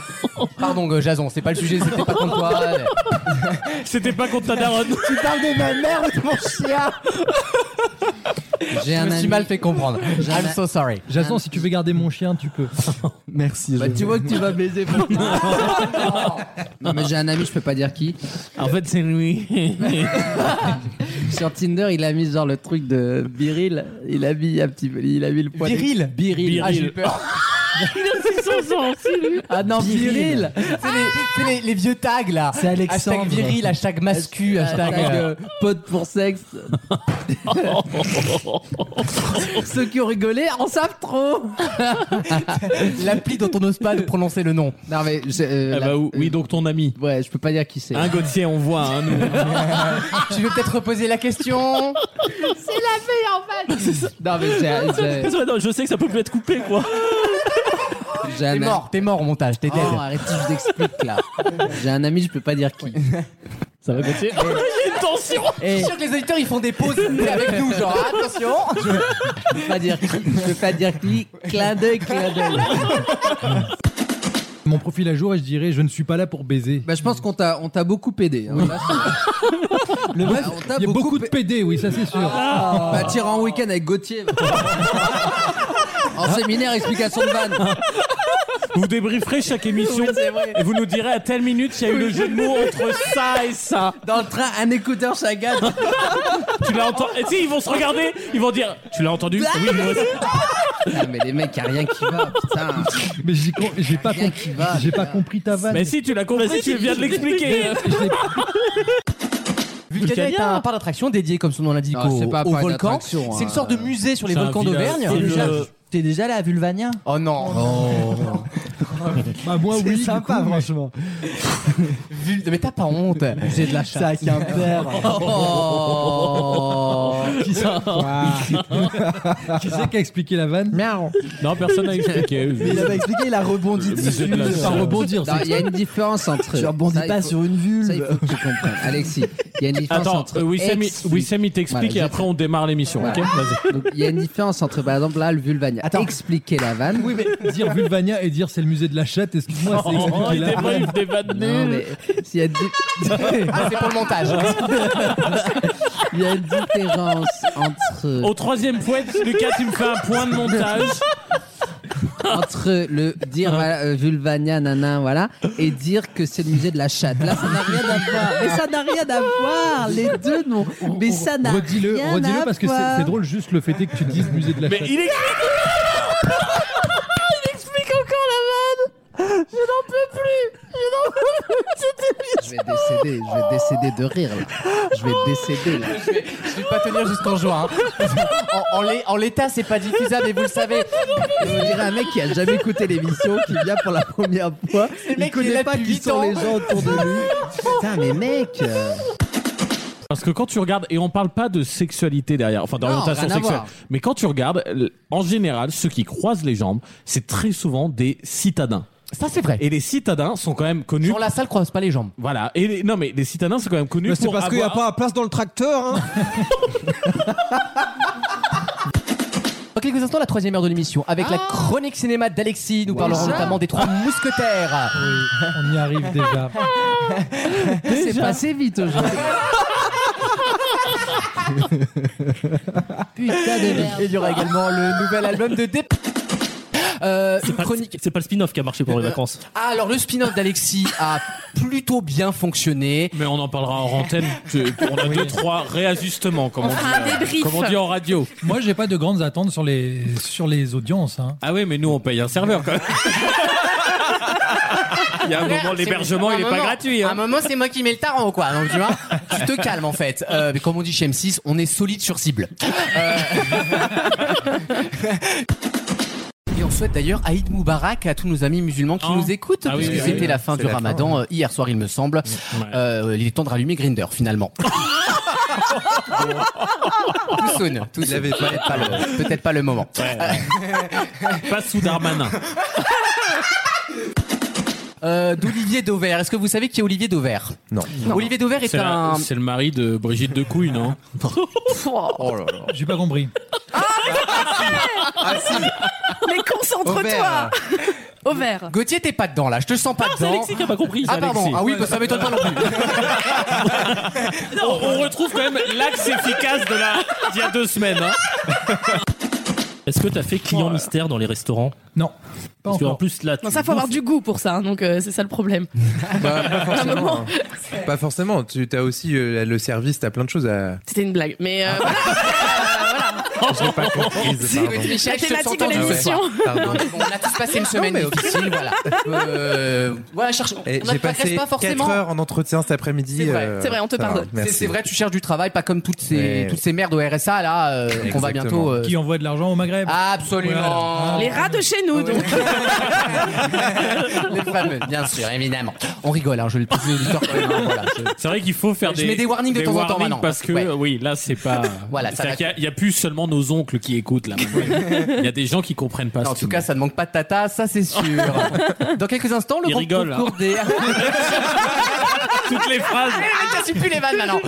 Speaker 2: Pardon, euh, Jason, c'est pas le sujet, c'était pas contre toi. ouais.
Speaker 5: (laughs) C'était pas contre ta daronne.
Speaker 2: (laughs) tu parles de ma mère ou de mon chien
Speaker 7: J'ai
Speaker 2: Je
Speaker 7: un
Speaker 2: me suis
Speaker 7: ami.
Speaker 2: mal fait comprendre. I'm so sorry.
Speaker 8: Jason, si tu veux garder mon chien, tu peux.
Speaker 7: Merci. Bah, tu vois que tu vas baiser. pour- (laughs) non, mais j'ai un ami, je peux pas dire qui.
Speaker 5: En fait, c'est lui.
Speaker 7: (laughs) Sur Tinder, il a mis genre le truc de viril. Il a mis un petit, il a mis le poids.
Speaker 9: Viril
Speaker 7: Viril. Ah, j'ai eu
Speaker 5: (laughs)
Speaker 2: Viril.
Speaker 7: peur.
Speaker 2: Ah non,
Speaker 7: viril.
Speaker 2: viril C'est les, c'est les- les vieux tags là
Speaker 7: C'est Alexandre.
Speaker 2: Hashtag viril, hashtag mascu, hashtag. euh,
Speaker 7: pote pour (laughs) sexe. Ceux qui ont rigolé en savent trop.
Speaker 2: L'appli dont on n'ose pas de prononcer le nom.
Speaker 7: Non mais je- euh,
Speaker 5: Ah
Speaker 7: la-
Speaker 5: bah ou- oui, donc ton ami.
Speaker 7: Ouais, je peux pas dire qui c'est.
Speaker 5: Hein, Gauthier, on voit,
Speaker 8: (laughs)
Speaker 5: hein, nous.
Speaker 2: tu veux peut-être reposer la question
Speaker 17: C'est (laughs) la meilleure vanne.
Speaker 7: Non mais (laughs) j'ai- j'ai-
Speaker 5: Ouais, non, je sais que ça peut plus être coupé, quoi.
Speaker 7: j'ai un
Speaker 2: T'es
Speaker 7: ami-
Speaker 2: mort, t'es mort au montage, t'es
Speaker 7: Oh,
Speaker 2: dead.
Speaker 7: arrête, je t'explique là. J'ai un ami, je peux pas dire
Speaker 2: (laughs)
Speaker 7: qui. Eh.
Speaker 5: Ça va Gauthier
Speaker 2: Il y a une tension Je suis sûr que les auditeurs ils font
Speaker 7: (laughs)
Speaker 2: des pauses avec nous, genre attention
Speaker 7: Je peux pas dire qui. Je peux pas dire qui. Clin d'œil, clin d'œil.
Speaker 8: Mon profil à jour et je dirais je ne suis pas là pour baiser.
Speaker 7: Bah, je pense qu'on t'a on t'a beaucoup aidé. hein. Là, c'est-
Speaker 8: Le
Speaker 7: Ah, on t'a
Speaker 8: Il y a beaucoup de PD, oui, ça c'est sûr.
Speaker 7: Ah. Bah, tire en week-end avec Gauthier. en séminaire, explication de
Speaker 2: Ah,
Speaker 7: vanne.
Speaker 5: Vous débrieferez chaque émission et vous nous direz à telle minute s'il y a eu le jeu de mots entre ça et ça.
Speaker 7: Dans le train, un écouteur Ah, chacun.
Speaker 5: Tu l'as entendu Et tu sais, ils vont se regarder, ils vont dire Tu l'as entendu
Speaker 7: Bah,
Speaker 5: Oui,
Speaker 7: (laughs)
Speaker 5: moi aussi.
Speaker 7: Ah, mais les mecs, y a rien qui va, putain.
Speaker 8: Mais j'ai con- j'ai pas,
Speaker 7: Rien
Speaker 8: compris-
Speaker 7: qui va,
Speaker 8: j'ai pas
Speaker 7: putain.
Speaker 8: compris ta vanne.
Speaker 5: Mais si, tu l'as compris,
Speaker 8: Bah, si,
Speaker 5: tu viens de l'expliquer.
Speaker 2: Vulcania est un parc d'attraction dédié, comme son nom l'indique,
Speaker 7: Non, c'est
Speaker 2: au,
Speaker 7: pas un
Speaker 2: au
Speaker 7: parc
Speaker 2: volcan. C'est
Speaker 7: d'attraction, hein.
Speaker 2: une sorte de musée sur les
Speaker 7: C'est un
Speaker 2: volcans
Speaker 7: village.
Speaker 2: d'Auvergne.
Speaker 7: C'est le-
Speaker 9: T'es déjà là à Vulvania
Speaker 2: Oh non
Speaker 7: Ah,
Speaker 8: Bah, moi,
Speaker 9: C'est
Speaker 8: oui, du coup,
Speaker 9: sympa,
Speaker 8: mais-
Speaker 7: (laughs)
Speaker 9: franchement.
Speaker 2: Vul- Mais t'as pas honte J'ai de la
Speaker 9: Ça,
Speaker 2: chatte.
Speaker 9: Quimper.
Speaker 2: (laughs) Oh
Speaker 8: Qui c'est (laughs) Qui c'est qui a expliqué la vanne
Speaker 5: Non, personne n'a expliqué.
Speaker 9: Mais il a pas expliqué, il a rebondi dessus.
Speaker 7: Pas
Speaker 9: rebondir,
Speaker 7: Non, Il y a une différence entre.
Speaker 9: Tu rebondis
Speaker 7: ça, il
Speaker 9: pas
Speaker 7: faut-
Speaker 9: sur une vulve.
Speaker 7: Ça, il faut que tu comprennes. Alexis, il y a une différence
Speaker 5: Attends,
Speaker 7: entre.
Speaker 5: euh, Wissem, il-
Speaker 7: ex-
Speaker 5: Wissem, il
Speaker 7: Voilà,
Speaker 5: t'explique et
Speaker 7: j'ai-
Speaker 5: après on démarre l'émission.
Speaker 7: Voilà.
Speaker 5: Ok, vas-y.
Speaker 7: Donc, il y a une différence entre, par exemple, là, le vulvania. Expliquer la vanne.
Speaker 8: Oui, mais dire Vulvania et dire c'est le musée de la chatte, excuse-moi,
Speaker 2: (laughs)
Speaker 8: c'est
Speaker 5: Oh,
Speaker 8: expliquer
Speaker 5: il
Speaker 8: la vanne.
Speaker 5: débriefe des vannes
Speaker 7: Non,
Speaker 5: nulles.
Speaker 7: mais s'il y a des-
Speaker 2: Ah, c'est pour le montage.
Speaker 7: (laughs) il y a une différence entre.
Speaker 5: Au troisième point, Lucas, tu me fais un point de montage.
Speaker 7: entre le dire voilà, euh, vulvania nana voilà et dire que c'est le musée de la chatte là ça n'a rien à voir mais ça n'a rien à voir les deux non mais ça n'a
Speaker 8: Redis-le,
Speaker 7: Bah, rien
Speaker 8: redis-le
Speaker 7: à
Speaker 8: parce que c'est
Speaker 7: voir.
Speaker 8: c'est drôle juste le fait est que tu dises musée de la
Speaker 5: Mais
Speaker 8: chatte.
Speaker 5: il est.
Speaker 17: Il explique encore la vanne. Je n'en peux plus. Je n'en peux plus.
Speaker 7: je vais décéder je vais décéder de rire là. je vais décéder là.
Speaker 2: je, vais, je vais pas tenir jusqu'en juin. hein. En- en l'é- En l'état, c'est pas diffusable et vous le savez.
Speaker 7: on dirait un mec qui a jamais écouté l'émission qui vient pour la première fois
Speaker 2: Le
Speaker 7: il
Speaker 2: mec, il est
Speaker 7: connaît
Speaker 2: là
Speaker 7: pas
Speaker 2: depuis
Speaker 7: qui
Speaker 2: huit
Speaker 7: sont
Speaker 2: ans.
Speaker 7: les gens autour de lui putain mais mec euh,
Speaker 5: Parce que quand tu regardes, et on parle pas de sexualité derrière, enfin d'orientation
Speaker 7: rien à
Speaker 5: sexuelle,
Speaker 7: voir.
Speaker 5: mais quand tu regardes, l- en général, ceux qui croisent les jambes, c'est très souvent des citadins.
Speaker 2: Ça, c'est vrai.
Speaker 5: Et les citadins sont quand même connus.
Speaker 2: Genre, la salle croise pas les jambes.
Speaker 5: Voilà. Et les- non, mais les citadins sont quand même connus
Speaker 14: Mais c'est
Speaker 5: pour
Speaker 14: parce qu'il n'y a
Speaker 5: avoir-
Speaker 14: pas à place dans le tracteur. Hein.
Speaker 2: Dans quelques instants, la troisième heure de l'émission, avec la chronique cinéma d'Alexis, nous parlerons notamment des trois mousquetaires.
Speaker 8: On y arrive déjà.
Speaker 7: c'est passé vite aujourd'hui putain de merde
Speaker 2: Et il y aura également le nouvel album de Dép. Euh,
Speaker 31: C'est pas, (laughs) c'est pas le spin-off qui a marché pendant
Speaker 5: Euh,
Speaker 31: les vacances.
Speaker 2: Ah, alors le spin-off d'Alexis a plutôt bien fonctionné.
Speaker 5: Mais on en parlera en antenne. Tu- On a deux, trois réajustements, comme on, dit, euh, comme on dit en radio.
Speaker 32: Moi, j'ai pas de grandes attentes sur les, sur les audiences. hein.
Speaker 5: Ah oui, mais nous, on paye un serveur quand même. (laughs) Il y a un moment, l'hébergement, il est pas gratuit.
Speaker 2: hein.
Speaker 19: À un moment, c'est moi qui mets le tarot, quoi. Donc, tu vois,
Speaker 2: Tu te calmes en fait. Euh, mais comme on dit chez M6, on est solide sur cible. Euh, (laughs) Et on souhaite d'ailleurs Aïd Moubarak à tous nos amis musulmans qui nous écoutent,
Speaker 19: Ah oui,
Speaker 2: puisque
Speaker 19: oui, oui,
Speaker 2: c'était
Speaker 19: oui.
Speaker 2: la fin
Speaker 19: C'est
Speaker 2: du
Speaker 19: la fin,
Speaker 2: ramadan
Speaker 19: ouais.
Speaker 2: euh, hier soir, il me semble. Euh, il est temps de rallumer Grinder finalement. tout soon, tout soon.
Speaker 19: avait pas-
Speaker 2: Peut-être pas, le- peut-être pas le moment.
Speaker 5: Pas sous Darmanin.
Speaker 2: Euh, D'Olivier Dauvert. Est-ce que vous savez qui est Olivier Dauvert non. Olivier Dauvert est,
Speaker 5: C'est la-
Speaker 2: un.
Speaker 5: C'est le mari de Brigitte de Couille, (laughs) non
Speaker 2: Oh là là.
Speaker 32: J'ai pas compris.
Speaker 2: Ah si
Speaker 33: Mais concentre-toi Au vert.
Speaker 2: Gauthier, t'es pas dedans là, je te sens pas
Speaker 33: c'est
Speaker 2: dedans.
Speaker 33: Alexis qui a pas compris,
Speaker 2: Ah
Speaker 33: c'est
Speaker 2: pardon,
Speaker 33: Alexis.
Speaker 2: ah oui, bah, ça m'étonne pas non plus.
Speaker 5: on, on retrouve quand même l'axe efficace de la d'il y a deux semaines. (laughs) hein.
Speaker 31: Est-ce que t'as fait client mystère dans les restaurants
Speaker 32: Non.
Speaker 31: Parce que en plus là, tu
Speaker 17: Non, ça, faut avoir
Speaker 31: bouffes-
Speaker 17: du goût pour ça, hein, donc euh, c'est ça le problème.
Speaker 34: Bah, pas
Speaker 17: Non, mais
Speaker 2: (laughs)
Speaker 34: forcément.
Speaker 17: bon,
Speaker 34: hein. Pas forcément. Tu as aussi euh, le service, t'as plein de choses
Speaker 2: (laughs)
Speaker 34: à.
Speaker 17: C'était une blague. Mais euh, voilà.
Speaker 34: J'ai pas
Speaker 2: Ah,
Speaker 34: comprise, pardon.
Speaker 19: Michel, je te sens
Speaker 17: thématique de
Speaker 19: tendu ce
Speaker 17: l'émission.
Speaker 19: soir.
Speaker 34: Pardon.
Speaker 2: On a tous passé une semaine
Speaker 34: Non, mais
Speaker 2: difficile, voilà.
Speaker 19: (laughs)
Speaker 2: Euh, voilà, cherche.
Speaker 19: Eh,
Speaker 34: Et
Speaker 2: on ne
Speaker 34: J'ai
Speaker 2: te regrette
Speaker 34: passé
Speaker 2: pas forcément.
Speaker 34: 4 heures en entretien cet après-midi.
Speaker 2: C'est vrai,
Speaker 34: euh,
Speaker 2: c'est vrai, on te
Speaker 34: ça va,
Speaker 2: pardonne. C'est
Speaker 34: merci.
Speaker 2: c'est vrai, tu cherches du travail, pas comme toutes ces,
Speaker 34: Ouais.
Speaker 2: toutes ces merdes au RSA là, euh,
Speaker 19: (laughs)
Speaker 2: qu'on va
Speaker 34: Exactement.
Speaker 2: bientôt. euh,
Speaker 32: Qui envoie de l'argent au Maghreb
Speaker 2: Ah. Absolument.
Speaker 17: Les rats de chez nous, donc.
Speaker 2: Les fameux, bien sûr, évidemment. On rigole, hein, je le précise aux auditeurs quand même, hein, voilà, je-
Speaker 5: C'est vrai qu'il faut faire
Speaker 2: Je
Speaker 5: des.
Speaker 2: mets des warnings de temps en temps
Speaker 5: warnings
Speaker 2: maintenant.
Speaker 5: Parce que,
Speaker 2: Ouais.
Speaker 5: oui, là, c'est pas.
Speaker 2: (laughs) Voilà, ça
Speaker 5: C'est-à-dire
Speaker 2: va-
Speaker 5: qu'il y a- Il n'y a, plus seulement nos oncles qui écoutent là.
Speaker 2: (laughs)
Speaker 5: maintenant. Il y a des gens qui comprennent pas
Speaker 2: Non, en
Speaker 5: ce
Speaker 2: tout cas, ça ne manque pas de tata, ça c'est sûr. Dans quelques instants, le
Speaker 5: Il
Speaker 2: grand
Speaker 5: rigole,
Speaker 2: concours
Speaker 5: hein.
Speaker 2: des.
Speaker 5: Toutes les phrases.
Speaker 2: Allez, mec, t'as su Ah, plus les vannes maintenant.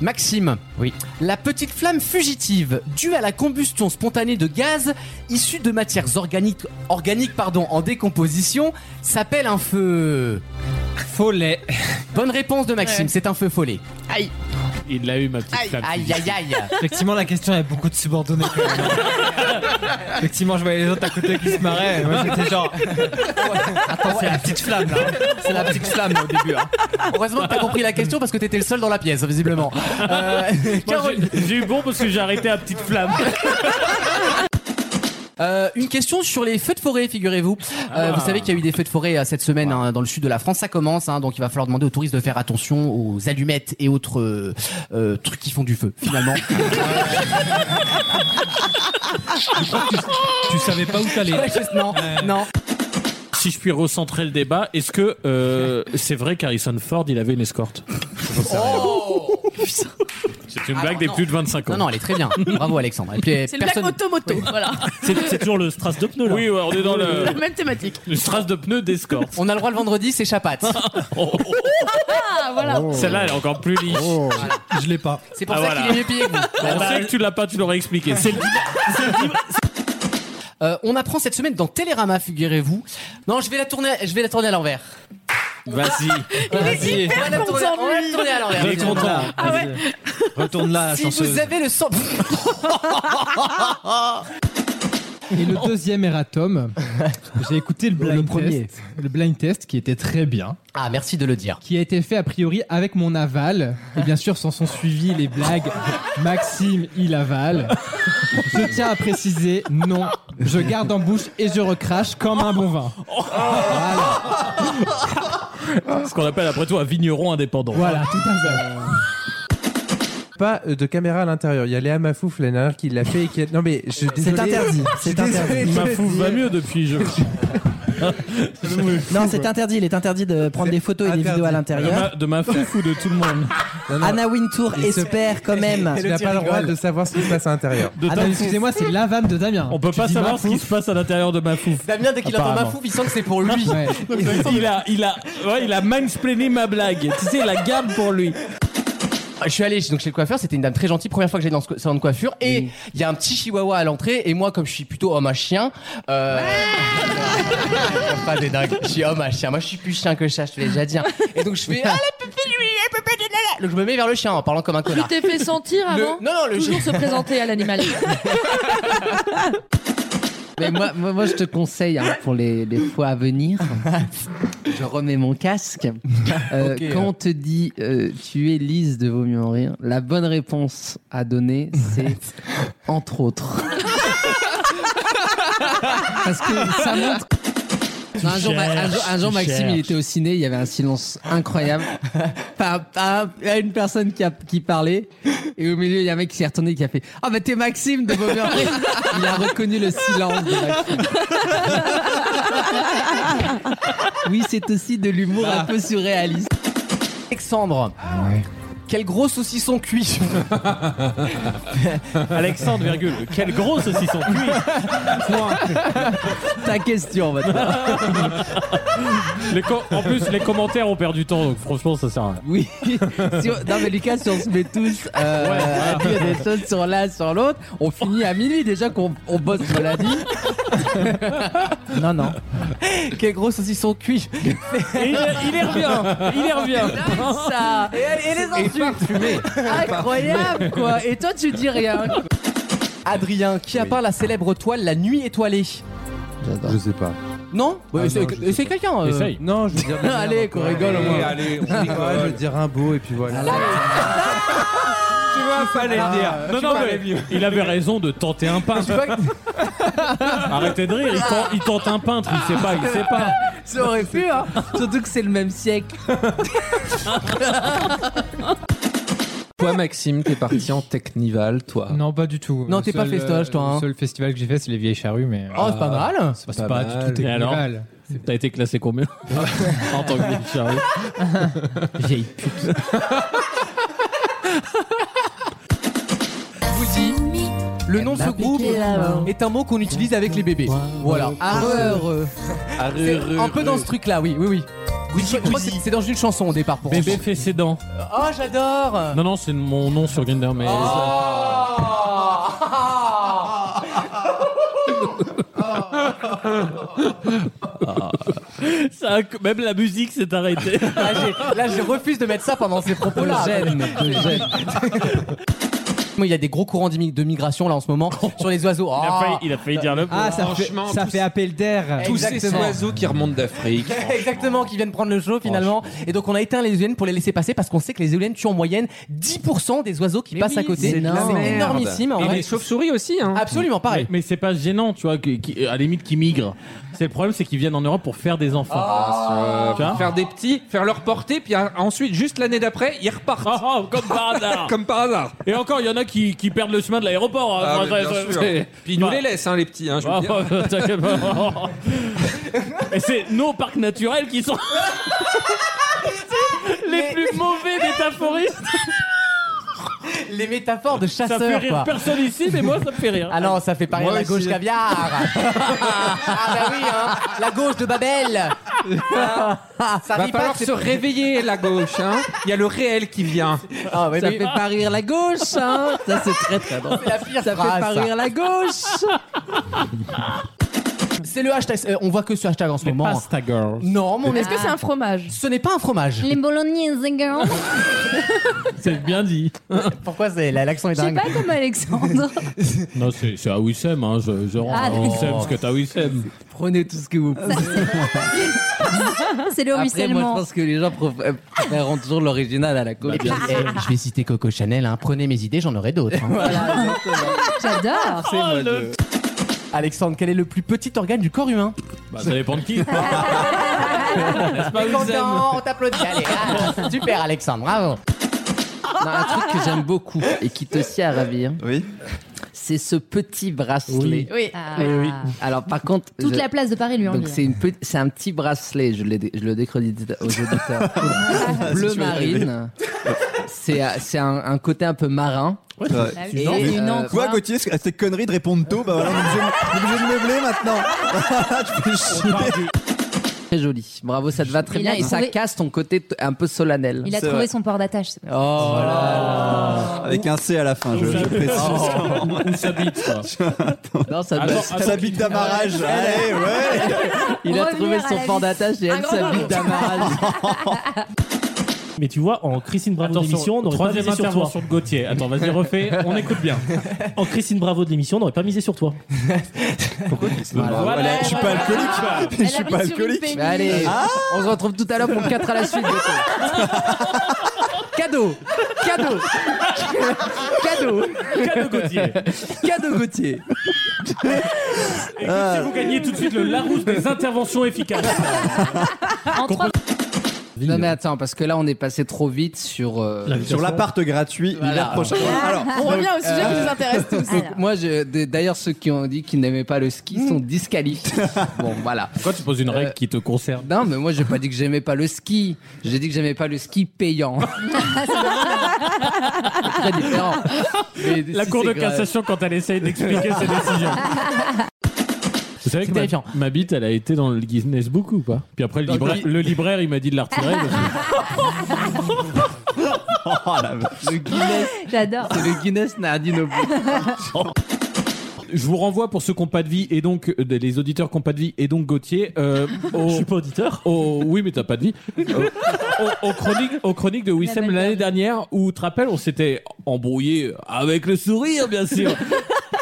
Speaker 2: Maxime, oui. La petite flamme fugitive due à la combustion spontanée de gaz issu de matières organiques, organiques pardon, en décomposition s'appelle un feu. Follet. Bonne réponse de Maxime,
Speaker 17: Ouais.
Speaker 2: c'est un feu follet.
Speaker 17: Aïe.
Speaker 5: Il l'a eu, ma petite
Speaker 17: Aïe.
Speaker 5: flamme.
Speaker 2: Aïe aïe aïe.
Speaker 10: Effectivement, la question avait beaucoup de subordonnés. quand même. Effectivement, je voyais les autres à côté qui se marraient. et Moi, j'étais genre. Attends, c'est la petite flamme là.
Speaker 2: C'est la petite flamme là, au début. hein. Heureusement que t'as compris la question parce que t'étais le seul dans la pièce, visiblement. Euh,
Speaker 5: Moi, j'ai- J'ai eu bon parce que j'ai arrêté à petite flamme.
Speaker 2: Euh, une question sur les feux de forêt, figurez-vous.
Speaker 32: Ah.
Speaker 2: Euh, Vous savez qu'il y a eu des feux de forêt euh, cette semaine hein, dans le sud de la France, ça commence, hein, donc il va falloir demander aux touristes de faire attention aux allumettes et autres euh, euh, trucs qui font du feu, finalement.
Speaker 32: (laughs) Tu savais pas où t'allais.
Speaker 2: non, non.
Speaker 5: Si je puis recentrer le débat, est-ce que euh, c'est vrai qu'Harrison Ford, il avait une escorte C'est une blague des plus de 25 ans.
Speaker 2: Non, non, elle
Speaker 32: (laughs)
Speaker 2: est très bien. Bravo Alexandre. Et puis,
Speaker 17: C'est le
Speaker 2: personne...
Speaker 17: blague automoto, voilà. (laughs)
Speaker 31: C'est c'est toujours le strass de pneu là.
Speaker 5: Oui, ouais, on est dans le,
Speaker 17: La
Speaker 5: (laughs)
Speaker 17: même thématique.
Speaker 5: le strass de pneus d'escorte.
Speaker 2: On a le droit le vendredi, c'est chapat.
Speaker 17: Ah, voilà.
Speaker 5: Celle-là, elle est encore plus lisse.
Speaker 32: Je l'ai pas.
Speaker 2: C'est pour
Speaker 5: Ah,
Speaker 2: ça
Speaker 5: voilà.
Speaker 2: qu'il est mieux payé que
Speaker 32: (laughs)
Speaker 2: vous.
Speaker 5: On sait que tu l'as pas, tu l'aurais expliqué. Bah, C'est le
Speaker 2: Euh, on apprend cette semaine dans Télérama, figurez-vous. Non, je vais la tourner, je vais la tourner à l'envers.
Speaker 5: (laughs) Vas-y.
Speaker 2: Vas-y. On va la tourner- on va la tourner à l'envers.
Speaker 10: Ah ouais. Retourne là,
Speaker 2: Si vous avez le sang.
Speaker 10: Et le deuxième erratum, j'ai écouté le blind test, le blind test qui était très bien,
Speaker 2: Ah, merci de le dire.
Speaker 10: qui a été fait a priori avec mon aval, et bien sûr s'en sont suivis les blagues Maxime il avale. Je tiens à préciser, non, je garde en bouche et je recrache comme un bon vin.
Speaker 5: Ce qu'on appelle après tout un vigneron indépendant.
Speaker 10: Voilà, tout à fait.
Speaker 34: Pas euh, de caméra à l'intérieur. Il y a Léa Mafouf l'année dernière qui l'a fait et qui a- Non mais je suis désolé.
Speaker 7: interdit,
Speaker 34: Je suis
Speaker 7: c'est interdit.
Speaker 34: désolé de
Speaker 5: Ma
Speaker 34: le
Speaker 5: fouf
Speaker 34: dire.
Speaker 5: va mieux depuis, je (laughs)
Speaker 7: Non, c'est interdit. Il est interdit de prendre des photos et des vidéos à
Speaker 5: De ma,
Speaker 10: Ah bah,
Speaker 7: l'intérieur.
Speaker 5: de ma fouf ou de tout le monde
Speaker 7: Anna Wintour
Speaker 34: Il se-
Speaker 7: espère quand
Speaker 10: (laughs)
Speaker 7: même.
Speaker 34: Tu n'as pas le droit de savoir ce qui se passe à l'intérieur.
Speaker 5: De
Speaker 10: Ah
Speaker 5: ta
Speaker 10: non,
Speaker 5: fouf.
Speaker 10: excusez-moi, c'est la vanne de Damien.
Speaker 5: On peut
Speaker 10: Tu
Speaker 5: pas
Speaker 10: dis
Speaker 5: savoir
Speaker 10: ma
Speaker 5: ce qui
Speaker 10: fouf.
Speaker 5: se passe à l'intérieur de ma fouf.
Speaker 2: Damien, dès qu'il entend ma
Speaker 5: Apparemment.
Speaker 2: fouf, il sent que
Speaker 5: (laughs)
Speaker 2: c'est pour lui.
Speaker 10: Ouais.
Speaker 5: il a, il a, ouais, il a mansplainé ma blague. Tu sais, la gamme pour lui.
Speaker 2: Ah, Je suis allé donc chez le coiffeur, c'était une dame très gentille, première fois que j'allais dans ce salon de coiffure, et il y a un petit chihuahua à l'entrée, et moi, comme je suis plutôt homme à chien, euh... (laughs) pas des dingues, je suis homme à chien, moi je suis plus chien que chat, je te l'ai déjà dit. hein. Et donc je
Speaker 5: (laughs)
Speaker 2: fais, ah la pupille lui, la pupille de la la. Donc je me mets vers le chien en parlant comme un
Speaker 29: Tu
Speaker 2: connard.
Speaker 29: t'es fait sentir
Speaker 2: Le-
Speaker 29: avant
Speaker 2: Non, non, le
Speaker 29: Toujours se présenter à l'animal.
Speaker 7: Mais moi, moi, moi, je te conseille hein, pour les, les fois à
Speaker 2: (laughs)
Speaker 7: venir. Je remets mon casque. Euh,
Speaker 2: Ok.
Speaker 7: Quand on te dit euh, tu es lise de Vaut mieux en rire, la bonne réponse à donner,
Speaker 2: (laughs)
Speaker 7: c'est entre autres. Parce que ça montre. Non, un, jour, Ma- un jour- un jour,
Speaker 2: Tu
Speaker 7: Maxime,
Speaker 2: cherches.
Speaker 7: il était au ciné, il y avait un silence incroyable. pas, pas- pas une personne qui, a- qui parlait. Et au milieu, il y a un mec qui s'est retourné et qui a fait Ah, bah t'es Maxime de Vaut mieux en rire. Il a reconnu le silence de Maxime. Oui, c'est aussi de l'humour
Speaker 2: Ah.
Speaker 7: un peu surréaliste.
Speaker 2: Alexandre. Ah Quel gros saucisson cuit
Speaker 5: Alexandre, virgule, quel gros (laughs) saucisson cuit Point.
Speaker 7: Ta question maintenant.
Speaker 5: Les co- en plus, les commentaires ont perdu du temps, donc franchement, ça sert à rien.
Speaker 7: Oui. Si on- Non, mais Lucas, si on se met tous euh, à dire des choses sur l'un, sur l'autre, on finit à minuit déjà qu'on on bosse pour la nuit.
Speaker 2: Non, non. Quel gros saucisson cuit
Speaker 5: Et il, il y revient Il y revient
Speaker 7: Ça. Et, elle- et les insultes. Incroyable quoi. Et toi, tu dis rien.
Speaker 2: Adrien, qui a peint la célèbre toile La Nuit étoilée
Speaker 10: Je sais pas.
Speaker 2: Non
Speaker 10: Ah
Speaker 2: Ouais, c'est-
Speaker 10: non, je
Speaker 2: C'est quelqu'un euh.
Speaker 35: Non, je veux dire.
Speaker 2: Allez, qu'on rigole au moins.
Speaker 35: Allez,
Speaker 34: (laughs)
Speaker 35: on rigole. Ouais, je veux dire un beau et puis voilà.
Speaker 36: Tu vois, fallait le dire.
Speaker 5: Non, non, mais il avait raison de tenter un peintre. (laughs) Arrêtez de rire, il tente, il tente un peintre, il sait pas, il sait pas.
Speaker 37: Ah,
Speaker 7: Ça aurait pu, hein. Surtout que c'est le même siècle.
Speaker 19: Toi, Maxime, t'es parti en Technival, toi.
Speaker 37: Non, pas du tout.
Speaker 19: Non,
Speaker 37: Le
Speaker 19: t'es pas
Speaker 37: seul,
Speaker 19: festoche, toi, hein.
Speaker 37: Le seul festival que j'ai fait, c'est les Vieilles Charrues, mais. euh, Ah.
Speaker 19: Oh, c'est pas
Speaker 2: Ah.
Speaker 19: mal.
Speaker 37: C'est pas, pas du tout
Speaker 5: Et alors
Speaker 37: Technival.
Speaker 5: T'as été classé combien En tant que Bill Charlie Vieille pute.
Speaker 2: vous dit le nom de ce groupe est un mot qu'on utilise avec les bébés. Voilà. Ah,
Speaker 7: Arreux.
Speaker 2: C'est Un peu dans ce truc-là, oui, oui, oui. Je crois que c'est- c'est dans une chanson au départ pour
Speaker 5: Bébé fait ses dents.
Speaker 2: Oh, j'adore Oh.
Speaker 5: Non, non, c'est mon nom sur Grindr, mais. (laughs) Ça a- Même la musique s'est arrêtée.
Speaker 2: Là, Ah, j'ai- là, je refuse de mettre ça pendant ces propos-là.
Speaker 5: gêne,
Speaker 2: Moi, Il y a des gros courants d'immi- de migration là en
Speaker 5: (laughs)
Speaker 2: ce moment sur les oiseaux.
Speaker 5: Il a
Speaker 2: Ah.
Speaker 5: failli- il a failli dire le mot.
Speaker 37: Ah, ça fait,
Speaker 2: Franchement,
Speaker 37: ça
Speaker 2: tous-
Speaker 37: fait appel d'air.
Speaker 19: Tous ces
Speaker 2: Exactement.
Speaker 19: oiseaux qui remontent d'Afrique.
Speaker 2: Exactement, qui viennent prendre le show finalement. Et donc on a éteint les éoliennes pour les laisser passer parce qu'on sait que les éoliennes tuent en moyenne 10% des oiseaux qui passent à côté.
Speaker 19: c'est de la merde.
Speaker 2: énormissime. en
Speaker 19: Et
Speaker 2: vrai.
Speaker 19: les chauves-souris aussi. Hein.
Speaker 2: Absolument, pareil.
Speaker 5: Mais, mais c'est pas gênant, tu vois, qui- qui- euh, à la limite qu'ils migrent. C'est le problème, c'est qu'ils viennent en Europe pour faire des enfants.
Speaker 19: Ah,
Speaker 5: Tu vois
Speaker 19: faire des petits, faire leur portée, puis hein, ensuite, juste l'année d'après, ils repartent.
Speaker 5: Oh, comme par hasard.
Speaker 19: (laughs) comme par hasard.
Speaker 5: Et encore, il y en a qui, qui perdent le chemin de l'aéroport. hein.
Speaker 19: Ah,
Speaker 5: Enfin,
Speaker 19: mais
Speaker 5: ça-
Speaker 19: bien
Speaker 5: ça-
Speaker 19: sûr.
Speaker 5: c'est-
Speaker 19: Puis ils nous
Speaker 5: Bah,
Speaker 19: les laissent, hein, les petits. hein, je veux
Speaker 5: Ah,
Speaker 19: dire.
Speaker 5: bah, (laughs)
Speaker 19: (laughs)
Speaker 5: t'inquiète pas. Et c'est nos parcs naturels qui sont les plus mauvais métaphoristes.
Speaker 2: Les métaphores de chasseurs.
Speaker 5: fait rire
Speaker 2: quoi.
Speaker 5: personne ici, mais moi, ça me fait rire.
Speaker 2: Ah non, ça fait pas rire
Speaker 5: Moi
Speaker 2: la gauche
Speaker 5: aussi.
Speaker 2: caviar. ah bah oui, hein. La gauche de Babel. Ah, ça
Speaker 19: Va
Speaker 2: rit pas,
Speaker 19: falloir
Speaker 2: c'est-
Speaker 19: se réveiller, la gauche. hein. Il y a le réel qui vient.
Speaker 2: Ah, ouais,
Speaker 7: Ça
Speaker 2: mais-
Speaker 7: fait pas rire la gauche, hein. Ça, c'est très très drôle.
Speaker 2: C'est la pire
Speaker 7: Ça fait
Speaker 2: phrase,
Speaker 7: pas
Speaker 2: ça.
Speaker 7: rire la gauche.
Speaker 2: (laughs) C'est le hashtag. euh, on voit que ce hashtag en ce moment. hein.
Speaker 5: Pasta Girl.
Speaker 2: Non, mon
Speaker 17: Est-ce que c'est un fromage
Speaker 2: Ce n'est pas un fromage.
Speaker 22: Les bolognaises, girl.
Speaker 5: C'est bien dit.
Speaker 2: Pourquoi c'est la- l'accent est
Speaker 22: Je sais
Speaker 2: dingue
Speaker 22: pas comme (laughs) Alexandre.
Speaker 5: Non, c'est c'est à Wissem, hein. je, je rends
Speaker 22: Ah,
Speaker 5: à
Speaker 22: d'accord.
Speaker 5: Wissem ce que t'as Wissem.
Speaker 7: Prenez tout ce que vous pouvez.
Speaker 22: C'est le
Speaker 7: Après, moi, je
Speaker 22: ruissellement.
Speaker 7: pense que les gens prof- euh, préféreront toujours l'original à la gauche.
Speaker 2: Et puis, eh, je vais citer Coco Chanel. hein. Prenez mes idées, j'en aurai d'autres. hein.
Speaker 22: J'adore.
Speaker 2: (laughs) Alexandre, quel est le plus petit organe du corps humain
Speaker 5: Bah, ça dépend de qui.
Speaker 2: T'es content, on t'applaudit. Allez, ah, super Alexandre, bravo.
Speaker 7: Non, un truc que j'aime beaucoup et qui te sied à ravir.
Speaker 10: Oui.
Speaker 7: C'est ce petit bracelet.
Speaker 22: Oui. Ah. Eh oui.
Speaker 7: Alors par contre,
Speaker 22: Toute
Speaker 7: je-
Speaker 22: la place de Paris lui en
Speaker 7: donc c'est une pe- c'est un petit bracelet. Je, l'ai dé- je le décrédite aux
Speaker 10: (laughs)
Speaker 7: auditeurs. Bleu
Speaker 10: Ah, Si tu veux
Speaker 7: marine. C'est euh, c'est un, un côté un peu marin.
Speaker 17: Ah
Speaker 10: Ouais.
Speaker 7: Et, euh,
Speaker 10: Quoi, Gauthier, à cette connerie de répondre tôt, bah voilà, on est obligé de- on est obligé de meubler maintenant. (laughs) Je fais chier.
Speaker 7: Très joli. Bravo, ça te va très
Speaker 22: Il
Speaker 7: bien
Speaker 22: a
Speaker 7: et ça
Speaker 22: trouvé-
Speaker 7: casse ton côté t- un peu solennel.
Speaker 22: Il a trouvé son port d'attache. c'est pas-
Speaker 7: Oh là
Speaker 10: Avec un C à la fin, je, je précise.
Speaker 5: Où ça bite, quoi.
Speaker 7: Non, ça
Speaker 10: Ah,
Speaker 7: doit-
Speaker 10: non, sa bite d'amarrage, allez, ouais
Speaker 7: Il a
Speaker 22: Revenir
Speaker 7: trouvé
Speaker 22: à
Speaker 7: son
Speaker 22: la
Speaker 7: port
Speaker 22: vie. Ah,
Speaker 7: d'attache et
Speaker 22: Un
Speaker 7: elle
Speaker 22: grand
Speaker 7: sa
Speaker 22: bravo.
Speaker 7: bite d'amarrage.
Speaker 21: Mais tu vois, en Christine Bravo
Speaker 5: Attention,
Speaker 21: d'émission, on n'aurait pas
Speaker 5: troisième
Speaker 21: misé sur toi.
Speaker 5: intervention de Gauthier. Attends, vas-y, refais, on écoute bien.
Speaker 21: (laughs) En Christine Bravo de l'émission, on n'aurait pas misé sur toi.
Speaker 5: Ah, Voilà.
Speaker 21: Voilà,
Speaker 10: je suis pas
Speaker 17: (laughs)
Speaker 10: alcoolique. Je suis pas alcoolique.
Speaker 7: Mais allez,
Speaker 10: Ah
Speaker 7: on se retrouve tout à l'heure pour 4 à la suite.
Speaker 2: Cadeau Cadeau Cadeau
Speaker 5: Cadeau Gauthier.
Speaker 28: Cadeau Gauthier.
Speaker 5: Et si vous gagnez tout de suite le Larousse des interventions efficaces.
Speaker 7: Non mais attends, parce que là on est passé trop vite sur euh,
Speaker 14: Sur l'appart gratuit
Speaker 7: Voilà.
Speaker 14: l'hiver prochain.
Speaker 5: Ah. (laughs)
Speaker 14: Alors,
Speaker 17: Ah.
Speaker 7: Donc, euh, donc,
Speaker 14: Alors.
Speaker 7: moi, je- d- d'ailleurs, ceux qui ont dit qu'ils n'aimaient pas le ski
Speaker 5: Mm.
Speaker 7: sont disqualifiés.
Speaker 5: (laughs)
Speaker 7: bon, voilà.
Speaker 5: Pourquoi tu poses une règle qui te concerne
Speaker 7: Non, mais moi, j'ai pas dit que j'aimais pas le ski. J'ai dit que j'aimais pas le ski
Speaker 5: (laughs)
Speaker 7: payant. C'est très différent. Mais
Speaker 5: La
Speaker 7: si
Speaker 5: Cour
Speaker 7: c'est euh,
Speaker 5: de
Speaker 7: grave.
Speaker 5: cassation quand elle essaye d'expliquer ses décisions. Vous savez que ma, ma bite, elle a été dans le Guinness Book ou pas Puis après, le,
Speaker 14: Dans le
Speaker 5: libra-
Speaker 14: Guinness-
Speaker 5: le libraire, il m'a dit de la (laughs) retirer.
Speaker 7: Le Guinness.
Speaker 4: J'adore.
Speaker 7: C'est le Guinness Nardino.
Speaker 5: Je vous renvoie pour ceux qui n'ont pas de vie et donc euh, les auditeurs qui n'ont pas de vie et donc Gauthier. (laughs) euh, au-
Speaker 21: Je suis pas auditeur.
Speaker 5: au- oui, mais t'as pas de vie. Euh, au- aux, chroniques, aux chroniques de Wissem l'année dernière où, tu te rappelles, on s'était embrouillé avec le sourire, bien (laughs) sûr.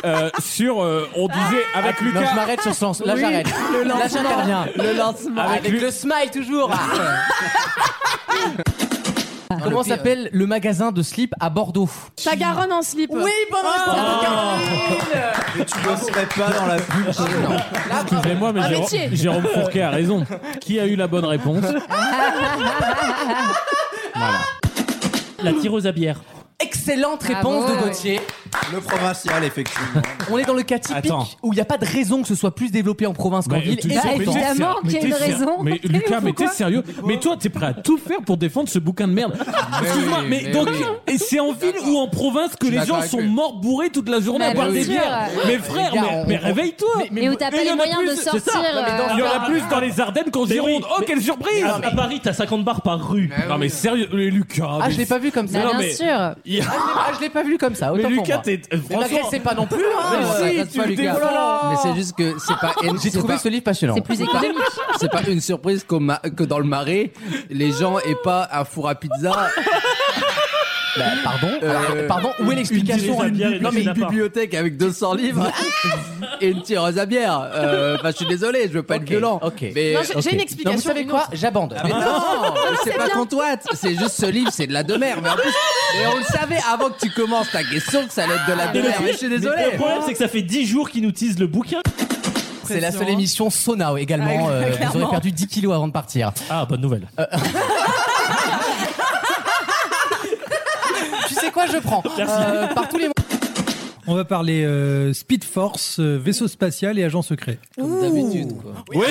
Speaker 5: euh, sur, euh, on disait avec
Speaker 19: Non,
Speaker 5: Lucas.
Speaker 19: je m'arrête sur ce sens. Là,
Speaker 5: Oui,
Speaker 19: j'arrête.
Speaker 5: le
Speaker 19: Là,
Speaker 5: lancement.
Speaker 19: j'interviens.
Speaker 5: Le lancement.
Speaker 19: Avec, Ah.
Speaker 5: Avec
Speaker 19: le smile, toujours. Comment
Speaker 28: le pire.
Speaker 19: s'appelle le magasin de slip à Bordeaux
Speaker 17: Ça garonne en slip.
Speaker 19: Oui, bonne
Speaker 14: Mais tu bosserais pas dans la pub.
Speaker 5: Excusez-moi, mais
Speaker 17: Un
Speaker 5: Jérôme,
Speaker 17: métier.
Speaker 5: Jérôme Fourquet a raison. Qui a eu la bonne réponse
Speaker 21: La tireuse à bière.
Speaker 19: Excellente réponse
Speaker 21: Bravo.
Speaker 19: de Gauthier.
Speaker 14: Le provincial, effectivement.
Speaker 19: On est dans le cas typique
Speaker 5: Attends.
Speaker 19: où il n'y a pas de raison que ce soit plus développé en province qu'en
Speaker 5: Mais euh,
Speaker 19: ville.
Speaker 5: tu sais, mais t'es sérieux- mais t'es sérieux- Mais Lucas, mais t'es sérieux Mais toi, t'es prêt à tout faire pour défendre ce bouquin de merde. Excuse-moi,
Speaker 19: oui,
Speaker 5: mais,
Speaker 19: mais
Speaker 5: donc,
Speaker 19: oui.
Speaker 5: et c'est en ville ou en province que
Speaker 19: Je suis
Speaker 5: les gens
Speaker 19: d'accord
Speaker 5: sont
Speaker 19: avec lui.
Speaker 5: morts bourrés toute la journée à
Speaker 19: Mais
Speaker 5: boire
Speaker 19: bien
Speaker 5: des
Speaker 19: sûr.
Speaker 5: bières. Mais frère,
Speaker 19: Les gars,
Speaker 5: mais,
Speaker 19: on-
Speaker 5: mais réveille-toi.
Speaker 4: Mais où t'as pas
Speaker 5: il y
Speaker 4: les
Speaker 5: en a
Speaker 4: moyens
Speaker 5: plus,
Speaker 4: de
Speaker 5: c'est ça.
Speaker 4: sortir,
Speaker 5: Non, mais dans-
Speaker 4: euh,
Speaker 5: Il y en
Speaker 4: dans-
Speaker 5: a plus dans les Ardennes qu'en
Speaker 21: Mais oui,
Speaker 5: Gironde. Oh,
Speaker 21: mais-
Speaker 5: quelle surprise
Speaker 21: À Paris, t'as 50 bars par rue.
Speaker 5: Non, mais sérieux, mais Lucas.
Speaker 19: Ah,
Speaker 5: mais-
Speaker 19: je l'ai pas vu comme ça.
Speaker 5: Mais non, mais-
Speaker 19: Ah, je
Speaker 5: Il-
Speaker 19: l'ai- ah, je l'ai pas vu comme ça.
Speaker 5: Mais
Speaker 19: autant pour
Speaker 5: Lucas,
Speaker 19: moi.
Speaker 5: t'es. euh,
Speaker 19: Mais
Speaker 5: franchement-
Speaker 19: c'est pas non plus.
Speaker 7: Mais non, ça
Speaker 19: Hein,
Speaker 7: rate pas, Lucas. Mais c'est juste que c'est pas.
Speaker 19: J'ai trouvé ce livre passionnant.
Speaker 7: C'est pas-
Speaker 19: (laughs)
Speaker 7: C'est pas une surprise qu'au ma- que dans le marais, les gens aient pas un four à
Speaker 19: (laughs)
Speaker 7: pizza.
Speaker 19: Bah, pardon, Ah,
Speaker 7: euh,
Speaker 19: pardon, où est
Speaker 7: une-
Speaker 19: l'explication
Speaker 7: une-
Speaker 19: à bière et
Speaker 7: Non, mais
Speaker 19: des
Speaker 7: une
Speaker 19: nappes
Speaker 7: bibliothèque avec 200
Speaker 19: (laughs)
Speaker 7: livres et une tireuse à bière. Euh, Enfin, je suis désolé, je veux pas être violent. Mais,
Speaker 19: Non, j'ai- j'ai une explication, Non, vous savez une quoi autre. J'abandonne.
Speaker 7: Mais non,
Speaker 19: Non,
Speaker 7: mais
Speaker 19: mais
Speaker 7: c'est
Speaker 19: c'est
Speaker 7: pas
Speaker 19: bien.
Speaker 7: qu'on toite. C'est juste ce livre, c'est de la demeure. Mais en plus, et on le savait avant que tu commences ta question que ça allait être de la
Speaker 21: Mais le
Speaker 7: demeure.
Speaker 21: pire-
Speaker 7: Mais je suis
Speaker 21: mais
Speaker 7: désolé.
Speaker 21: Le problème, c'est que ça fait 10 jours qu'ils nous teasent le bouquin.
Speaker 19: C'est la seule émission sauna également.
Speaker 21: Ah,
Speaker 19: euh, vous
Speaker 21: clairement.
Speaker 19: aurez perdu 10 kilos avant de partir.
Speaker 21: Ah, bonne nouvelle.
Speaker 19: (laughs) tu sais quoi, je prends. Euh, par tous les moyens.
Speaker 8: On va parler euh, Speed Force, euh, vaisseau spatial et agent secret.
Speaker 7: D'habitude,
Speaker 5: Oui.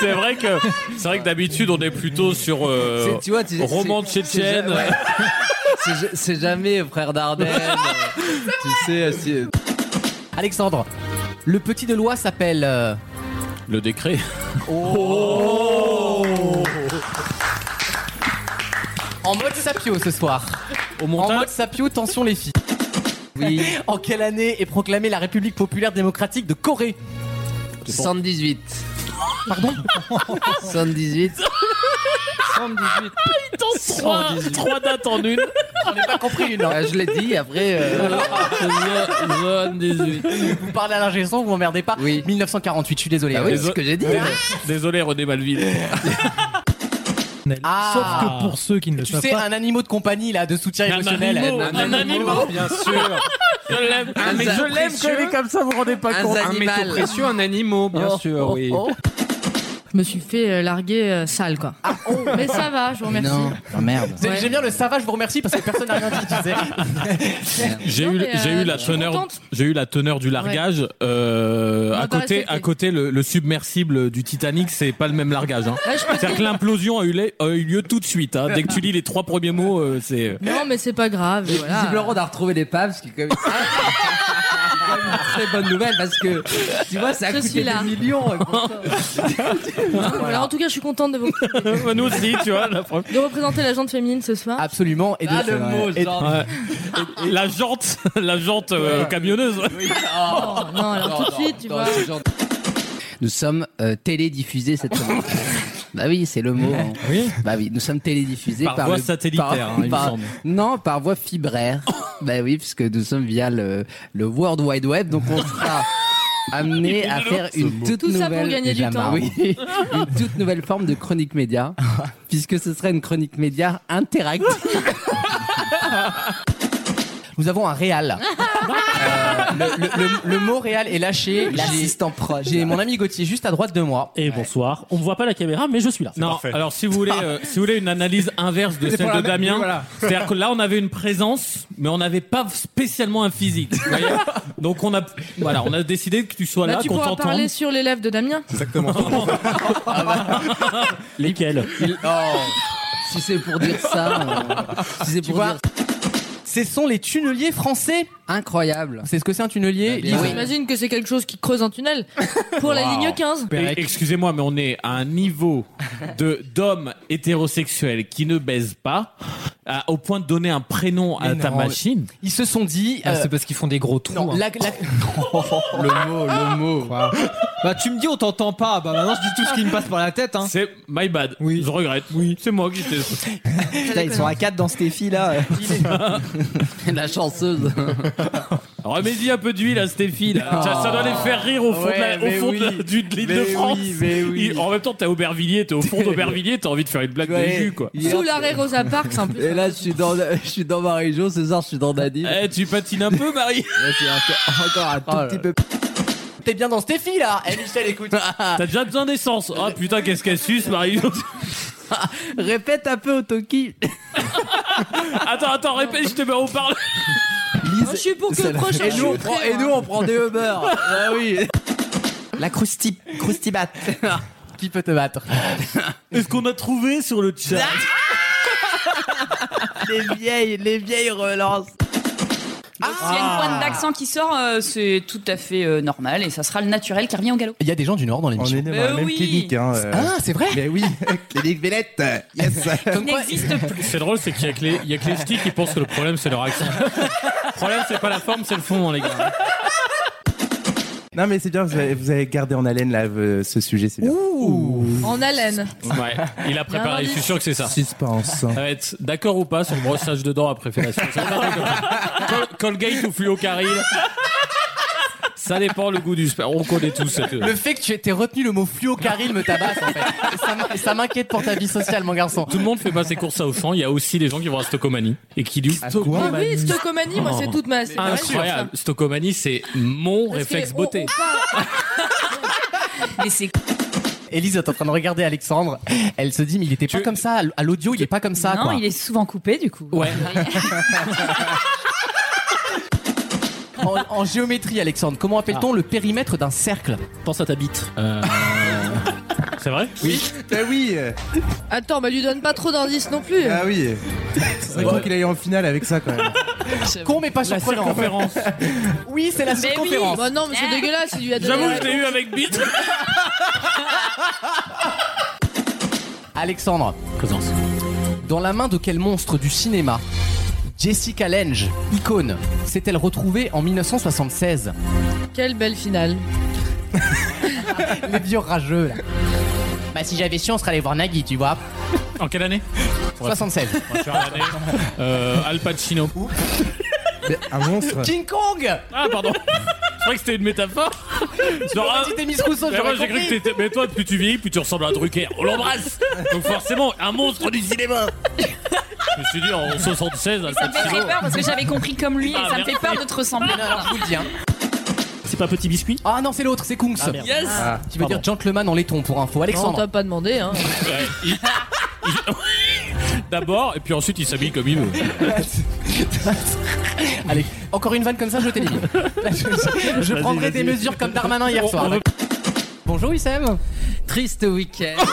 Speaker 5: c'est vrai que c'est vrai que d'habitude on est plutôt sur euh,
Speaker 7: C'est- tu vois, tu-
Speaker 5: roman de
Speaker 7: c'est-
Speaker 5: Tchétchène.
Speaker 7: c'est- ouais. C'est ja- C'est jamais euh, frère Dardenne. tu sais, si- euh.
Speaker 19: Alexandre, le petit de loi s'appelle. euh, (laughs)
Speaker 5: Le décret.
Speaker 19: En mode sapio ce soir. En mode sapio, tension les filles.
Speaker 7: Oui.
Speaker 19: (laughs) en quelle année est proclamée la République populaire démocratique de Corée
Speaker 7: 118.
Speaker 19: Pardon
Speaker 7: (laughs) 118. 118.
Speaker 19: Ah,
Speaker 5: trois- trois dates en une.
Speaker 19: J'en ai pas compris une. hein.
Speaker 7: Ah, je l'ai dit, après. euh,
Speaker 19: Vous parlez à l'ingé son, vous m'emmerdez pas. 1948, je suis désolé.
Speaker 7: Ah
Speaker 5: Déso- Désolé, Désolé,
Speaker 8: (laughs)
Speaker 5: René Malville.
Speaker 19: Ah.
Speaker 8: Sauf que pour ceux qui ne le
Speaker 19: Tu
Speaker 8: savent
Speaker 19: sais,
Speaker 8: pas,
Speaker 19: un animal de compagnie là, de soutien
Speaker 5: Un
Speaker 19: émotionnel.
Speaker 5: animal, un animal, bien sûr. Je l'aime.
Speaker 17: Ah,
Speaker 19: Un
Speaker 5: mais
Speaker 19: animal
Speaker 5: je l'aime quand
Speaker 19: précieux.
Speaker 5: il est comme ça, vous vous rendez pas
Speaker 19: Un
Speaker 5: compte.
Speaker 19: animal.
Speaker 5: métaux précieux, un animal, Oh. bien sûr, oui.
Speaker 17: Je me suis fait euh, larguer euh, sale, quoi. Mais ça va, je vous remercie.
Speaker 7: Ah,
Speaker 28: merde.
Speaker 19: C'est- J'aime bien le ça va, je vous remercie parce que personne n'a rien dit, tu sais.
Speaker 5: J'ai
Speaker 17: Non,
Speaker 5: eu,
Speaker 17: mais,
Speaker 5: j'ai
Speaker 17: euh,
Speaker 5: eu la
Speaker 17: je suis
Speaker 5: teneur,
Speaker 17: contente. Ah bah,
Speaker 5: j'ai eu la teneur du largage
Speaker 17: On
Speaker 5: euh,
Speaker 17: va
Speaker 5: à
Speaker 17: pas
Speaker 5: côté,
Speaker 17: respecter.
Speaker 5: à côté le, le submersible du Titanic, c'est pas le même largage. Hein.
Speaker 17: Ouais, je peux
Speaker 5: (laughs) C'est-à-dire
Speaker 17: dire.
Speaker 5: que l'implosion a eu, lieu- a eu lieu tout de suite. hein. Dès que tu lis les trois premiers mots, euh, c'est.
Speaker 17: Non, mais c'est pas grave.
Speaker 7: Et
Speaker 19: Ah.
Speaker 17: voilà.
Speaker 7: visiblement, on a retrouvé des paves, ce qui
Speaker 19: (laughs)
Speaker 7: est quand même, c'est quand même une très bonne nouvelle parce que tu vois, ça a
Speaker 17: Je suis
Speaker 7: coûté
Speaker 17: là.
Speaker 7: des millions. euh, pour-
Speaker 17: Alors, en tout cas, je suis contente de, vous...
Speaker 5: Bah, Nous aussi, tu vois. La, preuve.
Speaker 17: de représenter la gente féminine ce soir.
Speaker 19: Absolument. Et de-
Speaker 5: Ah, le
Speaker 7: euh,
Speaker 5: mot,
Speaker 19: et-
Speaker 5: genre. Ouais. Et- et la jante, (laughs) la jante euh, camionneuse.
Speaker 17: non, alors tout de suite, Oh, tu vois.
Speaker 5: (laughs)
Speaker 7: Nous sommes euh, télédiffusés cette semaine. Bah oui, c'est le mot. hein.
Speaker 5: Oui.
Speaker 7: Bah oui, nous sommes télédiffusés
Speaker 5: Par
Speaker 7: par,
Speaker 5: voie
Speaker 7: le-
Speaker 5: satellitaire, hein, il me semble.
Speaker 7: Non, par voie fibraire. bah oui, puisque nous sommes via le, le World Wide Web, donc on sera amené à faire
Speaker 3: Ce
Speaker 7: une
Speaker 3: mot.
Speaker 7: toute
Speaker 3: Tout ça
Speaker 7: nouvelle
Speaker 3: pour gagner du
Speaker 7: Benjamin,
Speaker 3: temps.
Speaker 7: oui, (laughs) une toute nouvelle forme de
Speaker 19: (laughs)
Speaker 7: chronique média, puisque ce serait une chronique média interactive.
Speaker 19: Nous avons un
Speaker 7: (laughs)
Speaker 19: réal. Euh, le, le- le- le mot réal est lâché. L'assistant proche. J'ai mon ami Gauthier juste à droite de moi.
Speaker 21: Et bonsoir. On me voit pas la caméra, mais je suis là.
Speaker 5: Non, alors si vous voulez, euh, si vous voulez une analyse inverse de
Speaker 21: C'est
Speaker 5: celle
Speaker 21: pour
Speaker 5: de
Speaker 21: la même-
Speaker 5: Damien,
Speaker 21: oui, voilà.
Speaker 5: c'est-à-dire que là on avait une présence, mais on n'avait pas spécialement un physique. vous voyez Donc on a, voilà, on a décidé que tu sois
Speaker 17: Bah,
Speaker 5: là,
Speaker 17: tu
Speaker 5: qu'on
Speaker 17: pourras
Speaker 5: t'entende.
Speaker 17: parler sur l'élève de Damien.
Speaker 5: Lesquels
Speaker 7: si c'est pour
Speaker 19: (laughs)
Speaker 7: dire ça, euh, si c'est pour dire
Speaker 19: Ce sont les tunneliers français.
Speaker 7: Incroyable.
Speaker 19: C'est ce que c'est un tunnelier
Speaker 7: bien.
Speaker 19: Lise-
Speaker 17: Bah, J'imagine que c'est quelque chose qui creuse un
Speaker 5: (laughs)
Speaker 17: tunnel pour la
Speaker 5: Wow.
Speaker 17: ligne 15.
Speaker 5: Et- Excusez-moi, mais on est à un niveau de d'hommes hétérosexuels qui ne baisent pas, à- au point de donner un prénom à
Speaker 19: Mais
Speaker 5: ta
Speaker 19: non.
Speaker 5: machine.
Speaker 19: Ils se sont dit. euh,
Speaker 5: Ah, c'est
Speaker 19: parce qu'ils font des gros trous.
Speaker 5: hein.
Speaker 19: le mot, le mot.
Speaker 30: Bah tu me dis on t'entend pas, bah maintenant je dis tout ce qui me passe par la tête hein.
Speaker 5: C'est my bad. Oui. Je regrette. Oui. C'est moi qui t'ai.
Speaker 28: Putain, ils sont à 4 dans cette fille
Speaker 7: (laughs)
Speaker 28: là.
Speaker 7: (laughs) la chanceuse.
Speaker 5: Remédie un peu d'huile à Stéphie. là.
Speaker 28: Oh.
Speaker 5: Ça, ça doit les faire rire au fond
Speaker 28: Ouais,
Speaker 5: de la- au
Speaker 28: mais
Speaker 5: fond de la-
Speaker 28: oui.
Speaker 5: du- de l'île
Speaker 28: Mais
Speaker 5: de
Speaker 28: oui,
Speaker 5: France.
Speaker 28: mais oui.
Speaker 5: Il- en même temps, t'es à Aubervilliers, t'es au fond d'Aubervilliers, t'as envie de faire une blague
Speaker 7: Ouais.
Speaker 5: de jus, quoi.
Speaker 7: Hier-
Speaker 17: Sous l'arrêt Rosa Parks, en plus.
Speaker 7: Et là, je suis dans, je suis dans ma région, César, je suis dans Nadine.
Speaker 5: Eh, tu patines un peu, Marie
Speaker 7: Encore un
Speaker 30: Oh
Speaker 7: tout petit peu.
Speaker 19: Oh T'es bien dans cette fille là. Eh Michel, écoute.
Speaker 7: Ah.
Speaker 5: T'as déjà besoin d'essence. Oh putain, qu'est-ce qu'elle suce, Marie
Speaker 7: (laughs)
Speaker 5: (laughs)
Speaker 7: Répète un peu au Toki.
Speaker 5: Attends, attends, répète, je te mets au parle.
Speaker 28: je suis pour
Speaker 5: que le prochain
Speaker 28: Et nous, on
Speaker 5: chute,
Speaker 28: prend,
Speaker 5: hein.
Speaker 28: et nous, on prend des Uber.
Speaker 7: ah oui.
Speaker 28: La crousti, croustibat.
Speaker 19: (laughs) Qui peut te battre
Speaker 5: Est-ce qu'on a trouvé sur le chat
Speaker 28: les vieilles, les vieilles relances.
Speaker 20: Ah, S'il y a une pointe d'accent qui sort, euh, c'est tout à fait euh, normal et ça sera le naturel qui revient au galop.
Speaker 19: Il y a des gens du Nord dans l'émission.
Speaker 28: On est né dans la
Speaker 20: Mais
Speaker 28: même
Speaker 20: oui.
Speaker 28: clinique. Hein,
Speaker 10: euh.
Speaker 20: Ah,
Speaker 28: c'est vrai Mais oui,
Speaker 30: (laughs)
Speaker 28: clinique Vélette. Yes.
Speaker 20: Qui n'existe plus.
Speaker 5: C'est drôle, c'est qu'il y a que les, il y a que les ch'tis qui pensent que le problème c'est leur accent. Le problème c'est pas la forme, c'est le fond, hein, les gars.
Speaker 10: (laughs) Non, mais c'est bien, vous avez, vous avez gardé en haleine là, euh, ce sujet, c'est bien.
Speaker 17: (laughs) En haleine.
Speaker 5: Ouais, il a
Speaker 17: Il y a un
Speaker 5: préparé, je suis
Speaker 17: indice.
Speaker 5: sûr que c'est ça.
Speaker 10: Suspense.
Speaker 5: Ça va être d'accord ou pas sur le brossage de dents après fellation. C'est un truc comme ça. Col- Colgate ou fluocaril Ça dépend le goût du sperme. On connaît tous cette.
Speaker 19: Le fait que tu aies t'aies retenu le mot fluocaril me tabasse en fait. Et ça m'in- Ça m'inquiète pour ta vie sociale, mon garçon.
Speaker 5: Tout le monde fait pas ses courses à Auchan. Il y a aussi les gens qui vont à Stocomanie et qui disent
Speaker 17: Ah
Speaker 5: bah,
Speaker 17: oui, Stocomanie, moi c'est toute ma. c'est pareil,
Speaker 5: Oh. Ah, Incroyable. Stocomanie, c'est mon
Speaker 17: Parce que
Speaker 5: réflexe
Speaker 17: on-
Speaker 5: beauté.
Speaker 20: (laughs) Mais c'est
Speaker 19: Élise est en train de regarder Alexandre. Elle se dit, mais il était pas comme ça. À l'audio, il est pas comme ça.
Speaker 20: Non,
Speaker 19: quoi.
Speaker 20: il est souvent coupé du coup. (laughs)
Speaker 19: Ouais. En, en géométrie, Alexandre, comment appelle-t-on
Speaker 20: Ah.
Speaker 19: le périmètre d'un cercle Pense à ta bite.
Speaker 5: Euh, C'est vrai
Speaker 10: Oui. Bah
Speaker 30: Ben
Speaker 10: oui.
Speaker 17: on- Attends, bah lui donne pas trop d'indices non plus.
Speaker 10: Ah oui. C'est vrai qu'il aille en finale avec ça quand même.
Speaker 19: Con mais pas
Speaker 10: La
Speaker 19: surprenant.
Speaker 10: circonférence.
Speaker 19: Oui, c'est la
Speaker 17: Mais oui.
Speaker 19: circonférence.
Speaker 17: Bah non, mais
Speaker 20: Ah.
Speaker 17: c'est dégueulasse, il lui a donné-
Speaker 5: J'avoue, je l'ai eu avec bite.
Speaker 19: Alexandre.
Speaker 5: Présence.
Speaker 19: Dans la main de quel monstre du cinéma Jessica Lange, icône, s'est-elle retrouvée en 1976
Speaker 17: Quelle belle finale.
Speaker 19: Les vieux rageux là. Bah si j'avais su, on serait allé voir Nagui, tu vois.
Speaker 5: En quelle année
Speaker 19: 76.
Speaker 5: On va faire l'année. Euh, Al Pacino.
Speaker 10: Un monstre.
Speaker 19: King Kong
Speaker 5: Ah, pardon. Je croyais que c'était une métaphore.
Speaker 19: J'aurais dit t'es Miss Rousseau,
Speaker 7: Ah,
Speaker 5: Mais
Speaker 19: j'aurais
Speaker 5: Eh, moi, j'ai cru que
Speaker 19: compris.
Speaker 5: t'étais. Mais toi, plus tu vieillis, plus tu ressembles à un Drucker. On l'embrasse. Donc forcément, un monstre du cinéma. Je me suis dit en 76, Al
Speaker 20: Ça me fait
Speaker 5: Pacino.
Speaker 20: très peur parce que j'avais compris comme lui et
Speaker 5: Ah,
Speaker 20: ça me fait
Speaker 5: merci.
Speaker 20: peur de te ressembler.
Speaker 17: Ah,
Speaker 5: C'est pas petit biscuit
Speaker 19: hein. Ah non, c'est l'autre, c'est Kungs.
Speaker 20: Ah, merde. Yes. Ah,
Speaker 19: Qui veut dire gentleman en laiton pour info.
Speaker 17: On
Speaker 19: Alexandre.
Speaker 17: t'a pas demandé, hein.
Speaker 5: Ouais, il- il- (laughs) D'abord, et puis ensuite, il s'habille comme il veut.
Speaker 19: Allez, encore une vanne comme ça, je t'élimine. Je, je
Speaker 5: Vas-y,
Speaker 19: prendrai des
Speaker 5: vas-y.
Speaker 19: mesures comme Darmanin hier
Speaker 5: On-
Speaker 19: soir.
Speaker 5: on veut-
Speaker 19: Bonjour Wissem.
Speaker 7: Triste week-end.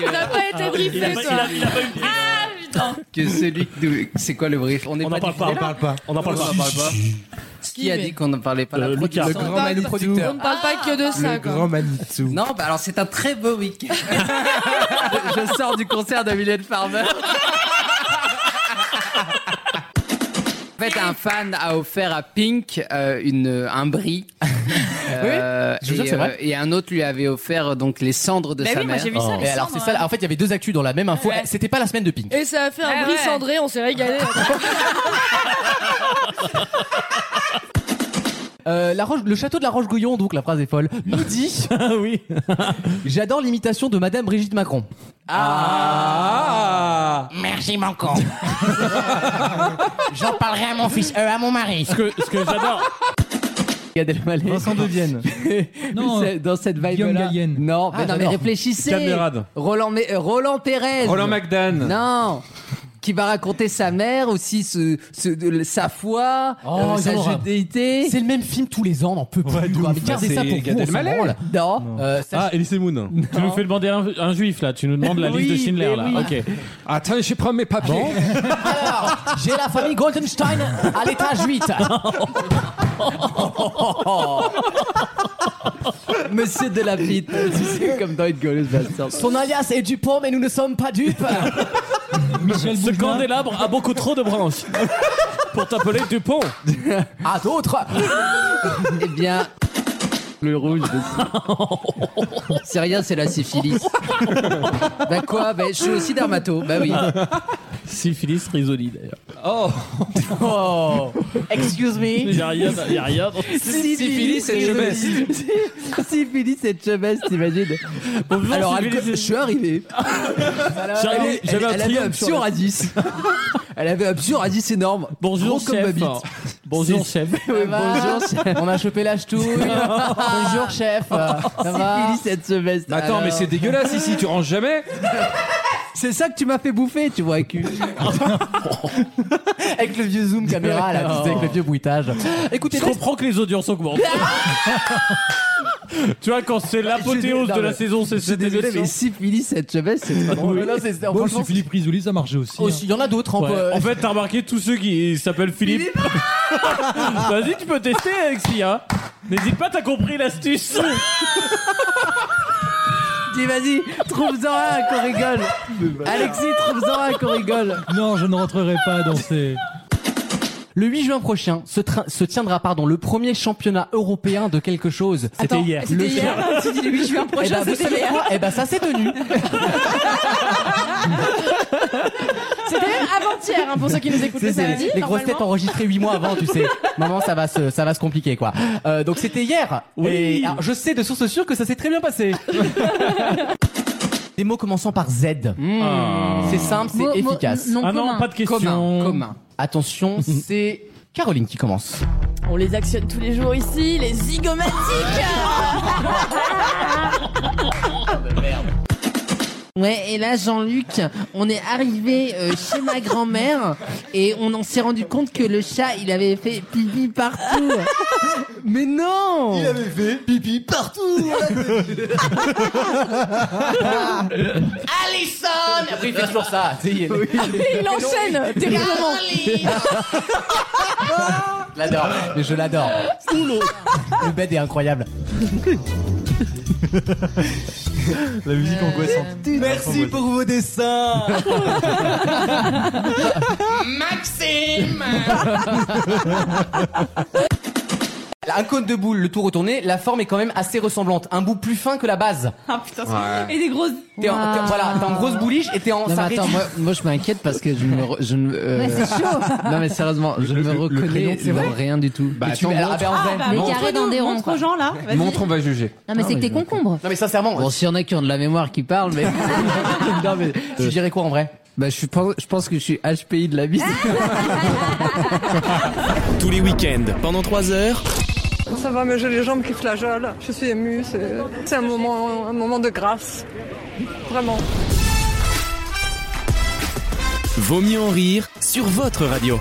Speaker 17: Il n'a pas été
Speaker 7: Il a
Speaker 17: briefé,
Speaker 7: pas-
Speaker 17: toi.
Speaker 7: il a- que celui que nous- C'est quoi le brief On n'en
Speaker 21: parle pas, on parle pas. On en parle pas.
Speaker 5: (laughs)
Speaker 7: Qui a dit qu'on n'en parlait pas
Speaker 21: Euh,
Speaker 7: la
Speaker 21: Lucas.
Speaker 7: production
Speaker 21: Le grand
Speaker 7: Pas- Ah.
Speaker 21: Manitou.
Speaker 7: producteur.
Speaker 17: On ne parle pas que de ça, quoi.
Speaker 10: Manitou.
Speaker 7: Non, bah alors c'est un très beau week-end. (laughs) Je sors du concert de Farmer. En fait, un fan a offert à Pink euh, une, un bris. Euh,
Speaker 2: je vous jure,
Speaker 7: et,
Speaker 2: c'est vrai.
Speaker 7: et un autre lui avait offert donc les cendres de
Speaker 2: Bah
Speaker 7: sa
Speaker 2: oui, moi,
Speaker 7: mère.
Speaker 2: j'ai vu ça, les Et alors, cendres, c'est ça, ouais.
Speaker 7: En fait, il y avait deux actus dans la même info. C'était pas la semaine de Pink.
Speaker 17: Et ça a fait un
Speaker 38: Ah
Speaker 17: bris
Speaker 38: ouais.
Speaker 17: cendré, on s'est régalé.
Speaker 2: Euh, la Roche- le château de la Roche-Gouillon, donc la phrase est folle, nous dit (laughs) Ah oui. J'adore l'imitation de Madame Brigitte Macron. Ah Merci mon (laughs) con. J'en parlerai à mon fils, euh, à mon mari. Ce que, j'adore. Gad Elmaleh. Vincent de
Speaker 7: (laughs)
Speaker 2: Vienne.
Speaker 7: Non,
Speaker 2: dans cette
Speaker 7: Guillaume
Speaker 2: vibe-là.
Speaker 7: Gallienne.
Speaker 2: Non,
Speaker 7: Ah,
Speaker 2: mais non, mais
Speaker 7: j'adore.
Speaker 2: réfléchissez.
Speaker 7: Camerade.
Speaker 2: Roland, mais, euh, Roland Pérez.
Speaker 7: Roland
Speaker 2: McDan.
Speaker 7: Non Qui va raconter sa mère aussi, ce, ce- de- sa foi,
Speaker 2: Oh,
Speaker 7: euh,
Speaker 2: ils
Speaker 7: sa
Speaker 2: en auront.
Speaker 7: judéité.
Speaker 2: C'est le même film tous les ans, on n'en (laughs) peut plus. quoi. Mais gardez ça pour vous, on s'en branle. Non. Euh, ça-
Speaker 5: Ah, Elise Moon. Tu nous fais demander un, un juif là, tu nous demandes la liste de
Speaker 2: Oui,
Speaker 5: Schindler là.
Speaker 2: mais oui.
Speaker 5: Ok. Attends, je prends mes papiers.
Speaker 2: Alors, j'ai la famille Goldenstein à l'étage 8. (laughs) Ah.
Speaker 7: (laughs) Monsieur de la
Speaker 2: (laughs)
Speaker 7: Vite, c'est comme dans une gauleuse bastard.
Speaker 2: Son alias est Dupont, mais nous ne sommes pas dupes.
Speaker 5: Ce candélabre a beaucoup trop de branches. (laughs) Pour t'appeler Dupont.
Speaker 2: À d'autres.
Speaker 7: Eh bien. Le rouge. (laughs) c'est rien, c'est la
Speaker 2: (laughs)
Speaker 7: syphilis. bah quoi bah, Je suis aussi dermato. Bah oui.
Speaker 5: Syphilis rhizolie d'ailleurs.
Speaker 7: Oh
Speaker 2: Oh Excuse me.
Speaker 5: Y'a rien, y'a rien.
Speaker 7: Syphilis et chevesse. Syphilis et chevesse, t'imagines
Speaker 5: Bonjour,
Speaker 7: Alors,
Speaker 5: syphilis
Speaker 7: alco-
Speaker 5: et-
Speaker 7: je suis arrivé.
Speaker 5: J'avais-
Speaker 7: Elle-
Speaker 5: j'avais un
Speaker 7: elle, avait
Speaker 5: triomphe
Speaker 7: un
Speaker 5: sur
Speaker 7: psur
Speaker 5: la-
Speaker 7: à 10. (laughs) Elle avait un psur à 10 énorme.
Speaker 5: Bonjour
Speaker 7: Gros comme ma
Speaker 5: chef.
Speaker 7: bite.
Speaker 5: Bonjour
Speaker 7: C'est-
Speaker 5: chef.
Speaker 7: Oui, bonjour chef.
Speaker 2: On a chopé
Speaker 7: (laughs)
Speaker 2: l'âge tout. Bonjour chef. Ça va
Speaker 7: Syphilis cette semestre.
Speaker 2: Mais attends, mais c'est
Speaker 7: dégueulasse ici, tu ranges jamais C'est ça que tu m'as fait bouffer, tu vois,
Speaker 5: (laughs)
Speaker 7: cul.
Speaker 2: Avec le vieux zoom caméra là, tu sais, avec le vieux bruitage. Écoutez,
Speaker 5: Je comprends que les audiences augmentent. tu vois, quand c'est l'apothéose
Speaker 7: Je- non,
Speaker 5: de la
Speaker 7: mais-
Speaker 5: saison, c'est cette
Speaker 7: Désolé,
Speaker 5: émission.
Speaker 7: mais syphilis cette chevesse, c'est trop drôle.
Speaker 5: Oui.
Speaker 2: Non, c'est-
Speaker 39: Bon,
Speaker 2: franchement,
Speaker 39: c'est Philippe Risoli, ça marchait aussi. hein.
Speaker 2: Aussi, Oh, il y en a d'autres. on
Speaker 5: hein Ouais.
Speaker 2: peut-
Speaker 5: En fait, t'as remarqué tous ceux qui s'appellent Philippe. (laughs) Vas-y, tu peux tester, Alexis. Hein. N'hésite pas, t'as compris l'astuce.
Speaker 7: Dis, vas-y, trouve-en un qu'on rigole.
Speaker 2: (laughs)
Speaker 7: Alexis, trouve-en un qu'on rigole.
Speaker 39: Non, je ne rentrerai pas dans ces.
Speaker 2: Le 8 juin prochain se, train- se tiendra pardon, le premier championnat européen de quelque chose.
Speaker 5: C'était Attends, hier.
Speaker 2: Le
Speaker 5: c'était hier.
Speaker 40: Tu dis le 8 juin prochain,
Speaker 2: Eh ben, vous
Speaker 40: c'était
Speaker 2: savez
Speaker 40: hier.
Speaker 2: quoi Eh ben ça s'est tenu.
Speaker 17: C'était avant-hier, hein, pour ceux qui nous écoutent
Speaker 2: C'est-
Speaker 17: le
Speaker 2: c'est
Speaker 17: samedi.
Speaker 2: les- les grosses têtes
Speaker 17: normalement.
Speaker 2: enregistrées 8 mois avant,
Speaker 17: (laughs)
Speaker 2: tu sais. Maman, ça va se, ça va se compliquer quoi. Euh, donc c'était hier. Et, alors, je sais de source sûre que ça s'est très bien passé. Des mots commençant par Z. C'est simple, c'est
Speaker 17: Mo- mo-
Speaker 2: efficace.
Speaker 17: non Ah non, commun. pas de question.
Speaker 2: Commun, commun. Attention, c'est Caroline qui commence.
Speaker 17: On les actionne tous les jours ici, les zygomatiques
Speaker 22: Ouais, et là, Jean-Luc, on est arrivé euh, chez ma grand-mère et on en s'est rendu compte que le chat, il avait fait pipi (laughs) partout.
Speaker 7: Mais non
Speaker 22: Il avait
Speaker 7: fait pipi partout
Speaker 2: Alison Après, il fait toujours ça. tu sais, il-
Speaker 17: Et il enchaîne terriblement
Speaker 2: Je l'adore, mais je l'adore. Le bed est incroyable.
Speaker 41: La musique angoissante.
Speaker 2: Merci pour
Speaker 40: (laughs)
Speaker 2: vos dessins.
Speaker 17: Maxime
Speaker 2: (laughs) Un cône de boule, le tout retourné, la forme est quand même assez ressemblante. Un bout plus fin que la base.
Speaker 40: Ah putain, c'est-
Speaker 7: Ouais.
Speaker 40: et des grosses.
Speaker 2: T'es en, t'es-
Speaker 40: Waouh.
Speaker 2: voilà, t'es en grosse bouliche et t'es en.
Speaker 7: Non, mais
Speaker 2: ça
Speaker 7: attends,
Speaker 2: réduit.
Speaker 7: moi, moi, je m'inquiète parce que je me. re- Je ne, euh,
Speaker 2: Ouais, c'est chaud.
Speaker 7: Non, mais sérieusement, je ne me reconnais
Speaker 42: crayon, c'est
Speaker 7: dans
Speaker 42: vrai
Speaker 7: rien du tout.
Speaker 42: Bah, attends, montre.
Speaker 7: ah,
Speaker 42: bah, montre-
Speaker 22: carré dans des ronds,
Speaker 40: Montre
Speaker 22: quoi.
Speaker 40: aux gens là. vas-y.
Speaker 42: Montre, on va juger.
Speaker 22: Non, mais c'est que t'es concombre.
Speaker 2: Non, mais sincèrement.
Speaker 7: Bon, s'il y en a qui ont de la mémoire qui parle, (laughs) mais.
Speaker 2: non, mais tu dirais quoi en vrai
Speaker 7: Bah, je, suis, pas- je pense que je suis HPI de la bise.
Speaker 19: Tous les week-ends, pendant 3 heures.
Speaker 13: Oh, Ça va, mais j'ai les jambes qui flageolent. Je suis émue. C'est c'est un moment, un moment de grâce. Vraiment.
Speaker 19: Vaut mieux en rire sur votre radio.